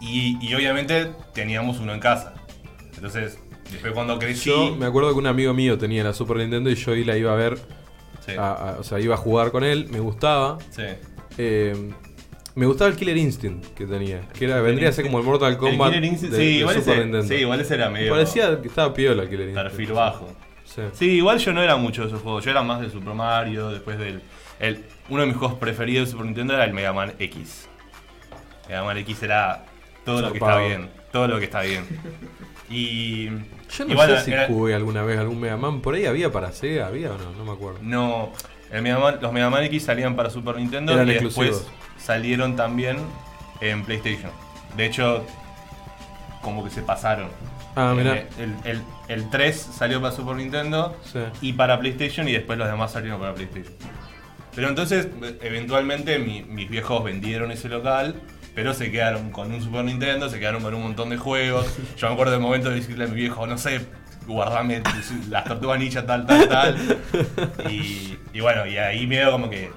Speaker 4: Y, y obviamente teníamos uno en casa. Entonces, después cuando crecí...
Speaker 1: Yo me acuerdo que un amigo mío tenía la Super Nintendo y yo ahí la iba a ver,
Speaker 4: Sí,
Speaker 1: a- a- o sea, iba a jugar con él, me gustaba.
Speaker 4: sí.
Speaker 1: Eh, me gustaba el Killer Instinct que tenía, que era, vendría a ser como el Mortal
Speaker 4: El
Speaker 1: Kombat
Speaker 4: Killer Instinct-
Speaker 1: de,
Speaker 4: sí,
Speaker 1: de
Speaker 4: igual
Speaker 1: Super
Speaker 4: ese,
Speaker 1: Nintendo.
Speaker 4: sí, igual ese era medio
Speaker 1: Parecía que estaba piola el Killer Instinct.
Speaker 4: perfil bajo.
Speaker 1: Sí.
Speaker 4: Sí, igual yo no era mucho de esos juegos, yo era más de Super Mario, después del... el- uno de mis juegos preferidos de Super Nintendo era el Mega Man X. Mega Man X era todo lo que está
Speaker 1: Zarpado.
Speaker 4: bien, todo lo que está bien. Y...
Speaker 1: Yo no
Speaker 4: igual
Speaker 1: sé si
Speaker 4: era-
Speaker 1: jugué alguna vez algún Mega Man, por ahí había para Sega, había o no, no me acuerdo.
Speaker 4: No, el Mega Man- los Mega Man X salían para Super Nintendo
Speaker 1: Eran
Speaker 4: y
Speaker 1: exclusivos.
Speaker 4: después salieron también en PlayStation. De hecho, como que se pasaron. Eh,
Speaker 1: Ah, mirá.
Speaker 4: El, el- el 3 salió para Super Nintendo
Speaker 1: Sí.
Speaker 4: y para PlayStation y después los demás salieron para PlayStation. Pero entonces, eventualmente, mi- mis viejos vendieron ese local, pero se quedaron con un Super Nintendo, se quedaron con un montón de juegos. Yo me acuerdo del momento de decirle a mi viejo, no sé, guardame las tortugas ninja tal, tal, tal. Y, y bueno, y ahí medio como que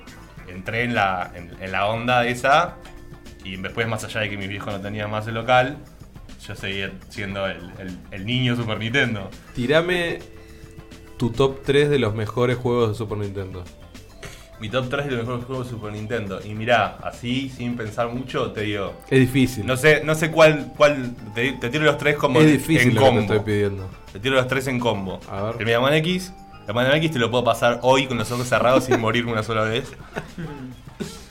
Speaker 4: entré en la, en, en la onda esa. Y después, más allá de que mis viejos no tenían más el local, yo seguía siendo el, el- el niño Super Nintendo.
Speaker 1: Tirame tu top 3 de los mejores juegos de Super Nintendo.
Speaker 4: Mi top 3 de los mejores juegos de Super Nintendo. Y mirá, así, sin pensar mucho, te digo.
Speaker 1: Es difícil.
Speaker 4: No sé, no sé cuál, cuál te, te tiro los tres como
Speaker 1: es
Speaker 4: en-
Speaker 1: difícil
Speaker 4: en
Speaker 1: lo que te
Speaker 4: combo.
Speaker 1: estoy pidiendo.
Speaker 4: Te tiro los tres en combo.
Speaker 1: A ver.
Speaker 4: El Mega Man X. El Mega Man X te lo puedo pasar hoy con los ojos cerrados sin morirme una sola vez.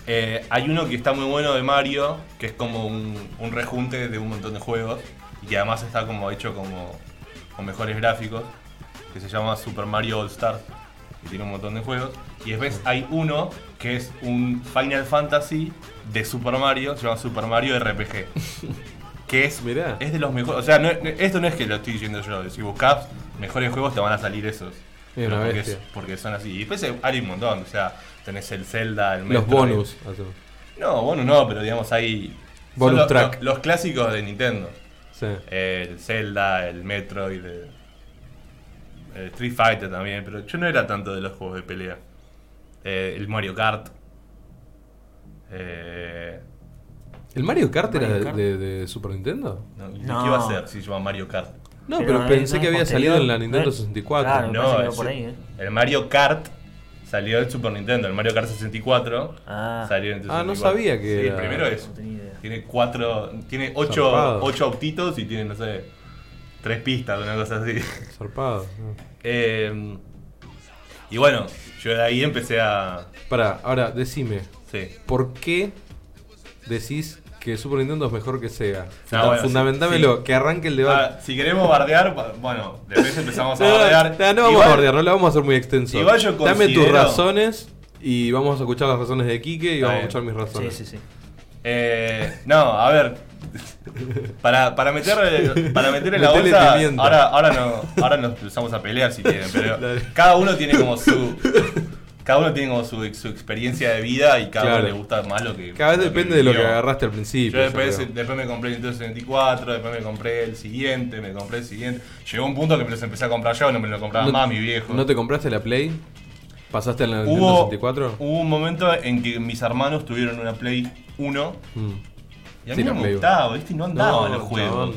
Speaker 4: Eh, hay uno que está muy bueno de Mario, que es como un, un rejunte de un montón de juegos. Y que además está como hecho como con mejores gráficos. Que se llama Super Mario All Star. Que tiene un montón de juegos. Y después hay uno que es un Final Fantasy de Super Mario. Se llama Super Mario RPG. Que es
Speaker 1: Mirá.
Speaker 4: es de los mejores. O sea, no- no- esto no es que lo estoy diciendo yo. Si buscas mejores juegos, te van a salir esos. Pero
Speaker 1: una
Speaker 4: porque,
Speaker 1: bestia.
Speaker 4: es- porque son así. Y después hay un montón. O sea, tenés el Zelda, el
Speaker 1: Los
Speaker 4: Metroid.
Speaker 1: bonus. hacemos.
Speaker 4: No, bonus no, pero digamos hay. son
Speaker 1: Bonus
Speaker 4: los,
Speaker 1: track.
Speaker 4: Los, los clásicos de Nintendo:
Speaker 1: Sí.
Speaker 4: el Zelda, el Metroid, el, el Street Fighter también. Pero yo no era tanto de los juegos de pelea. Eh, el Mario Kart. Eh,
Speaker 1: ¿El Mario Kart era
Speaker 3: Mario
Speaker 1: de-
Speaker 3: Kart.
Speaker 1: De, de Super Nintendo?
Speaker 4: no, ¿y
Speaker 3: No.
Speaker 4: ¿Qué iba a ser si se llama Mario Kart?
Speaker 1: No, pero, pensé
Speaker 3: no
Speaker 1: que
Speaker 3: es
Speaker 1: había
Speaker 3: posterior.
Speaker 1: salido en la Nintendo
Speaker 3: No es-
Speaker 1: 64.
Speaker 3: Claro, me
Speaker 4: No,
Speaker 3: parece que va
Speaker 4: es-
Speaker 3: por ahí, ¿eh?
Speaker 4: El Mario Kart salió del Super Nintendo, el Mario Kart 64
Speaker 3: Ah.
Speaker 4: salió en el
Speaker 1: Ah, no
Speaker 4: 64.
Speaker 1: sabía que
Speaker 4: Sí,
Speaker 1: era-
Speaker 4: primero es.
Speaker 3: No tenía idea.
Speaker 4: Tiene cuatro. Tiene ocho,
Speaker 1: Zarpado.
Speaker 4: ocho autitos y tiene, no sé, tres pistas, una cosa así.
Speaker 1: Zarpado. no.
Speaker 4: Eh, y bueno, yo de ahí empecé a.
Speaker 1: Pará, ahora decime,
Speaker 4: Sí.
Speaker 1: ¿por qué decís que Super Nintendo es mejor que Sega?
Speaker 4: Ah, bueno,
Speaker 1: fundamentamelo,
Speaker 4: sí.
Speaker 1: que arranque el debate.
Speaker 4: Ah, si queremos bardear, ba- bueno, después empezamos a
Speaker 1: no,
Speaker 4: bardear.
Speaker 1: no, no vamos
Speaker 4: Igual-
Speaker 1: a bardear, no la vamos a hacer muy extenso.
Speaker 4: Igual yo
Speaker 1: Dame tus
Speaker 4: considero-
Speaker 1: razones y vamos a escuchar las razones de Quique y
Speaker 4: Está
Speaker 1: vamos a
Speaker 4: bien.
Speaker 1: escuchar mis
Speaker 3: Sí,
Speaker 1: razones.
Speaker 3: sí, sí.
Speaker 4: Eh, no, a ver. Para, para meter para meter en la
Speaker 1: Metele
Speaker 4: bolsa.
Speaker 1: pimienta.
Speaker 4: Ahora, ahora no. Ahora nos cruzamos a pelear si quieren, pero
Speaker 1: Dale.
Speaker 4: cada uno tiene como su. Cada uno tiene como su, su experiencia de vida y cada
Speaker 1: Claro.
Speaker 4: uno le gusta más lo que.
Speaker 1: Cada vez depende de lo que
Speaker 4: vivió.
Speaker 1: agarraste al principio.
Speaker 4: Yo
Speaker 1: yo
Speaker 4: después,
Speaker 1: creo.
Speaker 4: después me compré el Nintendo 64, después me compré el siguiente, me compré el siguiente. Llegó un punto que me los empecé a comprar yo, no me lo compraba
Speaker 1: No-
Speaker 4: más mi viejo.
Speaker 1: ¿No te compraste la Play? ¿Pasaste a la Nintendo
Speaker 4: hubo,
Speaker 1: 64?
Speaker 4: hubo un momento en que mis hermanos tuvieron una Play 1
Speaker 1: Mm.
Speaker 4: Y a
Speaker 1: Sí,
Speaker 4: mí
Speaker 1: la
Speaker 4: no me
Speaker 1: Play uno.
Speaker 4: gustaba, ¿viste? Y no andaba
Speaker 1: No,
Speaker 4: los juegos.
Speaker 1: chabón.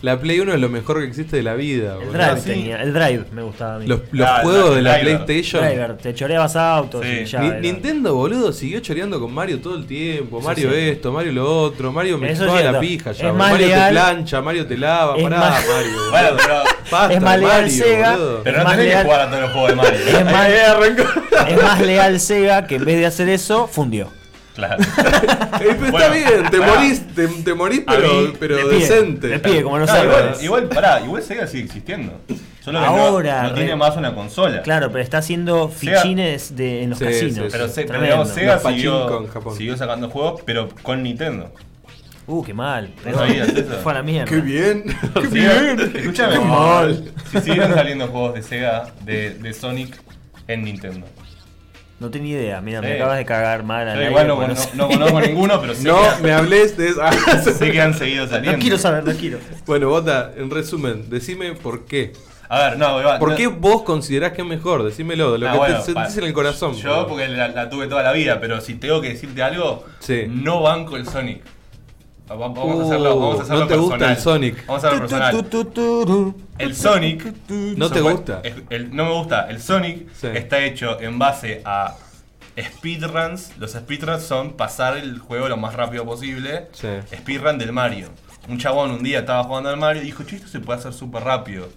Speaker 1: La Play 1 es lo mejor que existe de la vida.
Speaker 3: El
Speaker 1: boludo.
Speaker 3: drive
Speaker 4: sí.
Speaker 3: tenía, el drive me gustaba a mí.
Speaker 1: Los, los
Speaker 4: Ah, el
Speaker 1: juegos de la
Speaker 4: driver.
Speaker 1: PlayStation.
Speaker 3: Driver, te choreabas autos
Speaker 4: Sí.
Speaker 3: y ya.
Speaker 1: Ni-
Speaker 3: era-
Speaker 1: Nintendo, boludo, siguió choreando con Mario todo el tiempo.
Speaker 3: Eso
Speaker 1: Mario
Speaker 3: es cierto.
Speaker 1: esto, Mario lo otro, Mario me
Speaker 3: Eso es
Speaker 1: toda la
Speaker 3: cierto.
Speaker 1: pija ya.
Speaker 3: Es
Speaker 1: boludo.
Speaker 3: más
Speaker 1: Mario te
Speaker 3: leal-
Speaker 1: plancha, Mario te lava,
Speaker 3: es
Speaker 1: pará,
Speaker 3: más-
Speaker 1: Mario. boludo.
Speaker 4: Bueno, pero,
Speaker 1: Basta,
Speaker 3: es más leal
Speaker 1: Mario,
Speaker 3: Sega.
Speaker 1: boludo. Eh,
Speaker 4: pero
Speaker 3: Es
Speaker 4: no
Speaker 3: más
Speaker 4: tenés que
Speaker 3: legal.
Speaker 4: jugar a todos los juegos de Mario.
Speaker 3: Es más-
Speaker 4: Ahí arrancó.
Speaker 3: Es más leal Sega que en vez de hacer eso, fundió.
Speaker 4: Claro.
Speaker 1: Eh, pero
Speaker 4: Bueno,
Speaker 1: está bien, te
Speaker 4: pará.
Speaker 1: morís, te, te morís,
Speaker 4: A
Speaker 1: pero,
Speaker 4: mí,
Speaker 1: pero
Speaker 3: le pide,
Speaker 1: decente.
Speaker 3: le pide, como no
Speaker 4: No,
Speaker 3: sabe.
Speaker 4: igual, igual, pará, igual Sega sigue existiendo. Solo que no-
Speaker 3: Ahora,
Speaker 4: no,
Speaker 3: re-
Speaker 4: tiene más una consola.
Speaker 3: Claro, pero está haciendo
Speaker 4: Sega-
Speaker 3: fichines de, en los
Speaker 1: Sí, sí,
Speaker 3: casinos.
Speaker 1: sí.
Speaker 4: Pero, se- pero
Speaker 3: Tremendo.
Speaker 4: digamos, Sega
Speaker 1: Los pachinko
Speaker 4: siguió,
Speaker 1: en Japón.
Speaker 4: siguió sacando juegos, pero con Nintendo.
Speaker 3: Uh, qué mal.
Speaker 4: sabías eso?
Speaker 3: Fue a la mierda.
Speaker 1: Qué bien. Qué
Speaker 4: Sí,
Speaker 1: bien.
Speaker 4: Escúchame.
Speaker 1: Qué mal.
Speaker 4: Si siguieron saliendo juegos de Sega, de, de Sonic, en Nintendo.
Speaker 3: No tenía idea. Mira,
Speaker 4: Sí.
Speaker 3: me acabas de cagar mal. al
Speaker 4: Yo
Speaker 3: aire,
Speaker 4: igual no,
Speaker 3: porque
Speaker 4: cono-
Speaker 3: sé.
Speaker 4: no conozco ninguno, pero sé,
Speaker 1: No
Speaker 4: que,
Speaker 1: me hables de eso.
Speaker 4: han, sé que han seguido saliendo.
Speaker 3: No quiero saber, no quiero.
Speaker 1: bueno, Bota, en resumen, decime por qué.
Speaker 4: A ver, no, va,
Speaker 1: ¿Por
Speaker 4: no-
Speaker 1: qué vos considerás que es mejor? Decímelo, de lo
Speaker 4: Ah,
Speaker 1: que
Speaker 4: bueno,
Speaker 1: te sentís
Speaker 4: pa-
Speaker 1: en el corazón.
Speaker 4: Yo, porque la, la tuve toda la vida, pero si tengo que decirte algo,
Speaker 1: Sí.
Speaker 4: no banco el Sonic. Va- va- Vamos
Speaker 1: Uh,
Speaker 4: a hacerlo, vamos a hacerlo
Speaker 1: no te gusta
Speaker 4: personal.
Speaker 1: el Sonic.
Speaker 4: Vamos a hacerlo personal. El Sonic.
Speaker 1: No te
Speaker 4: supone-
Speaker 1: gusta.
Speaker 4: es- el- no me gusta. El Sonic
Speaker 1: Sí.
Speaker 4: está hecho en base a speedruns. Los speedruns son pasar el juego lo más rápido posible.
Speaker 1: Sí.
Speaker 4: Speedrun del Mario. Un chabón un día estaba jugando al Mario y dijo, che, esto se puede hacer súper rápido.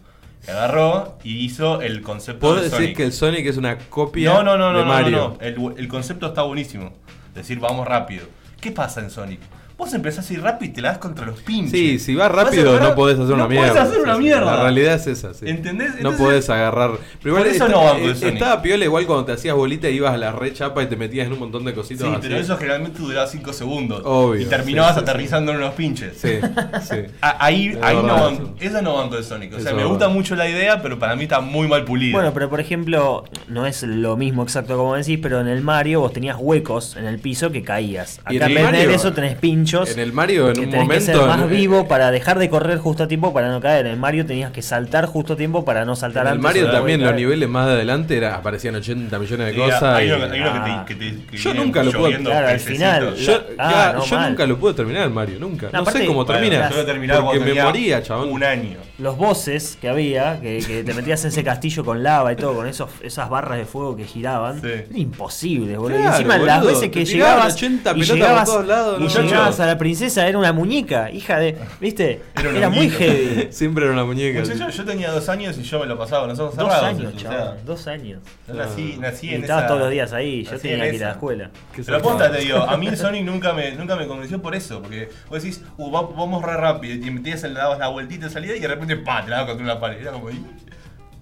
Speaker 4: Y agarró y hizo el concepto
Speaker 1: ¿Puedo
Speaker 4: de
Speaker 1: decir
Speaker 4: Sonic.
Speaker 1: que el Sonic es una copia
Speaker 4: No, no, no, no,
Speaker 1: de
Speaker 4: no,
Speaker 1: Mario?
Speaker 4: no, no. El, el concepto está buenísimo. Decir, vamos rápido. ¿Qué pasa en Sonic? Vos empezás a ir rápido y te la das contra los pinches.
Speaker 1: Sí, si vas
Speaker 4: a
Speaker 1: rápido
Speaker 4: agarrar-
Speaker 1: no podés hacer una
Speaker 4: no
Speaker 1: mierda.
Speaker 4: podés hacer una
Speaker 1: Sí, sí,
Speaker 4: mierda.
Speaker 1: La realidad es esa, sí.
Speaker 4: ¿Entendés?
Speaker 1: no
Speaker 4: Entonces-
Speaker 1: podés agarrar. Pero igual
Speaker 4: Por eso
Speaker 1: está-
Speaker 4: no banco el
Speaker 1: eh,
Speaker 4: Sonic.
Speaker 1: Estaba piola igual cuando te hacías bolita y ibas a la re chapa y te metías en un montón de
Speaker 4: Sí,
Speaker 1: cositas así.
Speaker 4: pero eso generalmente duraba 5 segundos.
Speaker 1: Ah, Obvio,
Speaker 4: y terminabas
Speaker 1: sí, sí,
Speaker 4: aterrizando en unos pinches.
Speaker 1: Sí, sí.
Speaker 4: A- ahí
Speaker 1: Es
Speaker 4: ahí no
Speaker 1: verdad,
Speaker 4: banco.
Speaker 1: sí.
Speaker 4: Esa no banco de Sonic. O
Speaker 1: Es
Speaker 4: sea, me
Speaker 1: verdad.
Speaker 4: gusta mucho la idea, pero para mí está muy mal pulida.
Speaker 3: Bueno, pero por ejemplo, no es lo mismo exacto como decís, pero en el Mario vos tenías huecos en el piso que caías. Acá
Speaker 1: Y en
Speaker 3: en
Speaker 1: el
Speaker 3: vez de
Speaker 1: Mario-
Speaker 3: eso tenés pinchos.
Speaker 1: en el Mario, en
Speaker 3: que
Speaker 1: un
Speaker 3: tenés que
Speaker 1: momento,
Speaker 3: ser más
Speaker 1: en-
Speaker 3: vivo para dejar de correr justo a tiempo para no caer. En el Mario tenías que saltar justo a tiempo para no saltar
Speaker 1: En el
Speaker 3: antes
Speaker 1: Mario
Speaker 3: o
Speaker 1: también, los
Speaker 3: caer.
Speaker 1: niveles más adelante era, aparecían 80 millones de
Speaker 4: Sí,
Speaker 1: cosas.
Speaker 4: hay
Speaker 1: y-
Speaker 4: uno, hay uno
Speaker 3: Ah.
Speaker 4: que te, que te- que
Speaker 1: Yo
Speaker 4: vienen
Speaker 1: nunca lo puedo-
Speaker 4: lloviendo
Speaker 3: Claro, al
Speaker 4: pececitos.
Speaker 3: final.
Speaker 1: Yo,
Speaker 3: Ah,
Speaker 1: ya,
Speaker 3: no,
Speaker 1: yo
Speaker 3: mal.
Speaker 1: nunca lo pude terminar, Mario, nunca. No,
Speaker 3: No, aparte-
Speaker 1: sé cómo
Speaker 4: Bueno,
Speaker 1: termina.
Speaker 4: yo lo terminaba
Speaker 1: porque
Speaker 4: cuando
Speaker 1: me
Speaker 4: tenía
Speaker 1: moría, chabón.
Speaker 4: Un año.
Speaker 3: Los voces que había, que, que te metías en ese castillo con lava y todo, con esos, esas barras de fuego que giraban,
Speaker 4: Sí.
Speaker 3: era imposible, boludo.
Speaker 1: Claro,
Speaker 3: y encima las
Speaker 1: boludo,
Speaker 3: veces
Speaker 1: te
Speaker 3: que
Speaker 1: tiraban
Speaker 3: llegabas,
Speaker 1: 80
Speaker 3: y
Speaker 1: pelotas por
Speaker 3: llegabas,
Speaker 1: todos lados,
Speaker 3: y
Speaker 1: no.
Speaker 3: llegabas a la princesa, era una muñeca, hija de. ¿Viste?
Speaker 4: Era
Speaker 3: Era,
Speaker 4: una
Speaker 3: muy
Speaker 4: muñeca.
Speaker 3: heavy.
Speaker 1: Siempre era una muñeca.
Speaker 4: Muchacho, yo tenía dos años y yo me lo pasaba con los ojos
Speaker 3: Dos
Speaker 4: cerrados.
Speaker 3: años,
Speaker 4: o sea,
Speaker 3: chaval, dos años.
Speaker 4: yo nací, nací
Speaker 3: Y
Speaker 4: en
Speaker 3: estabas
Speaker 4: esa-
Speaker 3: todos los días ahí, yo
Speaker 4: nací
Speaker 3: tenía
Speaker 4: en
Speaker 3: que ir a la
Speaker 4: esa.
Speaker 3: escuela.
Speaker 1: Qué
Speaker 4: Pero
Speaker 1: zarpado.
Speaker 4: aposta, te digo, a mí el Sonic nunca me, nunca me convenció por eso, porque vos decís, uh, va- vamos re rápido, y metías, le dabas la vueltita de salida y de repente, pa, te la dabas contra una pared. Era como, ¿y,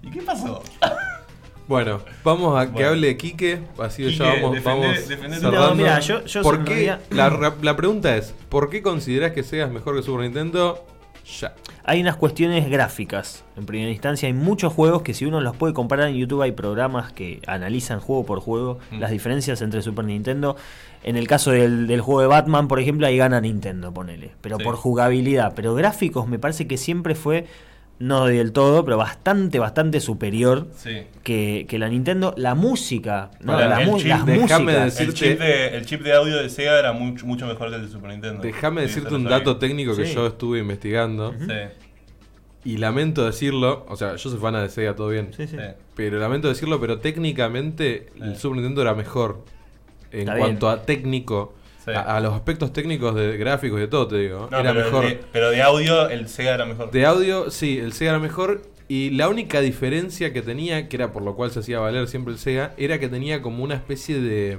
Speaker 4: ¿y qué pasó?
Speaker 1: Bueno, vamos a que
Speaker 4: Bueno.
Speaker 1: hable Quique, así
Speaker 4: Quique,
Speaker 1: ya vamos,
Speaker 4: defende-
Speaker 1: vamos
Speaker 4: defende tu-
Speaker 1: cerrando.
Speaker 3: No, mira, yo- yo
Speaker 1: ¿Por
Speaker 3: en
Speaker 1: qué?
Speaker 3: realidad-
Speaker 1: La, la pregunta es, ¿por qué considerás que seas mejor que Super Nintendo? Ya.
Speaker 4: Ah,
Speaker 3: Hay unas cuestiones gráficas. En primera instancia, hay muchos juegos que si uno los puede comparar en YouTube, hay programas que analizan juego por juego
Speaker 4: Mm.
Speaker 3: las diferencias entre Super Nintendo. En el caso del, del juego de Batman, por ejemplo, ahí gana Nintendo, ponele. Pero
Speaker 4: Sí.
Speaker 3: por jugabilidad. Pero gráficos me parece que siempre fue, no del todo, pero bastante, bastante superior
Speaker 4: Sí.
Speaker 3: que, que la Nintendo. La música, no,
Speaker 4: Para,
Speaker 3: la
Speaker 4: el
Speaker 3: mu-
Speaker 4: chip,
Speaker 3: las
Speaker 1: déjame
Speaker 3: músicas.
Speaker 1: decir-
Speaker 4: El
Speaker 1: Decirte-
Speaker 4: chip, de, el chip de audio de Sega era mucho, mucho mejor que el de Super Nintendo.
Speaker 1: Déjame
Speaker 4: Sí,
Speaker 1: decirte
Speaker 4: eso
Speaker 1: un
Speaker 4: lo sabía.
Speaker 1: dato técnico que
Speaker 3: Sí.
Speaker 1: yo estuve investigando
Speaker 4: Sí,
Speaker 1: y lamento decirlo, o sea, yo soy fana de Sega, todo bien,
Speaker 3: Sí, sí.
Speaker 4: sí.
Speaker 1: pero lamento decirlo, pero técnicamente el
Speaker 4: Sí.
Speaker 1: Super Nintendo era mejor en
Speaker 3: Está
Speaker 1: cuanto a técnico,
Speaker 4: Sí.
Speaker 1: a, a los aspectos técnicos de gráficos y de todo, te digo,
Speaker 4: No,
Speaker 1: era
Speaker 4: pero,
Speaker 1: mejor.
Speaker 4: De, pero de audio, el Sega era mejor.
Speaker 1: De audio, sí, el Sega era mejor. Y la única diferencia que tenía, que era por lo cual se hacía valer siempre el Sega, era que tenía como una especie de.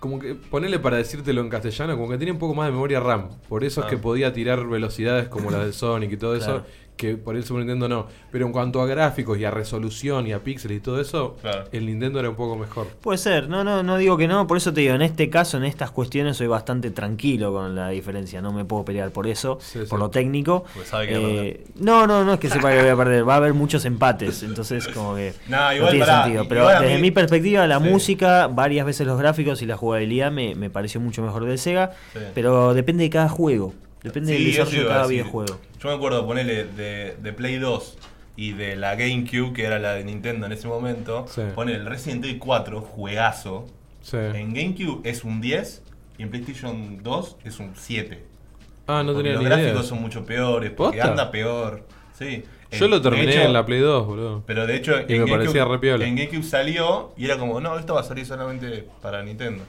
Speaker 1: Como que, ponerle para decírtelo en castellano, como que tenía un poco más de memoria RAM. Por eso
Speaker 4: Ah.
Speaker 1: es que podía tirar velocidades como las del Sonic y todo
Speaker 3: Claro.
Speaker 1: eso, que por el Super Nintendo no. Pero en cuanto a gráficos y a resolución y a píxeles y todo eso,
Speaker 4: Claro.
Speaker 1: el Nintendo era un poco mejor.
Speaker 3: Puede ser, no, no, no digo que no, por eso te digo, en este caso, en estas cuestiones soy bastante tranquilo con la diferencia, no me puedo pelear por eso,
Speaker 1: Sí,
Speaker 3: por
Speaker 1: sí.
Speaker 3: lo técnico. Eh,
Speaker 4: Porque sabe que va a perder.
Speaker 3: no, no, no es que sepa que voy a perder, va a haber muchos empates, entonces como que
Speaker 4: No, igual,
Speaker 3: tiene
Speaker 4: pará,
Speaker 3: sentido.
Speaker 4: i-
Speaker 3: Pero
Speaker 4: igual a
Speaker 3: desde
Speaker 4: mí-
Speaker 3: mi perspectiva, la
Speaker 4: Sí.
Speaker 3: música, varias veces los gráficos y la jugabilidad me, me pareció mucho mejor del Sega,
Speaker 4: Sí.
Speaker 3: pero depende de cada juego, depende del
Speaker 4: Sí, eso
Speaker 3: desarrollo de
Speaker 4: iba a
Speaker 3: cada
Speaker 4: decir.
Speaker 3: videojuego.
Speaker 4: Yo me acuerdo, ponele, de, de Play 2 y de la GameCube, que era la de Nintendo en ese momento,
Speaker 1: Sí.
Speaker 4: pone el Resident Evil 4, juegazo.
Speaker 1: Sí.
Speaker 4: En GameCube es un 10 y en PlayStation 2 es un 7.
Speaker 1: Ah, no
Speaker 4: Porque
Speaker 1: tenía
Speaker 4: los
Speaker 1: ni
Speaker 4: gráficos
Speaker 1: idea.
Speaker 4: son mucho peores, porque
Speaker 1: ¿Posta?
Speaker 4: anda peor. Sí.
Speaker 1: Yo
Speaker 4: Eh,
Speaker 1: lo
Speaker 4: de
Speaker 1: terminé
Speaker 4: hecho-
Speaker 1: en la Play 2, boludo.
Speaker 4: Pero de hecho, en,
Speaker 1: me parecía re piola.
Speaker 4: en GameCube salió y era como, no, esto va a salir solamente para Nintendo.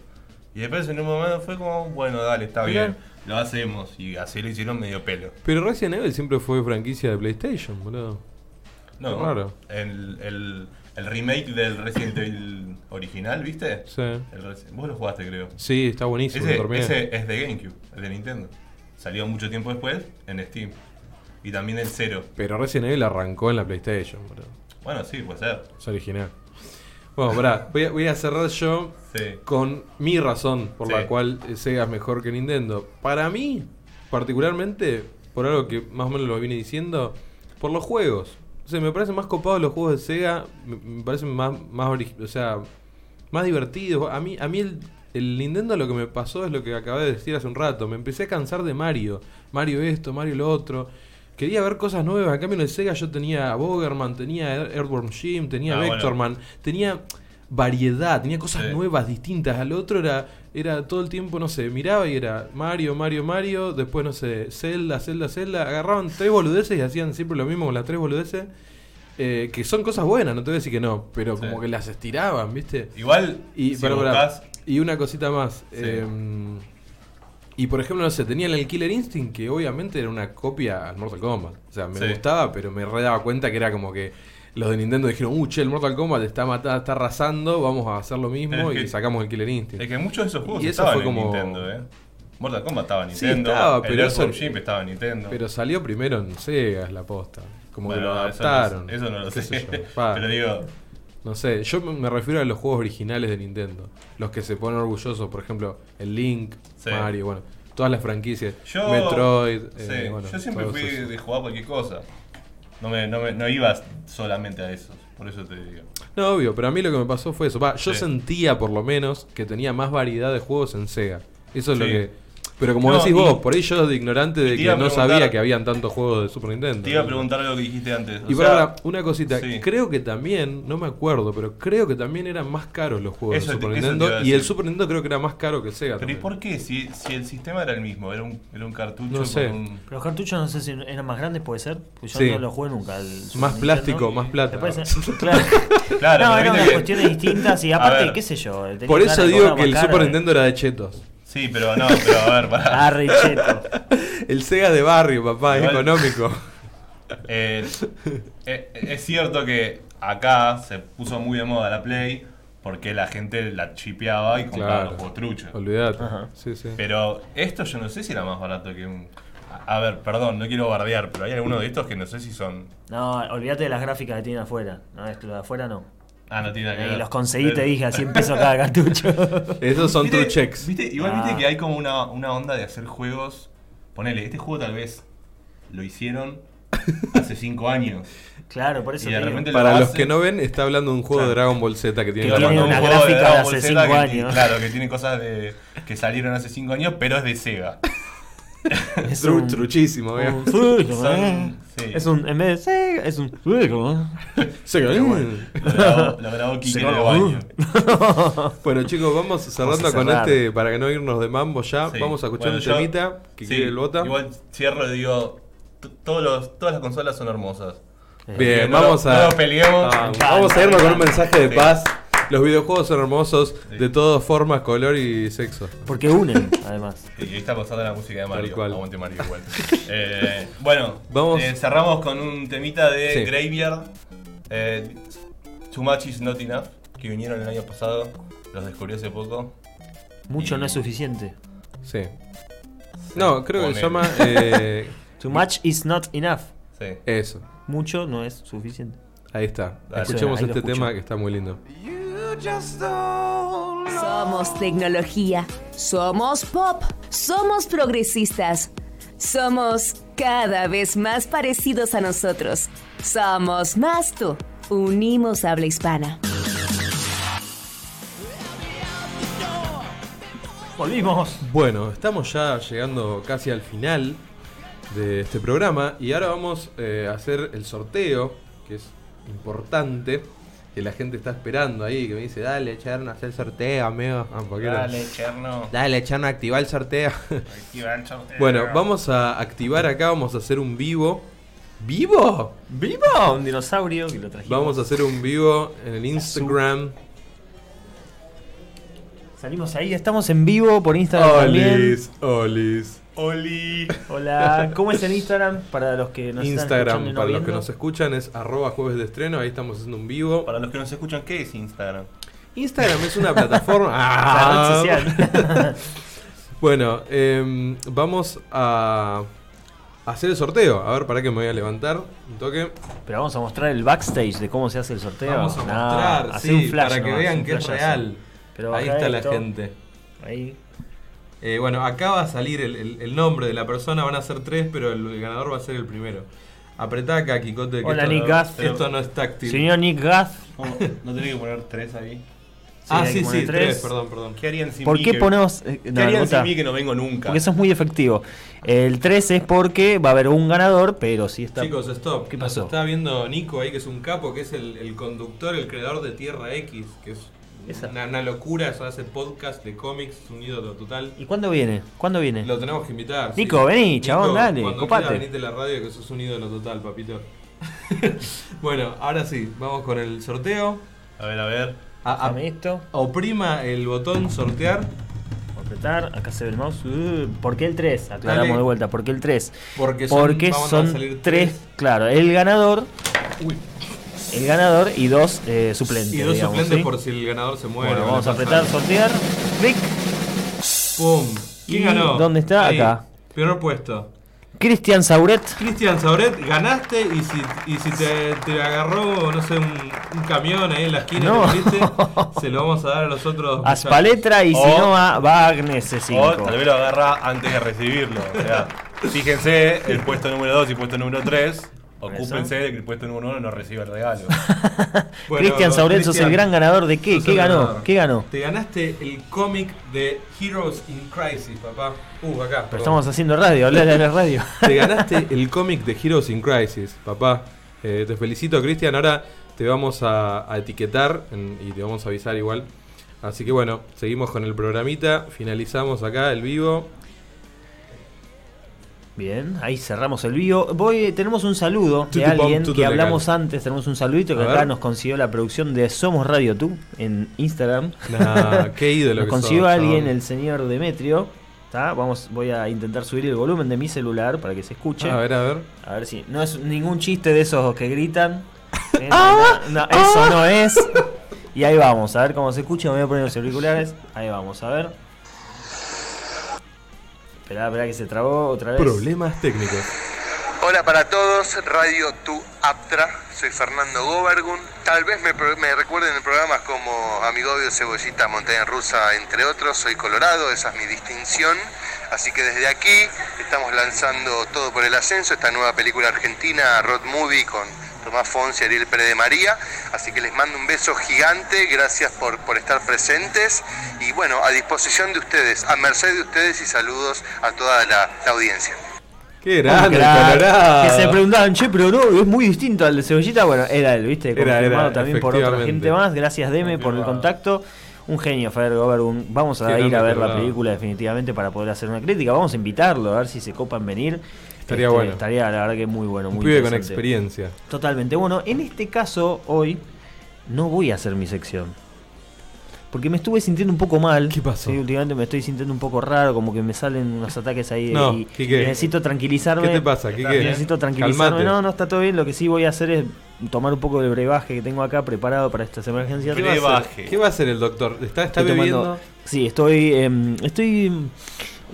Speaker 4: Y después en un momento fue como, bueno, dale, está
Speaker 1: Mirá.
Speaker 4: bien, lo hacemos. Y así lo hicieron medio pelo.
Speaker 1: Pero Resident Evil siempre fue franquicia de PlayStation, boludo.
Speaker 4: No,
Speaker 1: Qué raro.
Speaker 4: El, el- el remake del Resident Evil original, ¿viste?
Speaker 1: Sí.
Speaker 4: El Resi- vos lo jugaste, creo.
Speaker 1: Sí, está buenísimo. lo
Speaker 4: Ese,
Speaker 1: terminé.
Speaker 4: ese es de GameCube, el de Nintendo. Salió mucho tiempo después en Steam. Y también el cero.
Speaker 1: Pero Resident Evil arrancó en la PlayStation, boludo.
Speaker 4: Bueno, sí, puede ser.
Speaker 1: Es original. Bueno, pará, voy a, voy a cerrar yo
Speaker 4: Sí.
Speaker 1: con mi razón por
Speaker 4: Sí.
Speaker 1: la cual eh, Sega es mejor que Nintendo. Para mí, particularmente, por algo que más o menos lo vine diciendo, por los juegos. O sea, me parecen más copados los juegos de Sega, me, me parecen más, más ori- o sea, más divertidos. A mí, a mí el, el Nintendo lo que me pasó es lo que acabé de decir hace un rato. Me empecé a cansar de Mario. Mario esto, Mario lo otro. Quería ver cosas nuevas. En cambio en el Sega yo tenía a Bogerman, tenía a Earthworm Jim, tenía
Speaker 4: Ah,
Speaker 1: a
Speaker 4: bueno.
Speaker 1: Vectorman, tenía variedad, tenía cosas
Speaker 4: Sí.
Speaker 1: nuevas, distintas. Al otro era, era todo el tiempo, no sé, miraba y era Mario, Mario, Mario, después no sé, Zelda, Zelda, Zelda. Agarraban tres boludeces y hacían siempre lo mismo con las tres boludeces. eh, que son cosas buenas, no te voy a decir que no, pero
Speaker 4: Sí.
Speaker 1: como que las estiraban, ¿viste?
Speaker 4: Igual,
Speaker 1: Y,
Speaker 4: si
Speaker 1: pará, pará.
Speaker 4: buscas,
Speaker 1: y una cosita más. eh, y por ejemplo, no sé, tenían el Killer Instinct, que obviamente era una copia al Mortal Kombat. O sea, me
Speaker 4: Sí.
Speaker 1: gustaba, pero me re daba cuenta que era como que los de Nintendo dijeron, uh, che, el Mortal Kombat está matando, está arrasando, vamos a hacer lo mismo
Speaker 4: Pero es
Speaker 1: y
Speaker 4: que-
Speaker 1: sacamos el Killer Instinct.
Speaker 4: Es que muchos de esos juegos
Speaker 1: Y eso
Speaker 4: estaban
Speaker 1: fue
Speaker 4: en
Speaker 1: como-
Speaker 4: Nintendo, ¿eh? Mortal Kombat estaba en
Speaker 1: Sí,
Speaker 4: Nintendo,
Speaker 1: estaba,
Speaker 4: el
Speaker 1: pero eso-
Speaker 4: Earthworm Jim estaba en Nintendo.
Speaker 1: Pero salió primero en Sega, es la posta. Como
Speaker 4: Bueno,
Speaker 1: que lo
Speaker 4: eso no-
Speaker 1: adaptaron.
Speaker 4: Eso no, lo
Speaker 1: qué
Speaker 4: sé.
Speaker 1: sé yo. Pa,
Speaker 4: pero digo,
Speaker 1: No sé, yo me me refiero a los juegos originales de Nintendo. Los que se ponen orgullosos, por ejemplo, el Link,
Speaker 4: Sí.
Speaker 1: Mario, bueno, todas las franquicias.
Speaker 4: yo.
Speaker 1: Metroid.
Speaker 4: sí,
Speaker 1: eh, bueno,
Speaker 4: yo siempre
Speaker 1: todos
Speaker 4: fui
Speaker 1: esos.
Speaker 4: de jugar cualquier cosa. No, me, no, me- no ibas solamente a esos. Por eso te digo.
Speaker 1: No, obvio, pero a mí lo que me pasó fue eso. Va, yo
Speaker 4: Sí.
Speaker 1: sentía, por lo menos, que tenía más variedad de juegos en Sega. Eso es lo
Speaker 4: Sí.
Speaker 1: que. Pero como
Speaker 4: No,
Speaker 1: decís
Speaker 4: y-
Speaker 1: vos, por ahí yo de ignorante
Speaker 4: te
Speaker 1: de que
Speaker 4: iba a
Speaker 1: no
Speaker 4: preguntar-
Speaker 1: sabía que habían tantos juegos de Super Nintendo.
Speaker 4: Te iba a
Speaker 1: ¿no?
Speaker 4: preguntar algo que dijiste antes. o
Speaker 1: Y
Speaker 4: sea,
Speaker 1: para una cosita,
Speaker 4: sí.
Speaker 1: creo que también, no me acuerdo, pero creo que también eran más caros los juegos
Speaker 4: Eso
Speaker 1: de
Speaker 4: te-
Speaker 1: Super
Speaker 4: eso te iba a
Speaker 1: Nintendo. Y el
Speaker 4: decir.
Speaker 1: Super Nintendo creo que era más caro que el Sega.
Speaker 4: Pero ¿y
Speaker 1: también.
Speaker 4: por qué? Si, si el sistema era el mismo, era un, era un cartucho
Speaker 1: No sé.
Speaker 4: con un.
Speaker 3: Los cartuchos no sé si eran más grandes, puede ser. Porque yo
Speaker 1: Sí.
Speaker 3: no los jugué nunca. al Super
Speaker 1: Más
Speaker 3: Nintendo.
Speaker 1: plástico, más plata.
Speaker 3: Después, eh, claro.
Speaker 4: Claro,
Speaker 3: no,
Speaker 4: pero
Speaker 3: eran
Speaker 4: viste
Speaker 3: unas
Speaker 4: que-
Speaker 3: cuestiones distintas y
Speaker 4: A
Speaker 3: aparte,
Speaker 4: ver.
Speaker 3: qué sé yo. tenía
Speaker 1: Por
Speaker 3: ganas
Speaker 1: eso
Speaker 3: de
Speaker 1: digo
Speaker 3: cobrar
Speaker 1: que el
Speaker 3: más
Speaker 1: Super
Speaker 3: caro.
Speaker 1: Nintendo era de chetos.
Speaker 4: Sí, pero no, pero a ver, pará.
Speaker 3: Ah, re cheto.
Speaker 1: El Sega de barrio, papá, es
Speaker 4: Igual-
Speaker 1: económico.
Speaker 4: Eh, eh, es cierto que acá se puso muy de moda la Play porque la gente la chipeaba y compraba
Speaker 1: Claro.
Speaker 4: los juegos truchos.
Speaker 1: Olvídate.
Speaker 3: Ajá.
Speaker 1: Sí, sí.
Speaker 4: Pero esto yo no sé si era más barato que un... A a ver, perdón, no quiero bardear, pero hay algunos de estos que no sé si son...
Speaker 3: No, olvídate de las gráficas que tienen afuera. No, esto de afuera no.
Speaker 4: Ah, no tiene nada que
Speaker 3: Y
Speaker 4: ver.
Speaker 3: Eh, los conseguí, te
Speaker 4: Pero-
Speaker 3: dije, a 100 pesos cada cartucho.
Speaker 1: Esos son
Speaker 4: ¿Viste-
Speaker 1: true checks.
Speaker 4: ¿viste? Igual
Speaker 3: Ah.
Speaker 4: viste que hay como una, una onda de hacer juegos... Ponele, este juego tal vez lo hicieron hace 5 años.
Speaker 3: claro, por eso.
Speaker 4: Y de
Speaker 3: te digo.
Speaker 4: repente
Speaker 1: Para
Speaker 4: lo
Speaker 1: los
Speaker 4: hacen-
Speaker 1: que no ven, está hablando de un juego
Speaker 4: Claro.
Speaker 1: de Dragon Ball Z que tiene
Speaker 3: Que
Speaker 1: en la
Speaker 3: tiene
Speaker 1: mano.
Speaker 3: una
Speaker 4: Un juego de
Speaker 3: gráfica
Speaker 4: Dragon
Speaker 3: de
Speaker 4: Ball
Speaker 3: hace
Speaker 4: Z
Speaker 3: cinco
Speaker 4: que ti-
Speaker 3: años.
Speaker 4: Claro, que tiene cosas de, que salieron hace 5 años, pero es de Sega.
Speaker 3: es
Speaker 1: Tru-
Speaker 3: un-
Speaker 1: truchísimo,
Speaker 3: un
Speaker 1: vea.
Speaker 3: suico,
Speaker 4: Son-
Speaker 3: eh.
Speaker 4: sí.
Speaker 3: Es un. En vez de Sega, es un. suico, eh.
Speaker 1: Sega.
Speaker 4: Lo grabó, lo grabó Kike en el baño.
Speaker 1: Bueno, chicos, vamos cerrando
Speaker 3: a
Speaker 1: con
Speaker 3: cerrar.
Speaker 1: este, para que no irnos de mambo ya.
Speaker 4: Sí.
Speaker 1: Vamos a escuchar
Speaker 4: Bueno,
Speaker 1: un
Speaker 4: yo-
Speaker 1: temita que
Speaker 4: sí,
Speaker 1: quiere el bota.
Speaker 4: Igual cierro y digo, t- todos los, todas las consolas son hermosas.
Speaker 3: Eh,
Speaker 1: Bien,
Speaker 4: No lo-
Speaker 1: vamos a.
Speaker 4: no lo peleemos.
Speaker 1: Ah, vamos a irnos con un mensaje de
Speaker 4: Sí.
Speaker 1: paz. Los videojuegos son hermosos
Speaker 4: Sí.
Speaker 1: de todas formas, color y sexo.
Speaker 3: Porque unen, además.
Speaker 4: Y ahí está pasando la música de Mario.
Speaker 1: cual.
Speaker 4: Aguante Mario igual. Eh, bueno,
Speaker 1: Vamos.
Speaker 4: eh, cerramos con un temita de
Speaker 1: Sí.
Speaker 4: Graveyard. eh, Too Much is Not Enough, que vinieron el año pasado. Los descubrí hace poco.
Speaker 3: Mucho
Speaker 4: Y-
Speaker 3: no es suficiente.
Speaker 1: Sí. No, creo que
Speaker 4: Ponele.
Speaker 1: se llama. eh,
Speaker 3: Too much is not enough.
Speaker 4: Sí.
Speaker 1: eso.
Speaker 3: Mucho no es suficiente.
Speaker 1: Ahí está.
Speaker 4: Dale.
Speaker 1: Escuchemos
Speaker 3: Ahí lo
Speaker 1: este
Speaker 3: escucho.
Speaker 1: tema que está muy lindo.
Speaker 6: Somos tecnología, somos pop, somos progresistas, somos cada vez más parecidos a nosotros, somos más tú, unimos habla hispana.
Speaker 3: Volvimos.
Speaker 1: Bueno, estamos ya llegando casi al final de este programa y ahora vamos eh, a hacer el sorteo, que es importante. que la gente está esperando ahí, que me dice, dale, Cherno, haz el sorteo, amigo. Ah, ¿por qué no?
Speaker 4: Dale, Cherno.
Speaker 1: Dale, Cherno, activa el sorteo.
Speaker 4: Activa el sorteo.
Speaker 1: bueno, vamos a activar acá, vamos a hacer un vivo. ¿Vivo?
Speaker 3: ¡Viva! Un dinosaurio que lo trajimos.
Speaker 1: Vamos a hacer un vivo en el Instagram.
Speaker 3: Salimos ahí, estamos en vivo por Instagram también.
Speaker 1: Olis, olis.
Speaker 4: Oli.
Speaker 3: Hola, ¿cómo es en Instagram? Para los que nos están escuchando y no
Speaker 1: Instagram, para los que
Speaker 3: viendo?
Speaker 1: nos escuchan, es arroba jueves de estreno. Ahí estamos haciendo un vivo.
Speaker 4: Para los que nos escuchan, ¿qué es Instagram?
Speaker 1: Instagram es una plataforma.
Speaker 3: La
Speaker 1: Ah.
Speaker 3: red social.
Speaker 1: Bueno, em, vamos a hacer el sorteo. A ver, para que me voy a levantar un toque.
Speaker 3: Pero vamos a mostrar el backstage de cómo se hace el sorteo.
Speaker 1: Vamos a
Speaker 3: No,
Speaker 1: mostrar,
Speaker 3: hace
Speaker 1: sí,
Speaker 3: un flash
Speaker 1: para que
Speaker 3: nomás,
Speaker 1: vean
Speaker 3: un
Speaker 1: que es
Speaker 3: flashazo.
Speaker 1: real.
Speaker 3: Pero
Speaker 1: Ahí
Speaker 3: baja
Speaker 1: está la
Speaker 3: esto,
Speaker 1: gente.
Speaker 3: Ahí.
Speaker 1: Eh, bueno, acá va a salir el, el- el nombre de la persona, van a ser tres, pero el, el ganador va a ser el primero. Apretá acá, Kikote, que
Speaker 3: Hola,
Speaker 1: esto, no-
Speaker 3: Nick Gaff.
Speaker 1: esto no es táctil.
Speaker 3: Señor Nick Gaff,
Speaker 4: ¿Cómo? ¿No tenés que poner tres ahí?
Speaker 3: Sí, hay
Speaker 1: ah, sí,
Speaker 3: que poner
Speaker 1: sí, tres.
Speaker 3: tres.
Speaker 1: perdón, perdón.
Speaker 4: ¿Qué harían sin
Speaker 3: ¿por
Speaker 4: mí?
Speaker 3: qué
Speaker 4: que-
Speaker 3: ponemos.? eh,
Speaker 4: ¿Qué
Speaker 3: no,
Speaker 4: harían
Speaker 3: nota?
Speaker 4: sin mí que no vengo nunca?
Speaker 3: Porque eso es muy efectivo. El 3 es porque va a haber un ganador, pero si está.
Speaker 1: Chicos, stop.
Speaker 3: ¿Qué pasó?
Speaker 1: Nos está viendo Nico ahí, que es un capo, que es el, el conductor, el creador de Tierra X, que es
Speaker 3: Esa.
Speaker 1: una, una locura, eso hace podcast de cómics, es un ídolo total.
Speaker 3: ¿Y cuándo viene? ¿Cuándo viene?
Speaker 1: Lo tenemos que invitar.
Speaker 3: Nico, vení, chabón, dale,
Speaker 1: Cuando
Speaker 3: copate.
Speaker 1: quieras venite a la radio, que sos un ídolo total, papito. bueno, ahora sí, vamos con el sorteo.
Speaker 4: A ver, a ver.
Speaker 1: A- a-
Speaker 3: Dame esto.
Speaker 1: oprima el botón sortear,
Speaker 3: Apretar. Acá se ve el mouse. Uh, ¿Por qué el 3? Aclaramos
Speaker 1: Dale.
Speaker 3: de vuelta. ¿Por qué el 3?
Speaker 1: porque son,
Speaker 3: Porque
Speaker 1: vamos a
Speaker 3: son
Speaker 1: salir
Speaker 3: 3. Claro, el ganador.
Speaker 1: Uy.
Speaker 3: El ganador y dos eh, suplentes.
Speaker 1: y dos
Speaker 3: digamos,
Speaker 1: suplentes
Speaker 3: ¿sí?
Speaker 1: por si el ganador se muere.
Speaker 3: Bueno,
Speaker 1: o le
Speaker 3: vamos a
Speaker 1: pasa
Speaker 3: apretar,
Speaker 1: algo.
Speaker 3: sortear. Clic.
Speaker 1: ¡Pum! ¿Quién
Speaker 3: ¿Y
Speaker 1: ganó?
Speaker 3: dónde está? Acá.
Speaker 1: Peor puesto.
Speaker 3: Cristian Sauret.
Speaker 1: Cristian Sauret, ganaste y si, y si te, te agarró, no sé, un, un camión ahí en la esquina,
Speaker 3: No.
Speaker 1: te moriste, se lo vamos a dar a Oh. los otros. muchachos.
Speaker 3: Aspaletra y si
Speaker 4: O-
Speaker 3: no va, va Agnes
Speaker 4: O tal vez
Speaker 3: 5.
Speaker 4: lo agarra antes de recibirlo. O sea, fíjense el puesto número 2 y puesto número 3. Ocúpense de que el puesto número 1 no reciba el regalo.
Speaker 1: Bueno,
Speaker 3: Cristian Sauret, sos
Speaker 1: Cristian,
Speaker 3: el gran ganador de qué?
Speaker 1: sos
Speaker 3: ¿Qué
Speaker 1: el
Speaker 3: ganó?
Speaker 1: ganador.
Speaker 3: ¿Qué ganó?
Speaker 1: Te ganaste el cómic de Heroes in Crisis, papá. Uh, acá.
Speaker 3: Pero
Speaker 1: perdón.
Speaker 3: estamos haciendo radio, hablar de la radio.
Speaker 1: Te ganaste el cómic de Heroes in Crisis, papá. Eh, te felicito, Cristian. Ahora te vamos a, a etiquetar en- y te vamos a avisar igual. Así que bueno, seguimos con el programita. Finalizamos acá el vivo.
Speaker 3: Bien, ahí cerramos el vivo. Voy, tenemos un saludo de
Speaker 1: Tutupam,
Speaker 3: alguien que
Speaker 1: tutulegal.
Speaker 3: hablamos antes, tenemos un saludito que
Speaker 1: A
Speaker 3: acá
Speaker 1: ver.
Speaker 3: nos consiguió la producción de Somos Radio Tú en Instagram.
Speaker 1: Nah, qué ídolo
Speaker 3: Nos
Speaker 1: que
Speaker 3: consiguió
Speaker 1: sos,
Speaker 3: alguien,
Speaker 1: chabón.
Speaker 3: el señor Demetrio. ¿Tá? Vamos, voy a intentar subir el volumen de mi celular para que se escuche.
Speaker 1: A ver, a ver.
Speaker 3: A ver si. No es ningún chiste de esos que gritan. Eh, no,
Speaker 1: Ah,
Speaker 3: no, no, eso no es. Y ahí vamos, a ver cómo se escucha. Me voy a poner los auriculares. Ahí vamos, a ver. Esperá, esperá que se trabó otra vez.
Speaker 1: Problemas técnicos.
Speaker 8: Hola para todos, Radio Tu Aptra, soy Fernando Gobergun. Tal vez me, pro- me recuerden en programas como Amigovio, Cebollita, Montaña Rusa, entre otros. Soy Colorado, esa es mi distinción. Así que desde aquí estamos lanzando Todo por el Ascenso, esta nueva película argentina, Road Movie, con Tomás Fonsi y Ariel Pérez de María. Así que les mando un beso gigante, gracias por, por estar presentes. Y bueno, a disposición de ustedes, a merced de ustedes y saludos a toda la- la audiencia.
Speaker 1: Qué
Speaker 3: Un
Speaker 1: grande,
Speaker 3: crack.
Speaker 1: Colorado.
Speaker 3: Que se preguntaban, che, pero no, es muy distinto al de Cebollita. Bueno, era él, ¿viste?
Speaker 1: Era,
Speaker 3: Confirmado
Speaker 1: era,
Speaker 3: también por otra
Speaker 1: efectivamente.
Speaker 3: gente más. Gracias, Deme, por el
Speaker 4: Confirmado.
Speaker 3: contacto. Un genio, Fer Gobergun. Vamos
Speaker 1: Sí,
Speaker 3: a
Speaker 1: no,
Speaker 3: ir a ver la
Speaker 1: confirmado.
Speaker 3: película definitivamente para poder hacer una crítica. Vamos a invitarlo, a ver si se copan venir. Este,
Speaker 1: Estaría bueno.
Speaker 3: Estaría, la verdad, que muy bueno.
Speaker 1: Un
Speaker 3: muy
Speaker 1: pibe con
Speaker 3: interesante.
Speaker 1: experiencia.
Speaker 3: Totalmente. Bueno, en este caso, hoy, no voy a hacer mi sección. Porque me estuve sintiendo un poco mal.
Speaker 1: ¿Qué pasó?
Speaker 3: Sí, últimamente me estoy sintiendo un poco raro, como que me salen unos ataques ahí.
Speaker 1: No,
Speaker 3: y,
Speaker 1: Quique.
Speaker 3: y necesito tranquilizarme.
Speaker 1: ¿Qué te pasa, Quique?
Speaker 3: Necesito tranquilizarme.
Speaker 1: Calmate.
Speaker 3: No, no, está todo bien. Lo que sí voy a hacer es tomar un poco del brebaje que tengo acá preparado para estas emergencias.
Speaker 4: Bre-
Speaker 1: ¿Qué va a hacer?
Speaker 4: Brebaje.
Speaker 1: ¿Qué va a hacer el doctor? ¿Está, está
Speaker 3: Estoy tomando-
Speaker 1: bebiendo?
Speaker 3: Sí, estoy. em, estoy.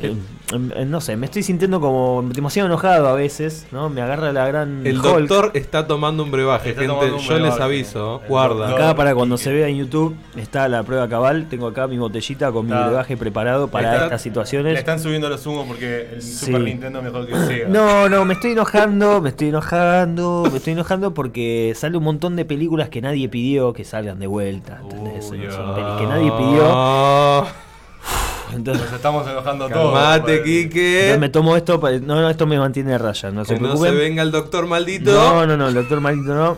Speaker 3: em, em, em, no sé, me estoy sintiendo como demasiado enojado a veces, ¿no? Me agarra la gran.
Speaker 1: El
Speaker 3: Hulk.
Speaker 1: doctor está tomando un brebaje,
Speaker 4: Está
Speaker 1: gente.
Speaker 4: tomando un
Speaker 1: Yo les
Speaker 4: brebaje.
Speaker 1: aviso,
Speaker 4: El
Speaker 1: guarda.
Speaker 4: doctor.
Speaker 3: Acá para cuando se vea en YouTube está la prueba cabal. Tengo acá mi botellita con mi
Speaker 4: Está.
Speaker 3: brebaje preparado para
Speaker 4: Está-
Speaker 3: estas
Speaker 4: Le
Speaker 3: situaciones.
Speaker 4: están subiendo los humos porque el
Speaker 3: Sí.
Speaker 4: Super Nintendo mejor que sea.
Speaker 3: No, no, me estoy enojando, me estoy enojando, me estoy enojando porque sale un montón de películas que nadie pidió que salgan de vuelta. ¿entendés? Son pelis que nadie pidió. Entonces,
Speaker 4: Nos estamos enojando todos.
Speaker 1: Ah, Calmate,
Speaker 4: Por el-
Speaker 3: entonces
Speaker 1: Quique.
Speaker 3: me tomo esto, para- no, no, esto me mantiene a raya, no se
Speaker 1: Que no se
Speaker 3: preocupen.
Speaker 1: venga el doctor maldito.
Speaker 3: No, no, no, el doctor Marito no.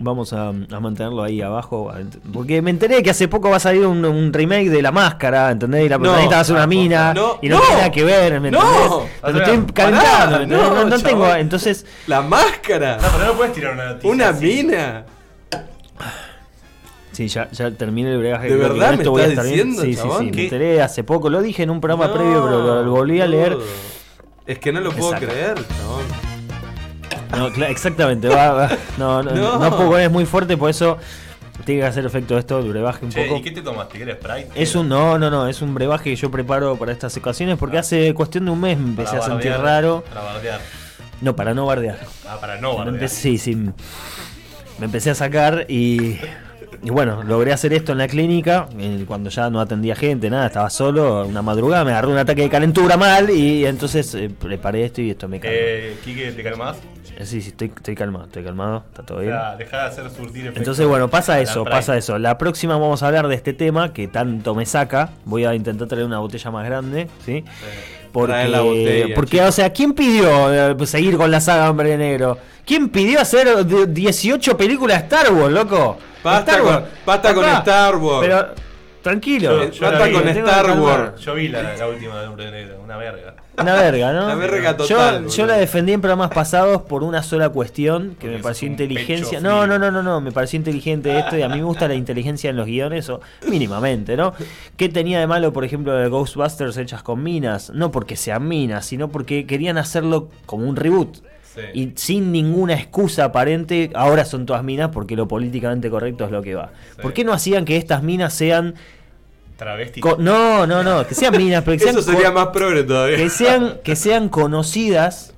Speaker 3: Vamos a, a mantenerlo ahí abajo. adent- Porque me enteré que hace poco va a salir un, un remake de La Máscara, ¿entendés? Y la
Speaker 1: No,
Speaker 3: protagonista va a ser una
Speaker 1: tampoco,
Speaker 3: mina.
Speaker 1: no,
Speaker 3: y no,
Speaker 1: no,
Speaker 3: tiene nada que ver, ¿me
Speaker 1: no.
Speaker 3: entendés?
Speaker 4: O
Speaker 3: Me
Speaker 4: sea,
Speaker 3: estoy
Speaker 4: pará,
Speaker 3: calentando, ¿entendés?
Speaker 1: no,
Speaker 3: no, no tengo.
Speaker 1: chabón.
Speaker 3: Entonces,
Speaker 1: La máscara.
Speaker 4: No, pero no puedes tirar una noticia.
Speaker 1: Una
Speaker 4: así.
Speaker 1: mina.
Speaker 3: Sí, ya, ya terminé el bregaje.
Speaker 1: ¿De
Speaker 3: creo que
Speaker 1: verdad
Speaker 3: con
Speaker 1: me
Speaker 3: esto voy a
Speaker 1: estás
Speaker 3: estar bien.
Speaker 1: diciendo,
Speaker 3: Sí, sí,
Speaker 1: chabón?
Speaker 3: sí.
Speaker 1: ¿Qué?
Speaker 3: Me enteré hace poco. Lo dije en un programa
Speaker 1: No,
Speaker 3: previo, pero lo, lo volví a leer.
Speaker 1: no. Es que no lo puedo
Speaker 3: Exacto.
Speaker 1: creer, chabón.
Speaker 3: No, cla- exactamente. va- va. No, no,
Speaker 1: No.
Speaker 3: no. puedo poner, es muy fuerte, por eso tiene que hacer efecto esto, el brebaje un
Speaker 4: Che,
Speaker 3: poco.
Speaker 4: ¿y qué te tomaste? ¿Quieres Sprite?
Speaker 3: Es un, no, no, no, es un brebaje que yo preparo para estas ocasiones
Speaker 1: Ah.
Speaker 3: porque hace cuestión de un mes me
Speaker 4: Para
Speaker 3: empecé a sentir
Speaker 4: bardear,
Speaker 3: raro.
Speaker 4: Para bardear.
Speaker 3: No, para no bardear.
Speaker 4: Ah, para no
Speaker 3: Me
Speaker 4: bardear.
Speaker 3: empecé, sí, sí. Me empecé a sacar y, y bueno, logré hacer esto en la clínica, eh, cuando ya no atendía gente, nada, estaba solo, una madrugada, me agarró un ataque de calentura mal y entonces eh, preparé esto y esto me calma.
Speaker 4: Eh, Quique, ¿te calmás?
Speaker 3: Eh, sí, sí, estoy, estoy calmado, estoy calmado, está todo
Speaker 4: O
Speaker 3: bien.
Speaker 4: sea, dejá de hacer surtir efecto.
Speaker 3: Entonces, bueno, pasa
Speaker 4: La
Speaker 3: eso,
Speaker 4: Sprite.
Speaker 3: pasa eso. La próxima vamos a hablar de este tema que tanto me saca. Voy a intentar traer una botella más grande, ¿sí? Porque,
Speaker 1: Trae la botella,
Speaker 3: porque o sea, ¿quién pidió eh, seguir con la saga Hombre de Negro? ¿Quién pidió hacer de- 18 películas de Star Wars, loco?
Speaker 1: Basta
Speaker 3: Star Wars.
Speaker 1: con- basta con
Speaker 3: Papá,
Speaker 1: Star Wars.
Speaker 3: Pero, tranquilo.
Speaker 4: Yo- yo
Speaker 1: Basta
Speaker 4: la vi,
Speaker 1: con
Speaker 4: la
Speaker 3: tengo
Speaker 1: Star
Speaker 3: que calmar.
Speaker 1: Wars.
Speaker 4: Yo vi la, la última de Hombre Negro, una verga.
Speaker 3: Una verga, ¿no?
Speaker 1: La verga
Speaker 3: Yo-
Speaker 1: total,
Speaker 3: Yo,
Speaker 1: boludo.
Speaker 3: la defendí en programas pasados por una sola cuestión que
Speaker 4: Porque
Speaker 3: me pareció
Speaker 4: sos un
Speaker 3: inteligencia.
Speaker 4: pecho
Speaker 3: No,
Speaker 4: frío.
Speaker 3: no, no, no, no, me pareció inteligente esto y a mí me gusta la inteligencia en los guiones, o mínimamente, ¿no? ¿Qué tenía de malo, por ejemplo, de Ghostbusters hechas con minas? No porque sean minas, sino porque querían hacerlo como un reboot.
Speaker 4: Sí.
Speaker 3: Y sin ninguna excusa aparente, ahora son todas minas porque lo políticamente correcto es lo que va.
Speaker 4: Sí.
Speaker 3: ¿Por qué no hacían que estas minas sean...
Speaker 4: Travesti.
Speaker 3: co- No, no, no, que sean minas, pero que sean
Speaker 1: Eso sería
Speaker 3: co-
Speaker 1: más progre todavía.
Speaker 3: que sean, que sean conocidas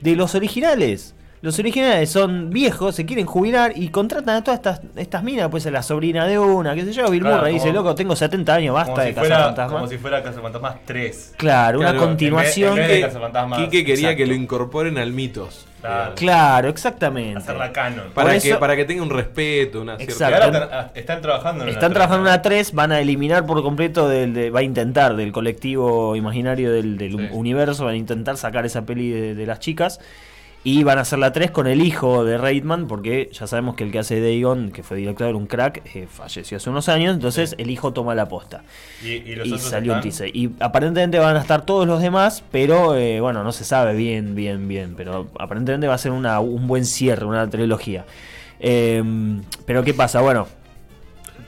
Speaker 3: de los originales. Los originales son viejos, se quieren jubilar y contratan a todas estas, estas minas, pues a la sobrina de una, qué sé yo, Bill
Speaker 4: Claro,
Speaker 3: Murray
Speaker 4: como-
Speaker 3: dice, loco, tengo 70 años,
Speaker 4: como,
Speaker 3: basta
Speaker 4: si
Speaker 3: de
Speaker 4: fuera,
Speaker 3: Cazafantasmas.
Speaker 4: como si fuera Cazafantasmas 3.
Speaker 3: Claro, una
Speaker 1: Claro, en vez-
Speaker 3: continuación.
Speaker 4: en vez de
Speaker 3: que-
Speaker 4: Cazafantasmas.
Speaker 1: Quique quería
Speaker 3: Exacto.
Speaker 1: que lo incorporen al mitos.
Speaker 4: Claro.
Speaker 3: Claro, exactamente.
Speaker 4: Hacerla canon.
Speaker 1: Para,
Speaker 3: Por
Speaker 1: que,
Speaker 3: eso-
Speaker 1: para que tenga un respeto, una
Speaker 4: Y
Speaker 3: Exacto.
Speaker 1: cierta.
Speaker 4: ahora están, ah, están trabajando en una
Speaker 3: Están trabajando en una
Speaker 4: tres.
Speaker 3: 3, van a eliminar por completo, del, de- va a intentar, del colectivo imaginario del, del
Speaker 1: Sí.
Speaker 3: universo, van a intentar sacar esa peli de, de las chicas. Y van a hacer la 3 con el hijo de Reitman, porque ya sabemos que el que hace Dagon, que fue director de un crack, eh, falleció hace unos años, entonces el hijo toma la posta.
Speaker 4: Y, y los
Speaker 3: Y
Speaker 4: otros
Speaker 3: salió un
Speaker 4: están-
Speaker 3: teaser. Y aparentemente van a estar todos los demás, pero eh, bueno, no se sabe bien, bien, bien. Pero aparentemente va a ser una- un buen cierre, una trilogía. Eh, pero ¿qué pasa? Bueno,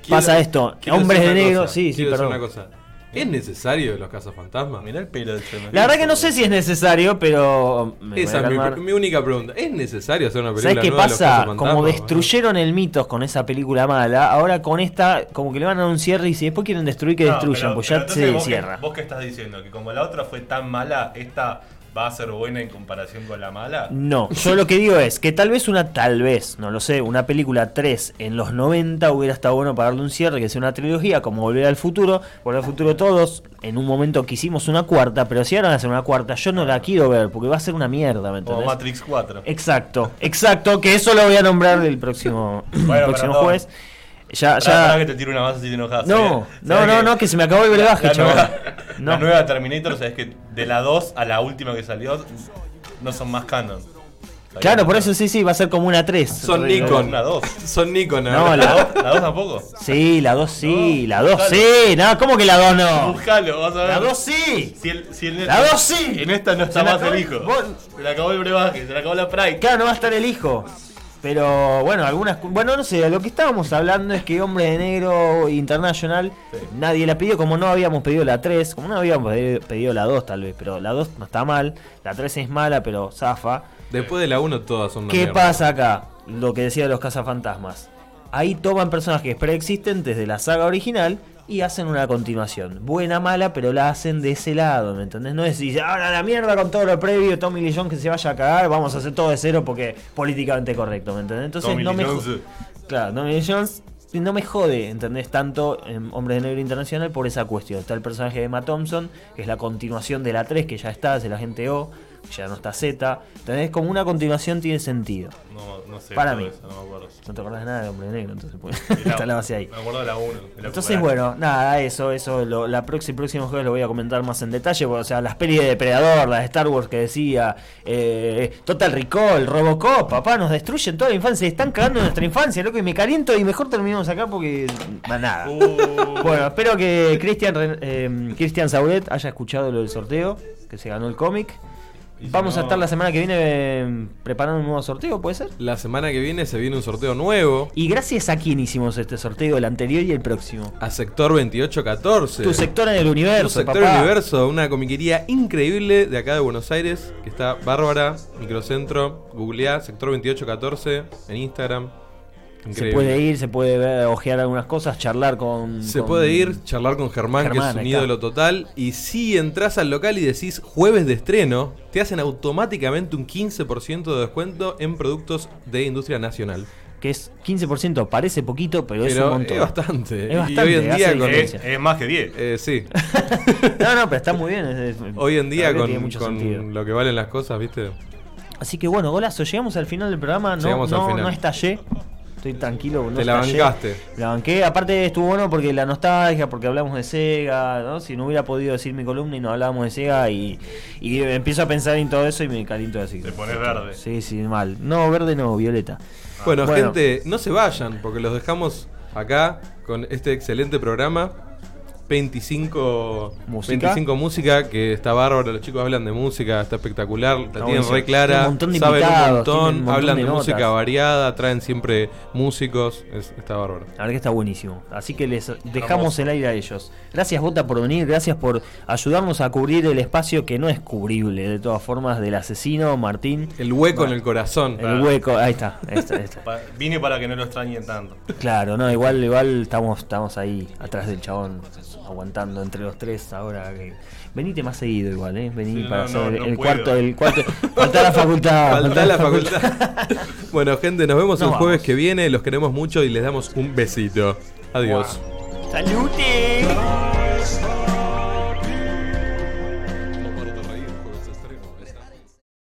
Speaker 1: Quiero-
Speaker 3: pasa esto.
Speaker 1: quiero
Speaker 3: Hombres de
Speaker 1: decir una
Speaker 3: negro,
Speaker 1: cosa,
Speaker 3: sí, sí,
Speaker 1: quiero decir
Speaker 3: perdón.
Speaker 1: una cosa. ¿Es necesario los cazafantasmas?
Speaker 4: Mirá el pelo del chema.
Speaker 3: La verdad que no sé si es necesario, pero me voy a
Speaker 1: Esa es mi,
Speaker 3: calmar.
Speaker 1: mi única pregunta. ¿Es necesario hacer una película
Speaker 3: ¿Sabes qué
Speaker 1: nueva de los
Speaker 3: pasa?
Speaker 1: cazafantasmas,
Speaker 3: Como
Speaker 1: boludo?
Speaker 3: destruyeron el mitos con esa película mala, ahora con esta, como que le van a dar un cierre y si después quieren destruir, que
Speaker 4: No,
Speaker 3: destruyan,
Speaker 4: pero-
Speaker 3: pues
Speaker 4: pero
Speaker 3: ya
Speaker 4: entonces
Speaker 3: se
Speaker 4: vos que-
Speaker 3: cierra.
Speaker 4: ¿Vos qué estás diciendo? ¿Que como la otra fue tan mala, esta va a ser buena en comparación con la mala?
Speaker 3: No, yo lo que digo es que tal vez una, tal vez, no lo sé, una película 3 en los 90 hubiera estado bueno para darle un cierre, que sea una trilogía como Volver al Futuro, Volver al Futuro todos, en un momento quisimos una cuarta, pero si ahora van a hacer una cuarta, yo no la quiero ver porque va a ser una mierda, ¿me
Speaker 4: Como
Speaker 3: entendés? Eh,
Speaker 4: Matrix 4.
Speaker 3: Exacto, exacto, que eso lo voy a nombrar el próximo, el
Speaker 4: Bueno,
Speaker 3: próximo
Speaker 4: perdón.
Speaker 3: jueves. Ya,
Speaker 4: Pará, pará que
Speaker 3: ya.
Speaker 4: te tiro una más así te enojas. eh.
Speaker 3: No,
Speaker 4: ¿sabés?
Speaker 3: no,
Speaker 4: ¿Sabés
Speaker 3: no,
Speaker 4: que
Speaker 3: no, que se me acabó el brebaje,
Speaker 4: La
Speaker 3: chaval.
Speaker 4: nueva,
Speaker 3: No.
Speaker 4: la nueva Terminator, sabes que de la 2 a la última que salió, no son más canon.
Speaker 3: Claro, por eso sí, sí, va a ser como una 3.
Speaker 1: Son
Speaker 4: Nico.
Speaker 1: Nikon.
Speaker 4: Una dos.
Speaker 1: Son Nikon.
Speaker 3: No,
Speaker 1: ahora.
Speaker 4: ¿La 2? ¿La 2 tampoco?
Speaker 3: Sí, la 2 sí,
Speaker 4: No,
Speaker 3: la 2
Speaker 4: claro.
Speaker 3: sí. No, ¿cómo que la 2 no?
Speaker 4: Buscalo, vas a ver.
Speaker 3: La 2 sí.
Speaker 4: Si el- si en
Speaker 3: La
Speaker 4: esta-
Speaker 3: dos sí.
Speaker 4: En esta no está
Speaker 3: Se la
Speaker 4: más el
Speaker 3: acabó-
Speaker 4: hijo.
Speaker 3: vos-
Speaker 4: Se le acabó el brebaje, se le acabó la Pride.
Speaker 3: Claro, no va a estar el hijo. Pero bueno, algunas. cu- Bueno, no sé, lo que estábamos hablando es que Hombre de Negro International nadie la pidió, como no habíamos pedido la 3, como no habíamos pedi- pedido la 2 tal vez, pero la 2 no está mal, la 3 es mala, pero zafa.
Speaker 1: Después de la 1 todas son una
Speaker 3: ¿Qué
Speaker 1: mierda.
Speaker 3: pasa acá? Lo que decía de los cazafantasmas. Ahí toman personajes preexistentes de la saga original y hacen una continuación. Buena, mala, pero la hacen de ese lado, ¿me entendés? No es decir, ahora la mierda con todo lo previo, Tommy Lee Jones que se vaya a cagar, vamos a hacer todo de cero porque políticamente correcto, ¿me entendés? Entonces
Speaker 4: Tommy
Speaker 3: no
Speaker 4: Lee
Speaker 3: me
Speaker 4: Jones. eh.
Speaker 3: jo- Claro, Tommy Lee Jones no me jode, ¿entendés? Tanto en Hombres de Negro Internacional por esa cuestión. Está el personaje de Emma Thompson, que es la continuación de la 3 que ya está, es el agente O. ya no está Z. Entonces, como una continuación tiene sentido.
Speaker 4: No, no sé.
Speaker 3: Para
Speaker 4: todo
Speaker 3: mí.
Speaker 4: eso, no me acuerdo.
Speaker 3: No te acordás nada de Hombre Negro, entonces pues,
Speaker 4: Y la-
Speaker 3: está la base ahí.
Speaker 4: Me acuerdo de la 1. de la
Speaker 3: Entonces,
Speaker 4: cucaracha.
Speaker 3: bueno, nada, eso, eso, lo- la próxima, próximo jueves lo voy a comentar más en detalle, porque, o sea, las pelis de Depredador, las de Star Wars que decía, eh, Total Recall, Robocop, papá, nos destruyen toda la infancia, están cagando nuestra infancia, loco, y me caliento y mejor terminamos acá porque, más nada.
Speaker 4: Uh.
Speaker 3: Bueno, espero que Cristian Ren- eh, Cristian Sauret haya escuchado lo del sorteo, que se ganó el cómic.
Speaker 4: Y si
Speaker 3: Vamos a
Speaker 4: no-
Speaker 3: estar la semana que viene eh, preparando un nuevo sorteo, ¿puede ser?
Speaker 1: La semana que viene se viene un sorteo nuevo
Speaker 3: Y gracias a quién hicimos este sorteo, el anterior y el próximo.
Speaker 1: a sector 2814.
Speaker 3: Tu sector en el universo,
Speaker 1: Este, Tu sector
Speaker 3: papá.
Speaker 1: universo, una comiquería increíble de acá de Buenos Aires, que está bárbara, microcentro, googleá, sector 2814 en Instagram.
Speaker 3: Se
Speaker 1: Increíble.
Speaker 3: puede ir, se puede ver, ojear algunas cosas, charlar con.
Speaker 1: Se
Speaker 3: con-
Speaker 1: puede ir, charlar con Germán,
Speaker 3: Germán,
Speaker 1: que es
Speaker 3: ahí
Speaker 1: un
Speaker 3: está.
Speaker 1: ídolo total. Y si entras al local y decís jueves de estreno, te hacen automáticamente un 15% de descuento en productos de industria nacional.
Speaker 3: Que es 15%, parece poquito, pero, es un
Speaker 1: Pero es,
Speaker 3: montón.
Speaker 1: bastante.
Speaker 3: Es
Speaker 1: Y hoy en
Speaker 3: bastante,
Speaker 1: día
Speaker 3: hace
Speaker 1: con.
Speaker 4: Es,
Speaker 3: diferencia.
Speaker 4: es más que 10.
Speaker 1: eh, sí.
Speaker 3: No, no, pero está muy bien. es- es-
Speaker 1: Hoy en
Speaker 3: la
Speaker 1: día
Speaker 3: verdad
Speaker 1: con,
Speaker 3: tiene mucho
Speaker 1: con
Speaker 3: sentido.
Speaker 1: lo que valen las cosas, ¿viste?
Speaker 3: Así que bueno, golazo, llegamos al final del programa. No,
Speaker 1: Llegamos al
Speaker 3: no,
Speaker 1: final.
Speaker 3: no estallé. Estoy tranquilo. No
Speaker 1: Te la
Speaker 3: estallé.
Speaker 1: bancaste.
Speaker 3: La banqué. Aparte estuvo bueno porque la nostalgia, porque hablamos de Sega. ¿no? Si no hubiera podido decir mi columna y no hablábamos de Sega. Y, y empiezo a pensar en todo eso y me caliento así.
Speaker 4: Te pones verde.
Speaker 3: Sí, sí, mal. No, verde no, violeta.
Speaker 1: Bueno,
Speaker 3: Ah, Bueno.
Speaker 1: gente, no se vayan, porque los dejamos acá con este excelente programa. 25
Speaker 3: Música.
Speaker 1: 25 música, que está bárbaro, los chicos hablan de música, está espectacular, la
Speaker 3: Está
Speaker 1: tienen
Speaker 3: buenísimo.
Speaker 1: re clara,
Speaker 3: Tienen un montón de
Speaker 1: saben un
Speaker 3: invitados,
Speaker 1: montón,
Speaker 3: tienen un montón
Speaker 1: hablan
Speaker 3: de
Speaker 1: de, música
Speaker 3: notas.
Speaker 1: variada, traen siempre músicos, es- está bárbaro.
Speaker 3: La verdad que está buenísimo. Así que les dejamos el aire a ellos. Gracias, Bota, por venir. Gracias por ayudarnos a cubrir el espacio que no es cubrible, de todas formas, del asesino Martín.
Speaker 1: El hueco en el corazón.
Speaker 3: El hueco, ahí está. ahí está, ahí está.
Speaker 4: Pa- vine para que no lo extrañen tanto.
Speaker 3: Claro, no, igual, igual estamos, estamos ahí atrás del chabón, aguantando entre los tres ahora. que- Venite más seguido igual, eh. Vení
Speaker 4: Sí,
Speaker 3: para
Speaker 4: no,
Speaker 3: hacer
Speaker 4: no,
Speaker 3: el,
Speaker 4: no
Speaker 3: el
Speaker 4: puedo.
Speaker 3: cuarto, el cuarto. Faltá la facultad.
Speaker 1: Faltá la facultad. bueno, gente, nos vemos
Speaker 3: Nos
Speaker 1: el
Speaker 3: vamos.
Speaker 1: jueves que viene, los queremos mucho y les damos un besito. Adiós.
Speaker 3: Salute.
Speaker 9: Christmas.